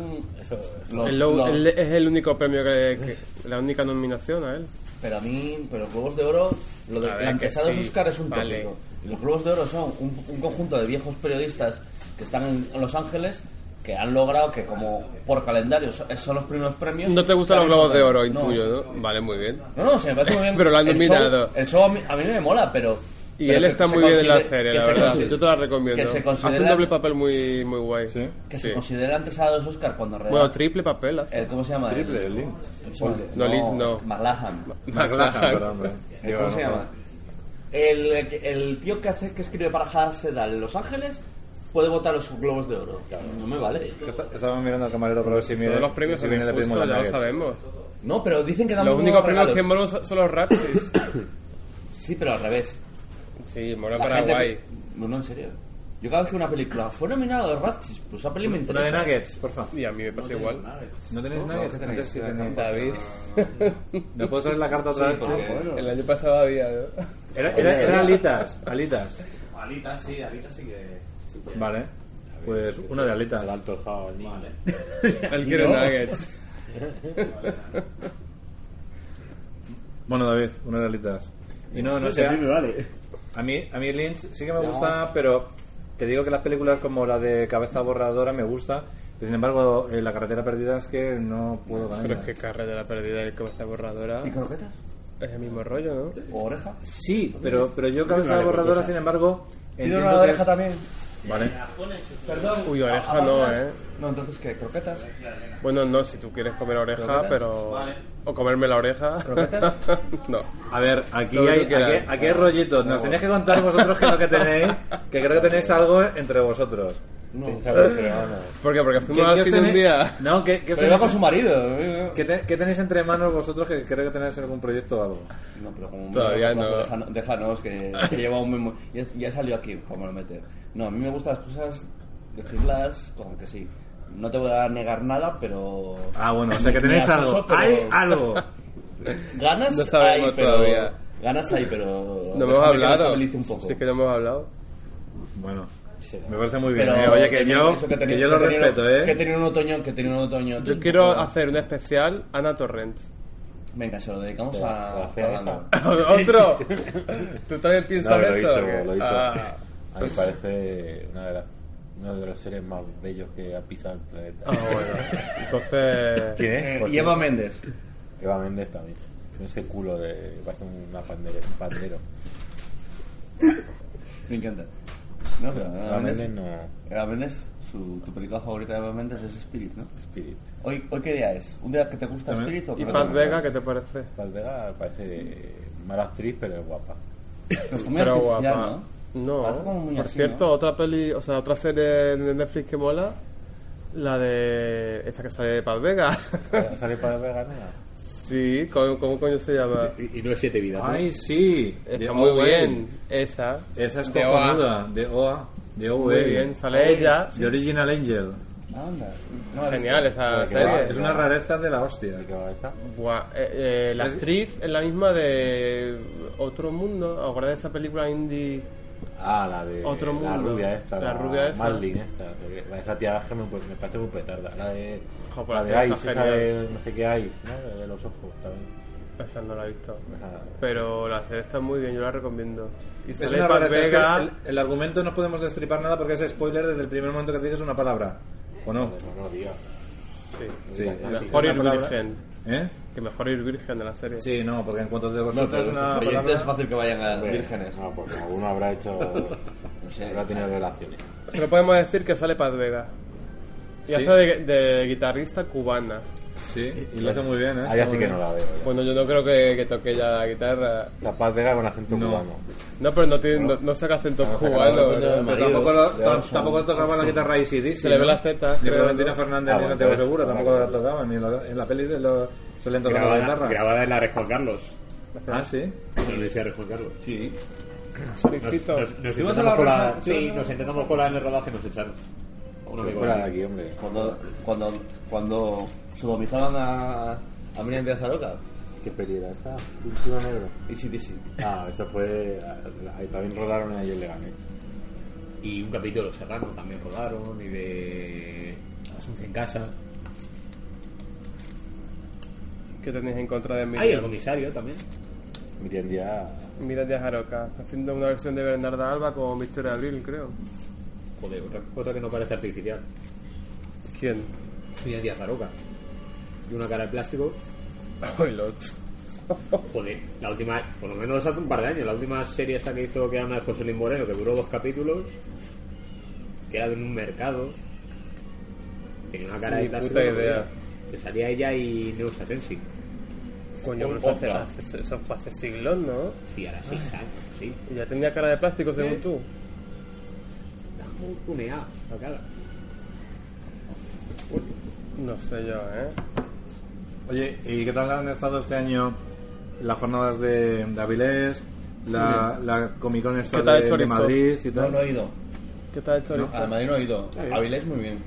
Speaker 2: los-
Speaker 6: El lo-
Speaker 2: los-
Speaker 6: el- es el único premio que, que- La única nominación a él.
Speaker 2: Pero a mí, pero los globos de oro, lo de
Speaker 6: A ver,
Speaker 2: la
Speaker 6: que
Speaker 2: empezada de
Speaker 6: sí,
Speaker 2: buscar es un
Speaker 6: vale.
Speaker 2: tópico. Y los globos de oro son un, un conjunto de viejos periodistas que están en Los Ángeles que han logrado que, como por calendario, son son los primeros premios.
Speaker 6: No te gustan los
Speaker 2: sean
Speaker 6: Globos de Oro,
Speaker 2: importantes. No.
Speaker 6: intuyo, ¿no? Vale, muy bien.
Speaker 2: No, no, se me parece muy bien.
Speaker 6: Pero lo han
Speaker 2: El show-
Speaker 6: nominado.
Speaker 2: El show, a, mí, a mí me mola, pero.
Speaker 6: Y
Speaker 2: pero
Speaker 6: él
Speaker 2: que
Speaker 6: está
Speaker 2: se
Speaker 6: muy bien en la
Speaker 2: considere-
Speaker 6: serie,
Speaker 2: que
Speaker 6: la
Speaker 2: se
Speaker 6: verdad.
Speaker 2: considere-
Speaker 6: Yo te la recomiendo.
Speaker 2: Que se
Speaker 6: Hace un
Speaker 2: considera.
Speaker 6: doble papel muy, muy guay.
Speaker 3: Sí.
Speaker 2: Que
Speaker 6: Sí.
Speaker 2: se considera antes a los Oscar cuando. re-
Speaker 6: Bueno, triple papel hace.
Speaker 2: el, ¿Cómo se llama?
Speaker 3: Triple, el Lynch.
Speaker 2: ¿cómo se llama?
Speaker 6: No, Lynch, no.
Speaker 2: es McLachlan.
Speaker 3: McLachlan, perdón, hombre.
Speaker 2: ¿Cómo
Speaker 3: Digo,
Speaker 2: se
Speaker 3: no,
Speaker 2: llama? El, el tío que hace que escribe para Hasedal en Los Ángeles puede votar los globos de oro. No me vale.
Speaker 3: no. Esta- Estaba mirando al camarero para ver si
Speaker 6: Todos
Speaker 3: mira-
Speaker 6: los premios
Speaker 3: si
Speaker 6: son
Speaker 3: viene le pedimos
Speaker 6: injustos,
Speaker 3: la
Speaker 6: ya lo
Speaker 3: nugget.
Speaker 6: sabemos.
Speaker 2: No, pero dicen que dan
Speaker 6: Los
Speaker 2: muy
Speaker 6: únicos
Speaker 2: buenos
Speaker 6: premios que
Speaker 2: regalos.
Speaker 6: molan son son los Raptors.
Speaker 2: Sí, pero al revés.
Speaker 6: Sí, mola
Speaker 2: La
Speaker 6: para
Speaker 2: gente-
Speaker 6: guay.
Speaker 2: No, no, en serio. Yo cada vez que una película fue nominada de Razzies, pues esa peli me
Speaker 3: Una de
Speaker 2: interesa.
Speaker 3: nuggets, porfa.
Speaker 6: Y a mí me pasa igual.
Speaker 3: ¿No tenéis nuggets?
Speaker 2: ¿qué tenéis?
Speaker 3: Antes sí tenéis.
Speaker 6: David.
Speaker 3: ¿Me puedo traer la carta otra vez? Porque-
Speaker 6: El año pasado había, ¿no?
Speaker 3: Era, era- era alitas, alitas.
Speaker 4: Alita sí, Alita sí que. Sí que-
Speaker 3: Vale. Pues una de alitas.
Speaker 12: El alto jao, el mal.
Speaker 6: Él quiere nuggets.
Speaker 3: Bueno, David, una de alitas. Y no, no
Speaker 4: Pues
Speaker 3: sé.
Speaker 4: a mí me vale.
Speaker 3: A mí, a mí Lynch sí que me gusta, pero te digo que las películas como la de Cabeza Borradora me gusta. pero sin embargo, eh, La Carretera Perdida es que no puedo con
Speaker 6: Pero
Speaker 3: ella.
Speaker 6: es que carrera perdida y cabeza borradora.
Speaker 2: ¿Y croquetas?
Speaker 6: Es el mismo rollo, ¿no?
Speaker 2: ¿O oreja?
Speaker 3: Sí, pero, pero yo cabeza
Speaker 6: Vale,
Speaker 3: borradora,
Speaker 6: cosa.
Speaker 3: sin embargo.
Speaker 2: ¿Tiene
Speaker 3: entiendo
Speaker 2: una
Speaker 3: que
Speaker 2: oreja
Speaker 3: es-
Speaker 2: también?
Speaker 3: Vale.
Speaker 2: Perdón.
Speaker 6: Uy, oreja no, ¿eh?
Speaker 2: No, entonces, ¿qué? ¿Croquetas?
Speaker 6: Bueno, no, si tú quieres comer oreja,
Speaker 2: ¿Croquetas?
Speaker 6: pero... O comerme la oreja.
Speaker 2: ¿Croquetas?
Speaker 6: no.
Speaker 3: A ver, aquí
Speaker 6: Todo lo
Speaker 3: hay,
Speaker 6: que quieras.
Speaker 3: aquí, aquí hay rollitos. Nos tenéis que contar vosotros que lo que tenéis, que creo que tenéis algo entre vosotros.
Speaker 6: ¿Por qué?
Speaker 3: ¿Qué-
Speaker 6: Porque fuimos al
Speaker 3: qué os
Speaker 6: cine un
Speaker 3: tenéis-
Speaker 6: día.
Speaker 3: No, ¿qué, qué os
Speaker 2: Pero iba
Speaker 3: tenéis-
Speaker 2: con su marido. ¿eh?
Speaker 3: ¿qué te- qué tenéis entre manos vosotros que creo que tenéis algún proyecto o algo?
Speaker 2: No, pero como...
Speaker 6: Todavía
Speaker 2: como-
Speaker 6: no.
Speaker 9: pues,
Speaker 2: déjano- Déjanos, que, que lleva un memo... Ya, ya salió aquí, como lo meter. No, a mí me gustan las cosas, decirlas como que sí. No te voy a negar nada, pero...
Speaker 3: Ah, bueno, o sea que
Speaker 2: Ni
Speaker 3: tenéis
Speaker 2: asuso,
Speaker 3: algo.
Speaker 2: pero-
Speaker 3: Hay algo.
Speaker 2: Ganas
Speaker 6: No sabemos
Speaker 2: hay, pero...
Speaker 6: todavía.
Speaker 2: Ganas hay, pero...
Speaker 6: No hemos hablado.
Speaker 2: Feliz un poco.
Speaker 6: Sí que no hemos hablado.
Speaker 3: Bueno, me parece muy bien.
Speaker 2: Pero
Speaker 3: ¿eh? Oye, que
Speaker 2: tenía-
Speaker 3: yo,
Speaker 2: eso
Speaker 3: que
Speaker 2: tenía-
Speaker 3: yo lo
Speaker 2: que tenía-
Speaker 3: respeto,
Speaker 2: Que
Speaker 3: ¿eh?
Speaker 2: tenía un otoño, que tenía un otoño.
Speaker 6: Yo quiero hacer un especial Ana Torrent.
Speaker 2: Venga, se lo dedicamos a...
Speaker 5: la fea
Speaker 2: a-
Speaker 5: esa.
Speaker 6: ¡Otro! ¿Tú también piensas
Speaker 5: No, lo he
Speaker 6: eso?
Speaker 5: dicho,
Speaker 6: o qué?
Speaker 5: lo he dicho.
Speaker 6: Ah.
Speaker 5: A mí me parece una de las una de los seres más bellos que ha pisado el planeta.
Speaker 6: Ah, bueno. Entonces...
Speaker 5: ¿Quién
Speaker 2: Eh,
Speaker 5: es? Porque
Speaker 2: y Eva Méndez.
Speaker 5: Eva Méndez también. Tiene ese culo de... parece una pandere- un pandero.
Speaker 2: Me encanta. No, pero Eva
Speaker 5: Eva Méndez
Speaker 2: Ah, Méndez...
Speaker 5: no...
Speaker 2: Eva Méndez, su, tu película favorita de Eva Méndez es Spirit, ¿no?
Speaker 5: Spirit.
Speaker 2: ¿Hoy, ¿Hoy qué día es? ¿Un día que te gusta
Speaker 3: También.
Speaker 2: Spirit o
Speaker 6: ¿Y
Speaker 2: que no
Speaker 6: Paz
Speaker 2: te
Speaker 6: Vega qué te parece?
Speaker 5: Valdega parece mala actriz, pero es guapa.
Speaker 2: gusta? Pero está muy
Speaker 6: Pero
Speaker 2: artificial,
Speaker 6: guapa.
Speaker 2: Parece como muy
Speaker 6: por
Speaker 2: así,
Speaker 6: cierto,
Speaker 2: ¿no?
Speaker 6: otra peli, o sea, otra serie de Netflix que mola, la de esta que sale de Paz Vega.
Speaker 5: ¿Sale para vegana?
Speaker 6: sí, ¿cómo, cómo coño se llama?
Speaker 4: Y, y no es siete
Speaker 5: Ah,
Speaker 4: vidas. ¿no?
Speaker 3: Ay, sí.
Speaker 6: Está
Speaker 3: De
Speaker 6: muy
Speaker 3: OA.
Speaker 6: bien, esa.
Speaker 3: Esa es
Speaker 6: De OA.
Speaker 3: cojonuda. De OA. De OA.
Speaker 6: Muy bien, sale ella.
Speaker 3: The Original Angel.
Speaker 2: ¿no? Anda.
Speaker 6: Genial esa
Speaker 3: Es,
Speaker 6: serie.
Speaker 3: es una rareza de la hostia.
Speaker 6: Buah, eh, eh, la
Speaker 3: Es-
Speaker 6: actriz es la misma de Otro Mundo, ¿os acordáis de esa película indie?
Speaker 5: Ah, la de la
Speaker 6: Otro mundo.
Speaker 5: rubia esta,
Speaker 6: La
Speaker 5: la,
Speaker 6: rubia esa.
Speaker 5: Marlin esta, que- esa tía que me, pues, me parece muy petarda, la de
Speaker 6: Jo, por
Speaker 5: la
Speaker 6: la
Speaker 5: de
Speaker 6: tía
Speaker 5: Ice,
Speaker 6: está
Speaker 5: esa
Speaker 6: genial.
Speaker 5: de no sé qué Ice, ¿no? De los ojos también.
Speaker 6: Esa no la he visto.
Speaker 5: Nada.
Speaker 6: Pero la serie está muy bien, yo la recomiendo. Y
Speaker 3: Es
Speaker 6: sale
Speaker 3: una
Speaker 6: Paz
Speaker 3: rareza. es que
Speaker 6: Vega.
Speaker 3: el, el argumento no podemos destripar nada porque es spoiler desde el primer momento que dices una palabra. ¿O no?
Speaker 5: No, no, tío.
Speaker 3: Sí.
Speaker 6: Mejor
Speaker 3: Una
Speaker 6: ir
Speaker 3: palabra-
Speaker 6: virgen.
Speaker 3: ¿Eh?
Speaker 6: Que mejor ir virgen de la serie.
Speaker 3: Sí, no, porque en cuanto de vosotros una
Speaker 2: Oye,
Speaker 3: palabra...
Speaker 2: es fácil que vayan a vírgenes.
Speaker 5: No, porque Ah, pues alguno habrá hecho no
Speaker 2: sé.
Speaker 5: habrá tenido relaciones.
Speaker 6: Solo podemos decir que sale Paz Vega. Y
Speaker 3: Sí.
Speaker 6: hace de, de guitarrista cubana.
Speaker 3: Sí, y lo hace muy bien, ¿eh?
Speaker 5: Ah,
Speaker 3: Está
Speaker 5: ya
Speaker 3: muy
Speaker 5: sí que
Speaker 3: bien.
Speaker 5: no la veo. ya.
Speaker 6: Bueno, yo no creo que, que toque ya la guitarra.
Speaker 5: La Paz Vega con acento
Speaker 3: No.
Speaker 5: cubano.
Speaker 6: No, pero no, tiene, no, no saca acento cubano.
Speaker 3: Pero
Speaker 6: ¿no?
Speaker 3: tampoco, lo- tam- tampoco tocaba la guitarra y sí,
Speaker 6: Se le ven las tetas.
Speaker 3: Ni
Speaker 6: creo,
Speaker 3: Valentina
Speaker 6: ¿no?
Speaker 3: Fernández
Speaker 5: Ah,
Speaker 3: ni
Speaker 5: bueno,
Speaker 3: Santiago
Speaker 5: entonces,
Speaker 3: Segura
Speaker 5: bueno,
Speaker 3: tampoco la
Speaker 5: bueno.
Speaker 3: tocaban. Ni en la, en la peli de los suelen tocar la
Speaker 4: grabada,
Speaker 3: guitarra.
Speaker 4: grabada en la Red Juan Carlos.
Speaker 3: Ah, sí.
Speaker 4: En la Universidad de Red Juan Carlos.
Speaker 2: Sí.
Speaker 4: Nos,
Speaker 6: Solicito.
Speaker 4: nos, nos
Speaker 2: ¿Ibas a la
Speaker 4: intentamos colar-
Speaker 2: Red-
Speaker 4: sí, nos intentamos colar en el rodaje y nos echaron. Un
Speaker 5: Pero
Speaker 4: amigo
Speaker 5: fuera de
Speaker 4: mío.
Speaker 5: aquí, hombre.
Speaker 2: Cuando, cuando, cuando sodomizaban a, a Miriam de Azaroca.
Speaker 5: ¿Qué peli era esa? ¿Pintura negro?
Speaker 2: Y sí, sí, sí.
Speaker 5: Ah, eso fue... Ahí también rodaron ahí en Leganés.
Speaker 4: Y un capítulo de Los Serranos también rodaron. Y de Asunción en Casa.
Speaker 6: ¿Qué tenéis en contra de
Speaker 4: Ay, el
Speaker 6: Miriam?
Speaker 4: comisario también.
Speaker 5: Miriam Díaz...
Speaker 6: Miriam de Jaroca. Está haciendo una versión de Bernarda Alba como Victoria Abril, creo.
Speaker 4: Joder, otra, otra que no parece artificial.
Speaker 6: ¿Quién?
Speaker 4: Miriam Díaz Aroca. Y una cara de plástico.
Speaker 6: El otro.
Speaker 4: Joder, la última, por lo menos hace un par de años, la última serie esta que hizo que era una de José Luis Moreno, que duró dos capítulos, que era de un mercado, tenía una cara
Speaker 6: Ni
Speaker 4: de plástico,
Speaker 6: puta
Speaker 4: no podía.
Speaker 6: idea.
Speaker 4: que salía ella y Neusa Sensi.
Speaker 6: Coño,
Speaker 2: Oh,
Speaker 6: pero eso hace- hace- eso fue hace siglos, ¿no?
Speaker 4: Sí, ahora
Speaker 6: Ah.
Speaker 4: seis años, sí.
Speaker 6: Y ya tenía cara de plástico, según tú.
Speaker 4: Está muy tuneada la cara.
Speaker 6: No sé yo, ¿eh?
Speaker 3: Oye, ¿y qué tal han estado este año las jornadas de, de Avilés? La, la Comic Con esta
Speaker 6: ¿Qué tal el
Speaker 3: de, de
Speaker 6: chorizo?
Speaker 3: Madrid y
Speaker 2: No,
Speaker 3: tal.
Speaker 2: no he ido.
Speaker 6: ¿Qué tal hecho
Speaker 2: A Madrid no he ido.
Speaker 4: bien.
Speaker 2: Avilés muy bien.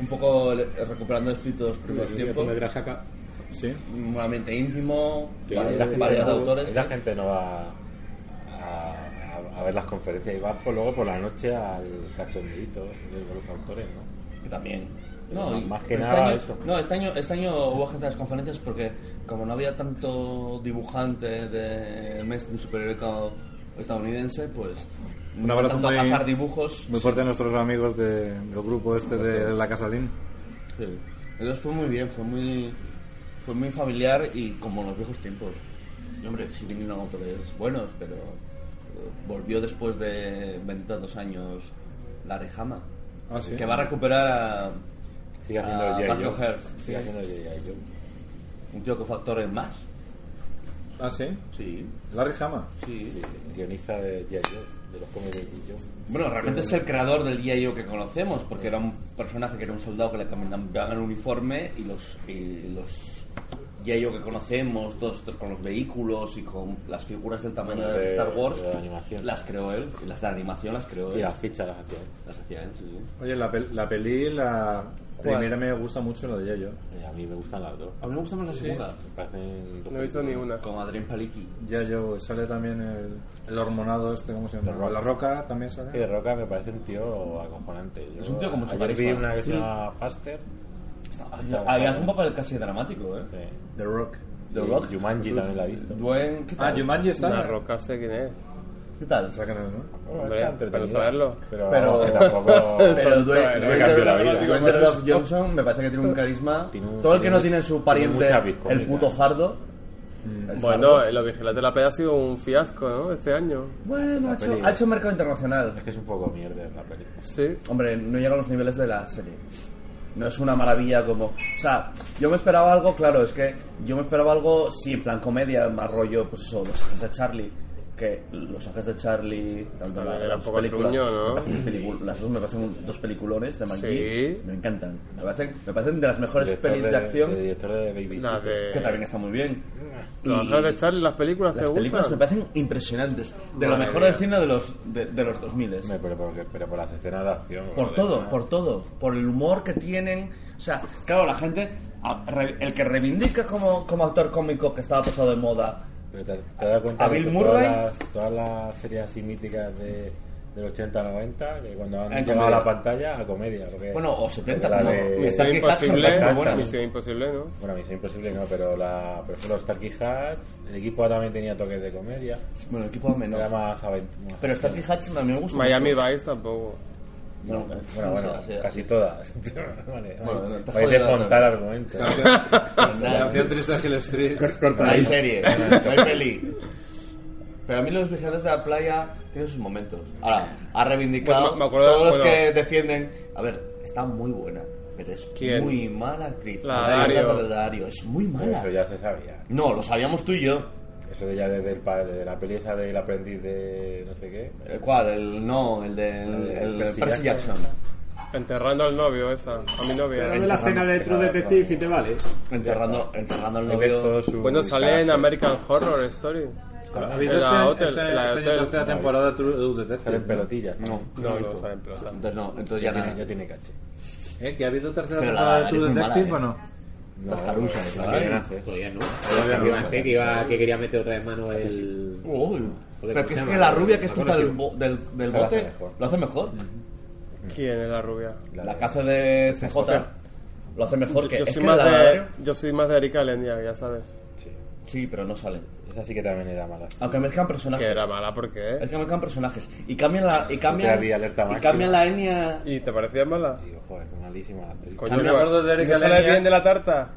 Speaker 2: Un poco le- recuperando espíritus primeros
Speaker 4: Voy a
Speaker 2: tiempos.
Speaker 4: comer grasaca.
Speaker 3: Sí.
Speaker 2: Un ambiente íntimo,
Speaker 5: Sí,
Speaker 2: variedad
Speaker 5: la, gente
Speaker 2: variedad de
Speaker 5: no,
Speaker 2: autores.
Speaker 5: la gente no va a, a- a ver las conferencias y va por, luego por la noche al cachondeito de los autores, ¿no?
Speaker 2: Que también.
Speaker 5: Pero más-
Speaker 2: y-
Speaker 5: más que
Speaker 2: pero
Speaker 5: nada
Speaker 2: año,
Speaker 5: eso.
Speaker 2: No, este año, este año hubo gente de las conferencias porque como no había tanto dibujante de mainstream superhéroe estadounidense, pues
Speaker 3: Un
Speaker 2: no
Speaker 3: abrazo
Speaker 2: tanto
Speaker 3: muy-
Speaker 2: cazar dibujos.
Speaker 3: Muy fuerte a nuestros amigos de- del grupo este de La Casalín.
Speaker 2: Sí. Entonces fue muy bien, fue muy fue muy familiar y como en los viejos tiempos. No, hombre, sí vinieron autores buenos, pero eh, volvió después de veintitantos años la Rejama.
Speaker 3: Ah, sí.
Speaker 2: Que va a recuperar a.
Speaker 5: Sigue haciendo
Speaker 2: a
Speaker 5: el G.I.
Speaker 2: Paco
Speaker 5: Joe.
Speaker 2: Herc.
Speaker 5: Sigue haciendo el G.I. Joe.
Speaker 2: Un tío que fue actor en más.
Speaker 3: Ah, sí.
Speaker 2: Sí,
Speaker 3: Larry Hama.
Speaker 2: sí.
Speaker 5: Guionista de G.I. Joe, de los cómics de G.I. Joe.
Speaker 2: Bueno, realmente es el creador del G.I.O. que conocemos, porque era un personaje que era un soldado que le cambiaban el uniforme y los, y los G.I.O. que conocemos, todos estos con los vehículos y con las figuras del tamaño de,
Speaker 5: De-
Speaker 2: Star Wars,
Speaker 5: de la animación.
Speaker 2: las creó él, y las de animación las creó él.
Speaker 5: Y las fichas las hacía.
Speaker 2: Las hacía él, sí, sí.
Speaker 3: Oye, la, pel- la peli, la
Speaker 13: ¿Cuál?
Speaker 3: primera me gusta mucho la de Yayo.
Speaker 5: Y Eh, A mí me gustan las dos.
Speaker 2: A mí me gusta más la segunda,
Speaker 5: Me parecen dos
Speaker 6: No he visto ni
Speaker 5: películas.
Speaker 6: una.
Speaker 2: con Adrián Palicki.
Speaker 3: Yayo, sale también el, el hormonado este, ¿cómo se llama?
Speaker 5: La Roca.
Speaker 3: La Roca también
Speaker 5: Y de
Speaker 3: sale.
Speaker 5: Roca me parece un tío acojonante. Yo
Speaker 2: Es un tío con mucho
Speaker 5: ayer vi
Speaker 2: carisma.
Speaker 5: una que se llama Faster.
Speaker 2: Ahí Ah, hace un papel casi dramático, ¿eh?
Speaker 5: Sí.
Speaker 3: The Rock.
Speaker 2: The
Speaker 5: Y
Speaker 2: Rock.
Speaker 5: Jumanji también la he visto.
Speaker 2: Duen, ¿qué
Speaker 3: Ah,
Speaker 2: tal?
Speaker 3: Jumanji está.
Speaker 6: La roca sé quién es.
Speaker 2: ¿Qué tal?
Speaker 3: O sea que no, ¿no?
Speaker 5: Bueno,
Speaker 6: Hombre,
Speaker 5: está
Speaker 6: pero
Speaker 5: entretenida.
Speaker 6: saberlo.
Speaker 5: Pero,
Speaker 2: Pero-
Speaker 5: que tampoco...
Speaker 2: Pero
Speaker 5: no
Speaker 2: Dwayne,
Speaker 5: me
Speaker 2: Dwayne
Speaker 5: cambió
Speaker 2: The
Speaker 5: la
Speaker 2: Rock-
Speaker 5: vida.
Speaker 2: Dwayne The Rock Johnson me parece que tiene un carisma.
Speaker 5: Tiene un-
Speaker 2: Todo el que
Speaker 5: tiene
Speaker 2: no tiene su pariente,
Speaker 5: mucha bizcocha.
Speaker 2: el puto fardo.
Speaker 5: Mm.
Speaker 6: Bueno,
Speaker 2: el
Speaker 5: eh,
Speaker 2: fardo.
Speaker 6: Los Vigilantes de la Playa ha sido un fiasco, ¿no? Este año.
Speaker 2: Bueno, ha hecho,
Speaker 5: peli-
Speaker 2: ha hecho mercado internacional.
Speaker 5: Es que es un poco mierda la película.
Speaker 6: Sí.
Speaker 2: Hombre, no llega a los niveles de la serie. No es una maravilla como... O sea, yo me esperaba algo, claro, es que yo me esperaba algo, sí, en plan comedia, más rollo, pues eso, Los Ángeles de Charlie, que Los Ángeles de Charlie, tanto la,
Speaker 6: Era un
Speaker 2: las dos
Speaker 6: poco
Speaker 2: películas,
Speaker 6: truño, ¿no?
Speaker 2: me parecen pelicul- las dos me parecen un- dos peliculones de Mangí,
Speaker 6: Sí.
Speaker 2: me encantan. Me parecen, me parecen de las mejores
Speaker 5: Director
Speaker 2: pelis de, acción,
Speaker 5: de director de Baby
Speaker 6: La
Speaker 5: Sitter.
Speaker 6: de...
Speaker 2: que también está muy bien.
Speaker 6: Los
Speaker 2: Y-
Speaker 6: Ángeles de Charlie, las películas, ¿te
Speaker 2: Las películas me
Speaker 6: gustan?
Speaker 2: parecen impresionantes. De lo
Speaker 6: Madre
Speaker 2: mejor
Speaker 6: mía.
Speaker 2: del cine de los, de, de los 2000.
Speaker 5: Me- Pero, porque- pero por las escenas de acción.
Speaker 2: Por
Speaker 5: joder,
Speaker 2: todo,
Speaker 5: ¿no?
Speaker 2: por todo. Por el humor que tienen. O sea, claro, la gente... a- re- El que reivindica como, como actor cómico que estaba pasado de moda.
Speaker 5: Pero te, te das cuenta
Speaker 2: A
Speaker 5: de
Speaker 2: Bill
Speaker 5: que
Speaker 2: Murray.
Speaker 5: Todas las, todas las series así míticas de, del 80-90, que cuando han
Speaker 2: En
Speaker 5: llegado a la
Speaker 2: comedia.
Speaker 5: pantalla, a comedia. Porque,
Speaker 2: Bueno, o 70,
Speaker 5: porque la
Speaker 2: como-
Speaker 5: de-
Speaker 6: Misión
Speaker 2: Zack Efron,
Speaker 6: Imposible,
Speaker 5: Zack
Speaker 6: bueno,
Speaker 5: Efron.
Speaker 6: Misión Imposible, ¿no?
Speaker 5: Bueno, Misión Imposible no, pero la pero solo Starkey Hatch, el equipo también tenía toques de comedia,
Speaker 2: Bueno, el equipo menos.
Speaker 5: era más aventura.
Speaker 2: Pero Starkey Hatch a mí me gusta.
Speaker 6: Miami Vice tampoco.
Speaker 5: bueno,
Speaker 2: no, pues,
Speaker 5: bueno,
Speaker 2: no
Speaker 5: bueno,
Speaker 2: sea, sea.
Speaker 5: casi todas. vale,
Speaker 2: Bueno, no, te has
Speaker 5: vais
Speaker 2: jodido
Speaker 5: a
Speaker 2: la
Speaker 5: contar argumentos.
Speaker 2: mucho. Nada.
Speaker 3: Canción triste de Hill Street.
Speaker 2: No hay serie, no hay peli. Pero a mí los vigilantes de la playa tienen sus momentos. Ahora, ha reivindicado
Speaker 6: Pues me- me acuerdo-
Speaker 2: todos los
Speaker 6: bueno.
Speaker 2: que defienden. A ver, está muy buena, pero es
Speaker 6: ¿Quién?
Speaker 2: muy mala actriz.
Speaker 6: La
Speaker 2: Dario
Speaker 6: Dario.
Speaker 2: Dario, la Dario, Es muy mala.
Speaker 5: Eso ya se sabía.
Speaker 2: No, lo sabíamos tú y yo.
Speaker 5: Eso ya desde, el, pa- desde la peli esa del aprendiz de no sé qué.
Speaker 2: ¿El ¿Cuál? El no, el de el, el
Speaker 5: Percy
Speaker 2: Percy Jackson.
Speaker 5: Jackson.
Speaker 6: Enterrando al novio, esa. A mi novia.
Speaker 4: Pero ve la escena de True Detective y te vale.
Speaker 2: Enterrando, enterrando al
Speaker 5: Ahí ves
Speaker 2: novio.
Speaker 5: todo su
Speaker 6: Bueno, sale en
Speaker 5: carácter.
Speaker 6: American Horror Story.
Speaker 5: Sale-
Speaker 6: visto este- este-
Speaker 3: la
Speaker 6: este año tercera
Speaker 3: tercera temporada de True
Speaker 5: Sale en pelotillas.
Speaker 2: No,
Speaker 6: No, no sale en plata.
Speaker 2: entonces no, entonces ya
Speaker 5: Ya tiene,
Speaker 2: nada.
Speaker 5: ya tiene caché.
Speaker 3: ¿Eh? ¿Que ha habido tercera
Speaker 2: Pero la-
Speaker 3: temporada de
Speaker 2: la
Speaker 3: True
Speaker 2: es muy
Speaker 3: Detective
Speaker 2: mala, eh.
Speaker 3: o no?
Speaker 5: No,
Speaker 2: Caruso,
Speaker 5: la
Speaker 2: ¿no?
Speaker 5: quieren hacer.
Speaker 9: Todavía no. Avanté que, iba, que quería meter otra vez mano el.
Speaker 2: Uy.
Speaker 9: Joder, ¿cómo
Speaker 2: Pero que
Speaker 9: se
Speaker 2: es
Speaker 9: llama?
Speaker 2: que la rubia que es
Speaker 9: Me
Speaker 2: puta del,
Speaker 9: acuerdo
Speaker 2: bo- del, del
Speaker 5: Se la hace
Speaker 2: bote
Speaker 5: mejor.
Speaker 2: lo hace mejor. Mm,
Speaker 6: ¿Quién es la rubia?
Speaker 2: La caza de CJ lo hace mejor que.
Speaker 6: Yo
Speaker 2: es
Speaker 6: soy,
Speaker 2: que
Speaker 6: más
Speaker 2: la-
Speaker 6: de, yo soy más de Erika Elendia, ya sabes.
Speaker 2: Sí, pero no sale.
Speaker 5: Esa sí que también era mala.
Speaker 2: Aunque mezclan
Speaker 6: Que
Speaker 2: personajes.
Speaker 6: era mala porque, ¿eh?
Speaker 2: Es que mezclan personajes. Y cambian la. Y cambian,
Speaker 5: Había alerta
Speaker 2: y
Speaker 5: máxima.
Speaker 2: cambian la etnia.
Speaker 6: ¿Y te parecía mala?
Speaker 5: Digo, joder, qué malísima la actriz.
Speaker 6: Coño,
Speaker 3: A mí me acuerdo de
Speaker 6: ¿no
Speaker 3: Erika
Speaker 6: sale
Speaker 3: Elendia.
Speaker 6: bien de la tarta?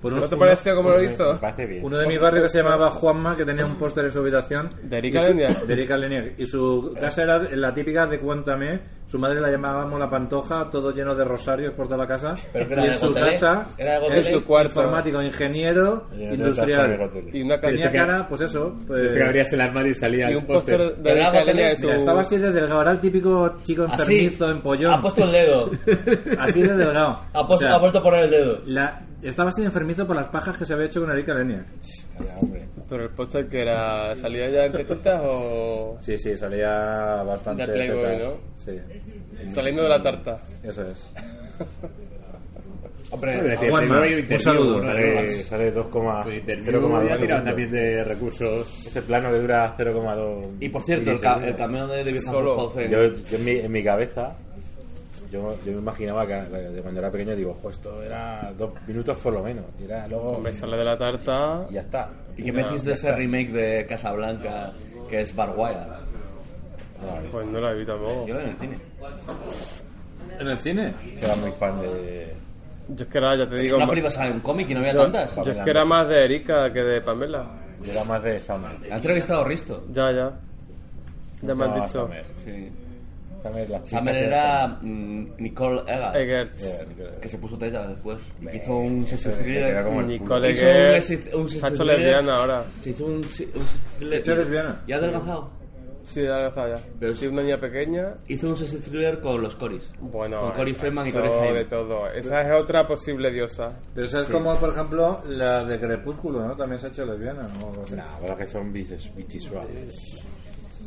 Speaker 3: Por
Speaker 6: ¿No
Speaker 3: un-
Speaker 6: te pareció como lo hizo?
Speaker 5: Me parece bien.
Speaker 3: Uno de mi barrio que se llamaba Juanma, que tenía un póster en su habitación.
Speaker 6: ¿De Erika
Speaker 3: Y su-
Speaker 6: Lenier?
Speaker 3: De Erika Lenier. Y su casa era la típica de Cuéntame. Su madre la llamábamos la pantoja, todo lleno de rosarios por toda la casa.
Speaker 2: Pero que
Speaker 3: y
Speaker 2: era de
Speaker 3: en su
Speaker 2: Gotelé.
Speaker 3: casa,
Speaker 2: Era de
Speaker 3: él,
Speaker 2: Gotelé.
Speaker 6: su cuarto.
Speaker 3: informático, ingeniero,
Speaker 5: Lleno de
Speaker 3: industrial.
Speaker 5: tartas de
Speaker 6: Y
Speaker 5: Gotelé.
Speaker 6: una
Speaker 3: Tenía
Speaker 6: carta
Speaker 3: cara, pues eso. pues,
Speaker 9: Este que abrías el armario y salía
Speaker 6: y
Speaker 9: el
Speaker 6: un póster de
Speaker 2: Pero era
Speaker 6: Erika Elendia de
Speaker 2: Gotelé.
Speaker 6: su...
Speaker 3: Mira, estaba así de delgado, era el típico chico
Speaker 2: Así.
Speaker 3: enfermizo, empollón.
Speaker 2: ¿Ah, Ha puesto el dedo.
Speaker 3: Así de delgado.
Speaker 2: Ha puesto,
Speaker 3: O sea,
Speaker 2: ha puesto por ahí el dedo.
Speaker 3: la- estaba así de enfermizo por las pajas que se había hecho con Erika Lenier.
Speaker 5: Calla, hombre.
Speaker 6: Pero el póster que era... ¿Salía ya en tetitas o...?
Speaker 3: Sí, sí, salía bastante.
Speaker 6: De Playboy,
Speaker 3: tetas.
Speaker 6: ¿no?
Speaker 3: Sí,
Speaker 6: Saliendo de la tarta.
Speaker 3: eso es.
Speaker 9: Hombre,
Speaker 3: Juanma, un saludo.
Speaker 5: Sale, sale 2,2.
Speaker 9: Ya tirado también de recursos.
Speaker 5: Este plano que dura 0,2.
Speaker 2: Y por cierto, el, ca- el cameo de David
Speaker 6: Solo.
Speaker 2: Hasselhoff en-
Speaker 5: Yo, yo en, mi, en mi cabeza, yo, yo me imaginaba que que cuando era pequeño, digo, "Jo, esto era dos minutos por lo menos. Y era luego.
Speaker 6: Me sale de la tarta...
Speaker 5: Y ya está.
Speaker 2: ¿Y qué me dijiste de ese remake de Casablanca que es Barguaya?
Speaker 6: Pues no la vi tampoco.
Speaker 2: Yo en el cine.
Speaker 3: ¿En el cine?
Speaker 5: Era muy fan de.
Speaker 6: Yo es que era, ya te digo...
Speaker 2: Una
Speaker 6: ma-
Speaker 2: película sale un cómic y no había
Speaker 6: Yo,
Speaker 2: tantas.
Speaker 6: yo es que era más de Erika que de Pamela.
Speaker 5: Yo era más de Summer.
Speaker 2: ¿Ha entrevistado Risto?
Speaker 6: Ya, ya. Ya me
Speaker 5: No,
Speaker 6: han dicho.
Speaker 5: Summer.
Speaker 2: Sí.
Speaker 5: Summer, la chica
Speaker 2: Summer
Speaker 5: que-
Speaker 2: era mm, Nicole Eggers,
Speaker 6: Eggers.
Speaker 5: Yeah, Nicole.
Speaker 2: que se puso teta después. Y hizo un sexy thriller.
Speaker 5: era como el
Speaker 6: Nicole
Speaker 2: Hizo un
Speaker 6: Eggers.
Speaker 2: sexy- un
Speaker 6: Se ha
Speaker 2: sexy
Speaker 6: hecho
Speaker 2: thriller.
Speaker 6: lesbiana ahora.
Speaker 2: Se hizo un, un sexy
Speaker 5: ¿Se ha
Speaker 2: thriller.
Speaker 5: hecho lesbiana?
Speaker 2: Y ha adelgazado.
Speaker 6: Sí, ya lo sabía.
Speaker 2: Pero
Speaker 6: Tiene una niña pequeña.
Speaker 2: Hizo un sexy thriller con los Coris.
Speaker 6: Bueno,
Speaker 2: Con Corey Feldman y
Speaker 6: hizo
Speaker 2: Corey Haim.
Speaker 6: de todo. Esa es otra posible diosa.
Speaker 3: Pero eso es como, por ejemplo, la de Crepúsculo, ¿no? También se ha hecho lesbiana, ¿no? O sea,
Speaker 5: Nah, ahora que son bises- bisexuales.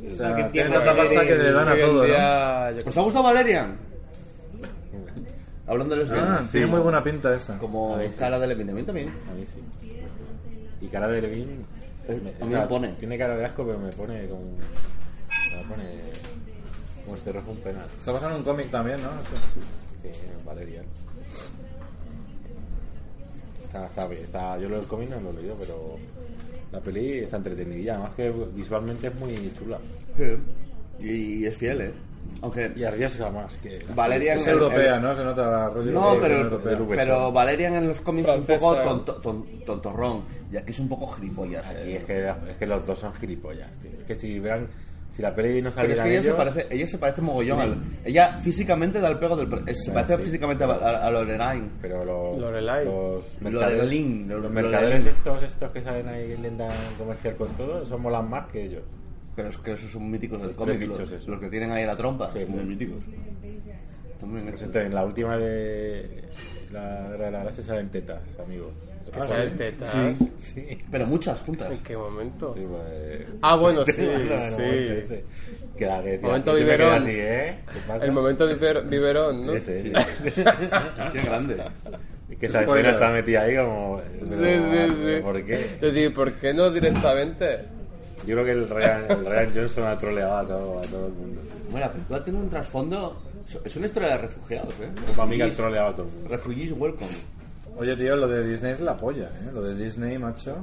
Speaker 3: o sea,
Speaker 4: que
Speaker 3: tiene
Speaker 4: tiene
Speaker 3: tanta pasta que le dan a
Speaker 6: Hoy en
Speaker 3: todo, ¿no?
Speaker 6: día, yo-
Speaker 2: ¿Os ha gustado Valerian? Hablando de lesbiana.
Speaker 3: Ah, tiene muy buena pinta esa.
Speaker 2: Como cara de Levine, a mí también.
Speaker 5: A mí sí. Y cara de Levin. eh,
Speaker 2: A mí me pone.
Speaker 5: Tiene cara de asco, pero me pone como. Me pone. Como este rojo un penal.
Speaker 3: Está basado en un cómic también, ¿no?
Speaker 5: Sí, Valeria. Está, está bien. Está, yo lo del cómic no lo he leído, pero. La peli está entretenida. Además, que visualmente es muy chula.
Speaker 2: Y es fiel, ¿eh? Aunque
Speaker 5: Y arriesga más que.
Speaker 2: Valerian
Speaker 3: Es europea, ¿no? Se nota la rollo
Speaker 2: No,
Speaker 3: europeo,
Speaker 2: pero,
Speaker 3: es europea.
Speaker 2: pero Valerian en los cómics es un poco
Speaker 6: Francesa.
Speaker 2: tonto- ton- tontorrón. Y aquí es un poco gilipollas.
Speaker 5: Aquí
Speaker 2: eh.
Speaker 5: es que, es que los dos son gilipollas, tío. Es que si vean. Si la peli no
Speaker 2: Pero es
Speaker 5: saliera
Speaker 2: que ella se,
Speaker 5: ellos-
Speaker 2: parece, ella se parece mogollón. al- ella físicamente da el pego del. pre- Se
Speaker 5: Ah,
Speaker 2: parece
Speaker 5: sí.
Speaker 2: físicamente a, a, a Lorelai.
Speaker 5: Pero los,
Speaker 6: Lorelai.
Speaker 5: los
Speaker 2: Lorelin,
Speaker 5: los
Speaker 2: Lorelin.
Speaker 5: mercaderes estos, estos que salen ahí y intentan comerciar con todo, son molan más que ellos.
Speaker 2: Pero es que esos son míticos del
Speaker 5: Los
Speaker 2: cómic.
Speaker 5: tres bichos
Speaker 2: Los,
Speaker 5: esos.
Speaker 2: los que tienen ahí la trompa.
Speaker 5: Sí,
Speaker 2: son muy
Speaker 5: sí.
Speaker 2: míticos. Están muy bien
Speaker 5: Pues
Speaker 2: hechos.
Speaker 5: entonces, en la última de la guerra de la gracia salen tetas, amigos.
Speaker 6: Ah, salen tetas.
Speaker 5: Sí.
Speaker 2: Pero muchas juntas.
Speaker 6: ¿En qué momento?
Speaker 5: Sí, pues-
Speaker 6: Ah, bueno, sí,
Speaker 5: Bueno, bueno,
Speaker 6: sí.
Speaker 5: ese. Queda que-
Speaker 6: Momento
Speaker 5: yo me quedé
Speaker 6: biberón.
Speaker 5: así, ¿eh? ¿Qué pasa?
Speaker 6: El momento viver- biberón, ¿no?
Speaker 5: Ese, sí.
Speaker 2: Qué grande.
Speaker 5: Es que esa
Speaker 3: Spoiler.
Speaker 5: escena está metida ahí como...
Speaker 6: Sí, sí, sí.
Speaker 5: Ah, ¿Por qué?
Speaker 6: Yo digo, ¿por qué no directamente?
Speaker 5: Yo creo que el Ryan, el Ryan Johnson ha troleado a todo, a todo el mundo.
Speaker 2: Bueno, la película tiene un trasfondo. Es una historia de refugiados, ¿eh?
Speaker 5: Pues Para mí que ha troleado a todo el mundo.
Speaker 2: Refugees welcome.
Speaker 3: Oye, tío, lo de Disney es la polla, ¿eh? Lo de Disney, macho.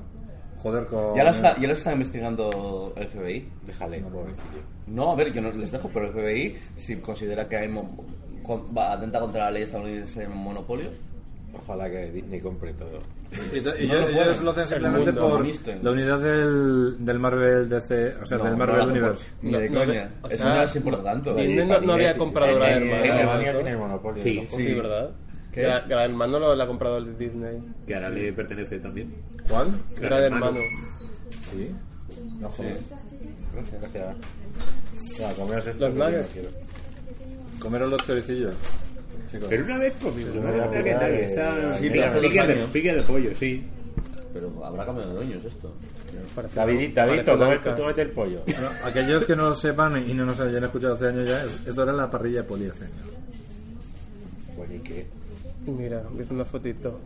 Speaker 3: Joder, con...
Speaker 2: Ya lo, está, ya lo está investigando el FBI.
Speaker 5: Déjale, pobrecillo.
Speaker 2: No, a ver, yo no les dejo, pero el FBI, si considera que hay mon- con- va- atenta contra la ley estadounidense en monopolio,
Speaker 5: Ojalá que Disney compre todo.
Speaker 3: Y, to- y
Speaker 2: No
Speaker 3: ellos-
Speaker 2: lo pueden.
Speaker 3: ellos lo hacen simplemente
Speaker 2: mundo
Speaker 3: por
Speaker 2: comunista.
Speaker 3: la unidad del, del Marvel DC, o sea,
Speaker 2: No,
Speaker 3: del
Speaker 2: no
Speaker 3: Marvel
Speaker 2: la
Speaker 3: Universe.
Speaker 2: pues, Ni de
Speaker 6: No, no,
Speaker 2: coña.
Speaker 6: o
Speaker 2: Eso
Speaker 6: sea,
Speaker 2: no es importante tanto.
Speaker 6: Disney no, no había comprado
Speaker 2: Eh,
Speaker 6: Gran
Speaker 2: eh,
Speaker 6: Hermano.
Speaker 2: eh,
Speaker 6: ¿no?
Speaker 5: Alemania
Speaker 6: Eso.
Speaker 5: tiene el monopolio.
Speaker 4: Sí,
Speaker 5: ¿no?
Speaker 6: Sí, ¿verdad?
Speaker 2: ¿Qué?
Speaker 6: Gran, Gran Hermano lo, lo ha comprado el Disney.
Speaker 4: Que ahora le pertenece también.
Speaker 6: ¿Cuál? Gran,
Speaker 4: Gran
Speaker 6: Hermano.
Speaker 5: Sí. No jodas. Gracias. Claro, comeros esto.
Speaker 6: Los
Speaker 5: que yo no
Speaker 6: nuggets.
Speaker 5: quiero.
Speaker 3: Comeros los choricillos. Chicos.
Speaker 4: Pero una vez comimos,
Speaker 5: una
Speaker 4: ¿no?
Speaker 5: vez,
Speaker 4: Que tal,
Speaker 5: eh,
Speaker 4: esa-
Speaker 5: sí,
Speaker 2: pero hace dos
Speaker 4: pique de,
Speaker 2: años.
Speaker 4: pique de pollo, sí.
Speaker 2: Pero habrá cambiado de dueños esto.
Speaker 5: David, David,
Speaker 6: Parece
Speaker 5: come-
Speaker 6: Lucas.
Speaker 5: tú mete el pollo.
Speaker 3: Bueno, aquellos que no lo sepan y no nos hayan escuchado hace años ya, esto era la parrilla poliescenaria.
Speaker 5: Bueno, ¿y Pues qué?
Speaker 6: Mira, ves una fotito.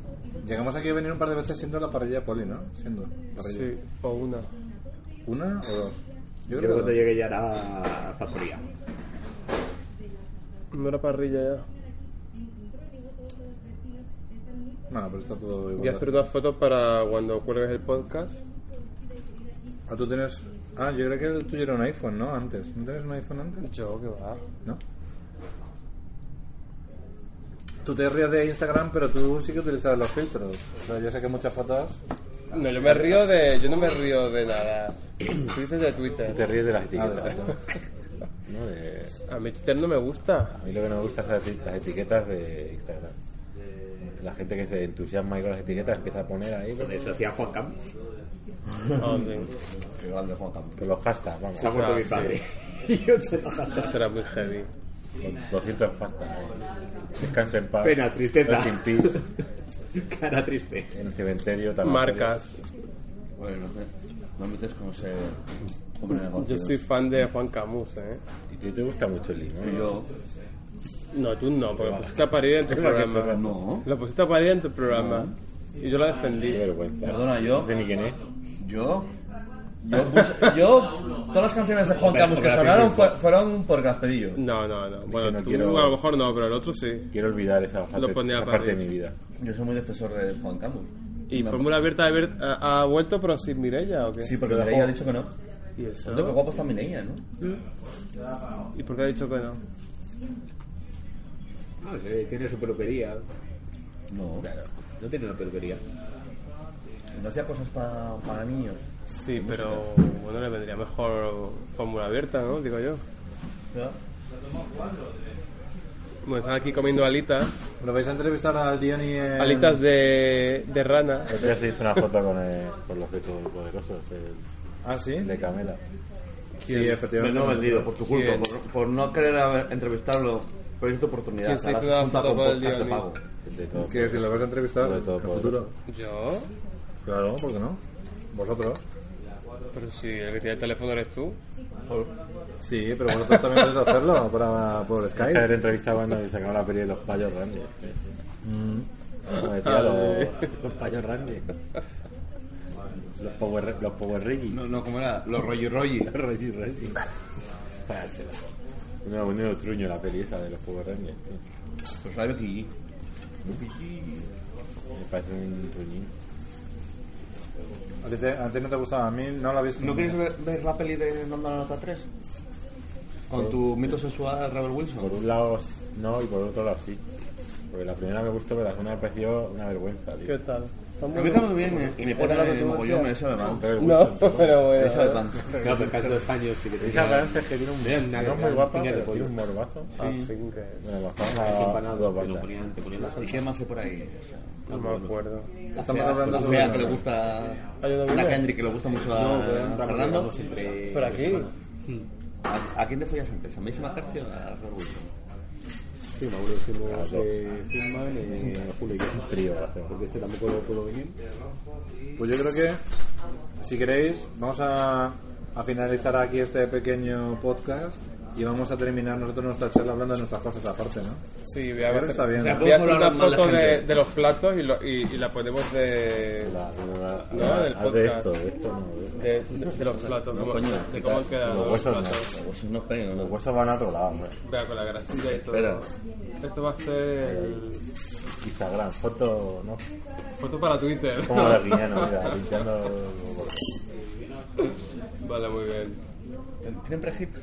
Speaker 3: Llegamos aquí a venir un par de veces siendo la parrilla poli, ¿no? Siendo parrilla.
Speaker 6: Sí, o una.
Speaker 3: ¿Una o dos?
Speaker 4: Yo creo que cuando
Speaker 3: dos.
Speaker 4: llegue ya era factoría.
Speaker 6: No era parrilla ya.
Speaker 3: Bueno, pero está todo
Speaker 6: Voy a hacer
Speaker 3: igual.
Speaker 6: unas fotos para cuando cuelgues el podcast.
Speaker 3: Ah, tú tienes... Ah, yo creo que el tuyo era un iPhone, ¿no? Antes. ¿No tenías un iPhone antes?
Speaker 6: Yo, que va.
Speaker 3: ¿No? Tú te rías de Instagram, pero tú sí que utilizas los filtros. O sea, yo sé que muchas fotos...
Speaker 6: No, yo me río de. Yo no me río de nada. Tú dices de Twitter.
Speaker 5: Tú te ríes de las
Speaker 3: Ah, de
Speaker 5: etiquetas.
Speaker 3: verdad.
Speaker 5: ¿no? De-
Speaker 6: A mí Twitter no me gusta.
Speaker 5: A mí lo que no me gusta son las eti- las etiquetas de Instagram. La gente que se entusiasma ahí con las etiquetas empieza a poner ahí pues,
Speaker 4: Donde se hacía Juan Campos.
Speaker 6: Ah, sí.
Speaker 2: Qué grande Juan Campos.
Speaker 5: con los hashtags, vamos.
Speaker 4: Se ha muerto mi padre. y 80 hashtags.
Speaker 6: Esto era muy heavy.
Speaker 5: Con 200 hashtags. eh. Descansa en paz.
Speaker 4: Pena, tristeza.
Speaker 5: Rest in peace.
Speaker 4: Cara triste.
Speaker 5: En el cementerio también.
Speaker 6: Marcas.
Speaker 2: Bueno, no sé. No me metes con ese hombre de
Speaker 6: Yo
Speaker 2: negocios.
Speaker 6: soy fan de Juan Camus, eh.
Speaker 5: Y tú te gusta mucho el limón.
Speaker 2: Y
Speaker 5: ¿no?
Speaker 2: Yo.
Speaker 6: No, tú no, porque pusiste a parir en tu programa.
Speaker 2: No.
Speaker 6: Lo pusiste a parir en tu programa. Y yo la
Speaker 5: Qué
Speaker 6: defendí.
Speaker 5: vergüenza.
Speaker 2: Perdona, yo-
Speaker 5: No sé ni quién es.
Speaker 2: Yo. Yo, puse- yo. Todas las canciones de Juan Camus que sonaron fue- fueron por Gaspedillo.
Speaker 6: No, no, no. Bueno,
Speaker 5: no
Speaker 6: tú
Speaker 5: quiero-
Speaker 6: a lo mejor no, pero el otro sí.
Speaker 5: Quiero olvidar esa parte,
Speaker 6: Lo ponía
Speaker 5: esa
Speaker 6: para
Speaker 5: parte de
Speaker 6: ti.
Speaker 5: mi vida.
Speaker 2: Yo soy muy defensor de Juan Camus.
Speaker 6: Y Fórmula Abierta ha ver- ha, ha vuelto, pero sin Mirella, ¿o qué?
Speaker 2: Sí, porque Mireia ha dicho que no.
Speaker 6: ¿Y
Speaker 2: Lo que
Speaker 6: eso?
Speaker 2: guapo está Mireia, ¿no?
Speaker 6: ¿Y por qué ha dicho que no?
Speaker 4: No sé, tiene su peluquería.
Speaker 2: No.
Speaker 4: No tiene una peluquería.
Speaker 14: No hacía cosas para, para niños.
Speaker 6: Sí, pero bueno, le vendría mejor fórmula abierta, ¿no? Digo yo. Bueno, están aquí comiendo alitas.
Speaker 3: ¿eh? Lo vais a entrevistar al Diony en...
Speaker 6: Alitas de, de rana.
Speaker 5: El otro día se hizo una foto con, el, con los objetos poderosos,
Speaker 3: Ah, sí.
Speaker 5: el de Camela.
Speaker 3: Sí, efectivamente.
Speaker 2: Menos vendido, por tu culpa, por, por no querer haber- entrevistarlo. Pero es tu oportunidad.
Speaker 6: ¿Quién se
Speaker 2: Ahora
Speaker 6: hizo una
Speaker 2: junta
Speaker 6: foto
Speaker 2: con
Speaker 6: con el
Speaker 2: podcast de
Speaker 6: Diony?
Speaker 2: pago.
Speaker 5: El de todo.
Speaker 3: ¿Qué decir? ¿Lo vais a entrevistar?
Speaker 5: Sobre todo
Speaker 3: ¿En
Speaker 5: por-
Speaker 3: futuro?
Speaker 6: ¿Yo?
Speaker 3: Claro, ¿por qué no? ¿Vosotros?
Speaker 6: Pero si el que tiene el teléfono eres tú.
Speaker 3: Sí, pero vosotros también podéis hacerlo para, por
Speaker 5: Ayer
Speaker 3: Skype.
Speaker 5: entrevistaban y sacaban la peli de los payos Randy.
Speaker 6: Mm.
Speaker 5: Como decía, los, los payos Randy. Los Power, los power Riggy.
Speaker 2: No, no, ¿cómo era? Los Roy Roy.
Speaker 5: Reggie, Reggie. Me ha venido el truño la peliza de los Power Rangers. tío.
Speaker 2: Pues sabe que sí.
Speaker 5: Me parece un truñín.
Speaker 3: ¿A ti, te- a ti no te gustaba, a mí no la habéis
Speaker 2: ¿No quieres ver, ver la peli de Dando la Nota 3? Con tu mito sexual Rebel
Speaker 5: Por
Speaker 2: Wilson.
Speaker 5: un lado no y por otro lado sí. Porque la primera me gustó, pero la segunda me pareció una vergüenza, tío.
Speaker 6: ¿Qué tal? ¿Está
Speaker 2: A mí
Speaker 6: muy-
Speaker 2: también me viene. Y me pone
Speaker 6: Era
Speaker 2: la
Speaker 6: lo que
Speaker 2: de
Speaker 6: tú
Speaker 2: mogollón, me
Speaker 6: decías.
Speaker 2: sabe mal.
Speaker 5: Pero el
Speaker 6: No,
Speaker 5: Wilson,
Speaker 6: pero
Speaker 2: Me
Speaker 6: bueno.
Speaker 2: sabe tanto.
Speaker 4: Claro, pero cada dos años sí que te
Speaker 5: Esa
Speaker 4: tiran-
Speaker 5: Francia es que tiene un.
Speaker 4: Mira, una
Speaker 5: No es muy
Speaker 4: gran
Speaker 5: guapa,
Speaker 4: piña de
Speaker 5: pero tiene
Speaker 4: pollo.
Speaker 5: un morbazo. Ah,
Speaker 6: Así que
Speaker 5: Bueno, bajamos
Speaker 4: Es
Speaker 5: a dos
Speaker 4: empanado. Te lo
Speaker 5: bandas.
Speaker 4: ponían, te ponían las
Speaker 2: ¿Y qué más hay por ahí?
Speaker 6: no me acuerdo.
Speaker 2: Estamos hablando de que le gusta.
Speaker 6: Hay una
Speaker 2: Una
Speaker 6: mujer.
Speaker 2: Kendrick que le gusta mucho
Speaker 4: No,
Speaker 2: a Fernando.
Speaker 4: entre...
Speaker 6: Por aquí.
Speaker 2: ¿A a quién te follas antes? ¿A Macy McCarthy o a Rebel Wilson?
Speaker 4: Sí, Mauro hicimos eh, Filman, eh, Julio y yo.
Speaker 5: Trío, hacemos.
Speaker 4: Porque este tampoco lo puedo venir.
Speaker 3: Pues yo creo que, si queréis, vamos a, a finalizar aquí este pequeño podcast y vamos a terminar nosotros nuestra charla hablando de nuestras cosas aparte, ¿no?
Speaker 6: Sí, voy a
Speaker 3: Ahora
Speaker 6: ver.
Speaker 3: está bien.
Speaker 6: Voy a
Speaker 3: Ya,
Speaker 2: podemos
Speaker 6: hacer una
Speaker 2: hablar mal de
Speaker 6: foto de,
Speaker 2: gente.
Speaker 6: de los platos y, lo- y, y la ponemos de,
Speaker 5: La- la-
Speaker 6: No,
Speaker 5: la-
Speaker 6: del
Speaker 5: haz de
Speaker 6: podcast.
Speaker 5: esto, de esto no. de-
Speaker 6: de, de- de los platos. cómo- de cómo han quedado
Speaker 5: Los
Speaker 6: los
Speaker 5: huesos
Speaker 6: platos.
Speaker 5: no.
Speaker 14: Pues no pega,
Speaker 5: Los huesos van a otro lado, hombre.
Speaker 6: Vea, con la grasilla y todo.
Speaker 14: Espera.
Speaker 6: Esto va a ser el-
Speaker 5: Instagram, foto, ¿no?
Speaker 6: foto para Twitter.
Speaker 5: Como la guiñano, mira, limpiando.
Speaker 6: Vale, muy bien.
Speaker 2: ¿Tienen prejips?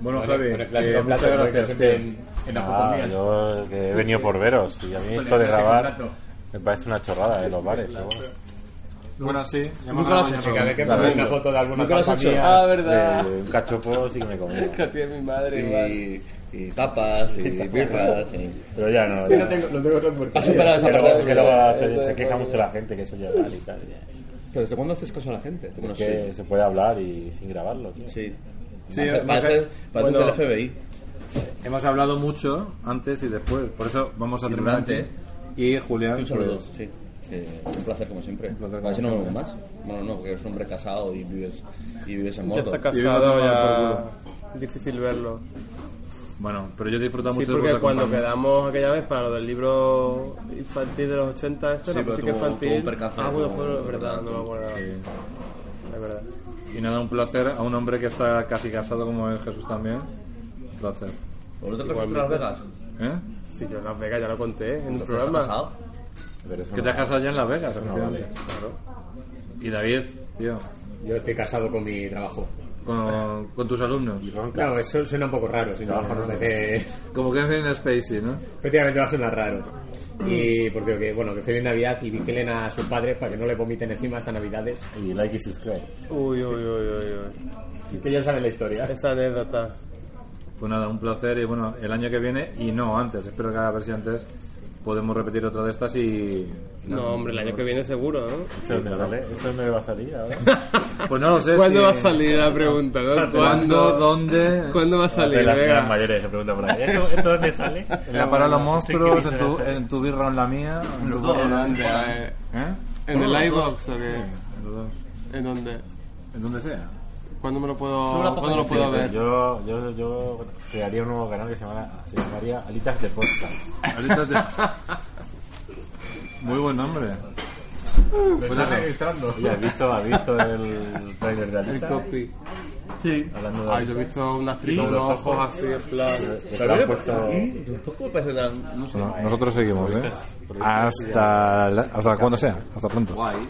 Speaker 3: Bueno,
Speaker 4: Bueno,
Speaker 3: Javi,
Speaker 4: bueno, clásico
Speaker 3: eh,
Speaker 4: plato,
Speaker 3: muchas
Speaker 4: porque
Speaker 3: gracias.
Speaker 4: siempre
Speaker 3: tío.
Speaker 4: en- en las
Speaker 5: Ah,
Speaker 4: fotos mías.
Speaker 5: yo que he venido por veros y a mí
Speaker 4: Con
Speaker 5: esto de
Speaker 4: el clásico
Speaker 5: grabar
Speaker 4: plato.
Speaker 5: me parece una chorrada, ¿eh? Los bares, pero bueno.
Speaker 3: Bueno, sí, ya me
Speaker 4: Nunca lo has
Speaker 3: mañana
Speaker 4: hecho, cada vez que
Speaker 3: pregunto.
Speaker 4: pongo una foto de alguna
Speaker 6: Nunca lo has
Speaker 5: Ah,
Speaker 4: compañía...
Speaker 5: De- de un cachopo sí que me comía.
Speaker 6: tiene mi madre
Speaker 2: Y, y tapas, y birras. Y...
Speaker 5: Pero ya no.
Speaker 4: Lo
Speaker 5: Ya.
Speaker 4: tengo, lo tengo
Speaker 2: Ha
Speaker 4: recortado.
Speaker 2: superado esa
Speaker 5: Que luego, que
Speaker 2: parte.
Speaker 5: luego se, se queja mucho la gente que eso ya es mal y tal.
Speaker 2: ¿Pero desde cuándo haces caso a la gente? Bueno,
Speaker 5: Que se puede hablar y sin grabarlo, tío.
Speaker 2: Sí.
Speaker 3: Sí,
Speaker 2: Va a ser
Speaker 3: bueno,
Speaker 2: el FBI.
Speaker 3: Hemos hablado mucho antes y después, por eso vamos a terminar.
Speaker 2: durante.
Speaker 3: aquí. Y Julián,
Speaker 2: Un saludo,
Speaker 3: pues,
Speaker 2: sí. Eh, un placer como siempre.
Speaker 3: placer
Speaker 2: a ver si
Speaker 3: como
Speaker 2: no
Speaker 3: siempre.
Speaker 2: vemos más. Bueno, no, porque eres un hombre casado y vives, y vives en
Speaker 6: Ya
Speaker 2: Mordor.
Speaker 6: está
Speaker 3: Y yo no
Speaker 6: casado,
Speaker 3: tengo nada
Speaker 6: ya. Difícil verlo.
Speaker 3: bueno, pero yo he disfrutado
Speaker 6: Sí,
Speaker 3: mucho
Speaker 6: porque
Speaker 3: vuestra
Speaker 6: cuando
Speaker 3: compañía.
Speaker 6: quedamos aquella vez para lo del libro infantil de los 80, esto
Speaker 2: Sí,
Speaker 6: la
Speaker 2: pero
Speaker 6: música
Speaker 2: tuvo-
Speaker 6: infantil.
Speaker 2: tuvo un percance
Speaker 6: ah, bueno,
Speaker 2: con-
Speaker 6: fue
Speaker 2: con
Speaker 6: verdad,
Speaker 2: Rato.
Speaker 6: no me acuerdo. Es verdad.
Speaker 3: Y nada, un placer a un hombre que está casi casado como es Jesús también. Un placer.
Speaker 2: ¿Vosotros que sois de Las Vegas?
Speaker 3: ¿Eh?
Speaker 6: Sí, yo en Las Vegas ya lo conté en el
Speaker 2: ¿Estás
Speaker 6: programa.
Speaker 2: casado?
Speaker 5: Pero eso
Speaker 3: Que
Speaker 5: no-
Speaker 3: te has casado ya en Las Vegas,
Speaker 5: no
Speaker 3: efectivamente.
Speaker 5: vale.
Speaker 3: Claro. Y David, tío,
Speaker 4: Yo estoy casado con mi trabajo.
Speaker 3: con, con tus alumnos.
Speaker 4: Claro, eso suena un poco raro. Si no, no, eh,
Speaker 3: Como que en Spacey, ¿no?
Speaker 4: Efectivamente va a sonar raro. Y por cierto, que bueno, que feliz Navidad y vigilen a sus padres para que no le vomiten encima estas Navidades.
Speaker 5: Y like y subscribe.
Speaker 6: Uy, uy, uy, uy, uy.
Speaker 4: Que ya saben la historia.
Speaker 6: Esta anécdota.
Speaker 3: Pues nada, un placer y bueno, el año que viene y no antes, espero que a ver si antes podemos repetir otra de estas y...
Speaker 6: No, hombre, el año que viene seguro, ¿no?
Speaker 5: ¿Esto dónde sale? ¿Esto dónde va a salir ahora?
Speaker 3: Pues no lo sé.
Speaker 6: ¿Cuándo
Speaker 3: si-
Speaker 6: va a salir la pregunta? ¿no?
Speaker 3: ¿Cuándo?
Speaker 6: ¿Cuándo,
Speaker 3: ¿Dónde?
Speaker 6: ¿Cuándo va a
Speaker 5: De
Speaker 6: salir?
Speaker 5: las señoras
Speaker 6: Venga.
Speaker 5: mayores se pregunta por ahí. ¿Esto, esto dónde sale?
Speaker 3: En la parada de los monstruos, en tu, en tu birra o en la mía. En tu birra.
Speaker 6: Eh,
Speaker 3: ¿Eh?
Speaker 6: ¿En el iBox o qué?
Speaker 3: En los dos.
Speaker 6: ¿En dónde?
Speaker 3: En donde sea.
Speaker 6: ¿Cuándo me lo puedo, ¿cuándo lo puedo ver?
Speaker 5: Yo, yo, yo crearía un nuevo canal que se, llamara, se llamaría Alitas de Podcast.
Speaker 3: Ahorita te- Muy buen nombre. Pues eso.
Speaker 5: Oye, ¿Has visto, has visto el trailer de
Speaker 6: El
Speaker 5: Alitas?
Speaker 6: copy.
Speaker 3: Sí.
Speaker 5: Hablando de
Speaker 6: Ay, yo he
Speaker 5: Alitas.
Speaker 6: visto una actriz
Speaker 5: Y
Speaker 6: con
Speaker 5: los
Speaker 6: los ojos
Speaker 5: ojos.
Speaker 6: así, en plan.
Speaker 5: Que se lo han puesto-
Speaker 2: Tampoco parece tan... No sé.
Speaker 3: nosotros seguimos, ¿eh? Hasta, la- hasta cuando sea. Hasta pronto.
Speaker 2: Guay.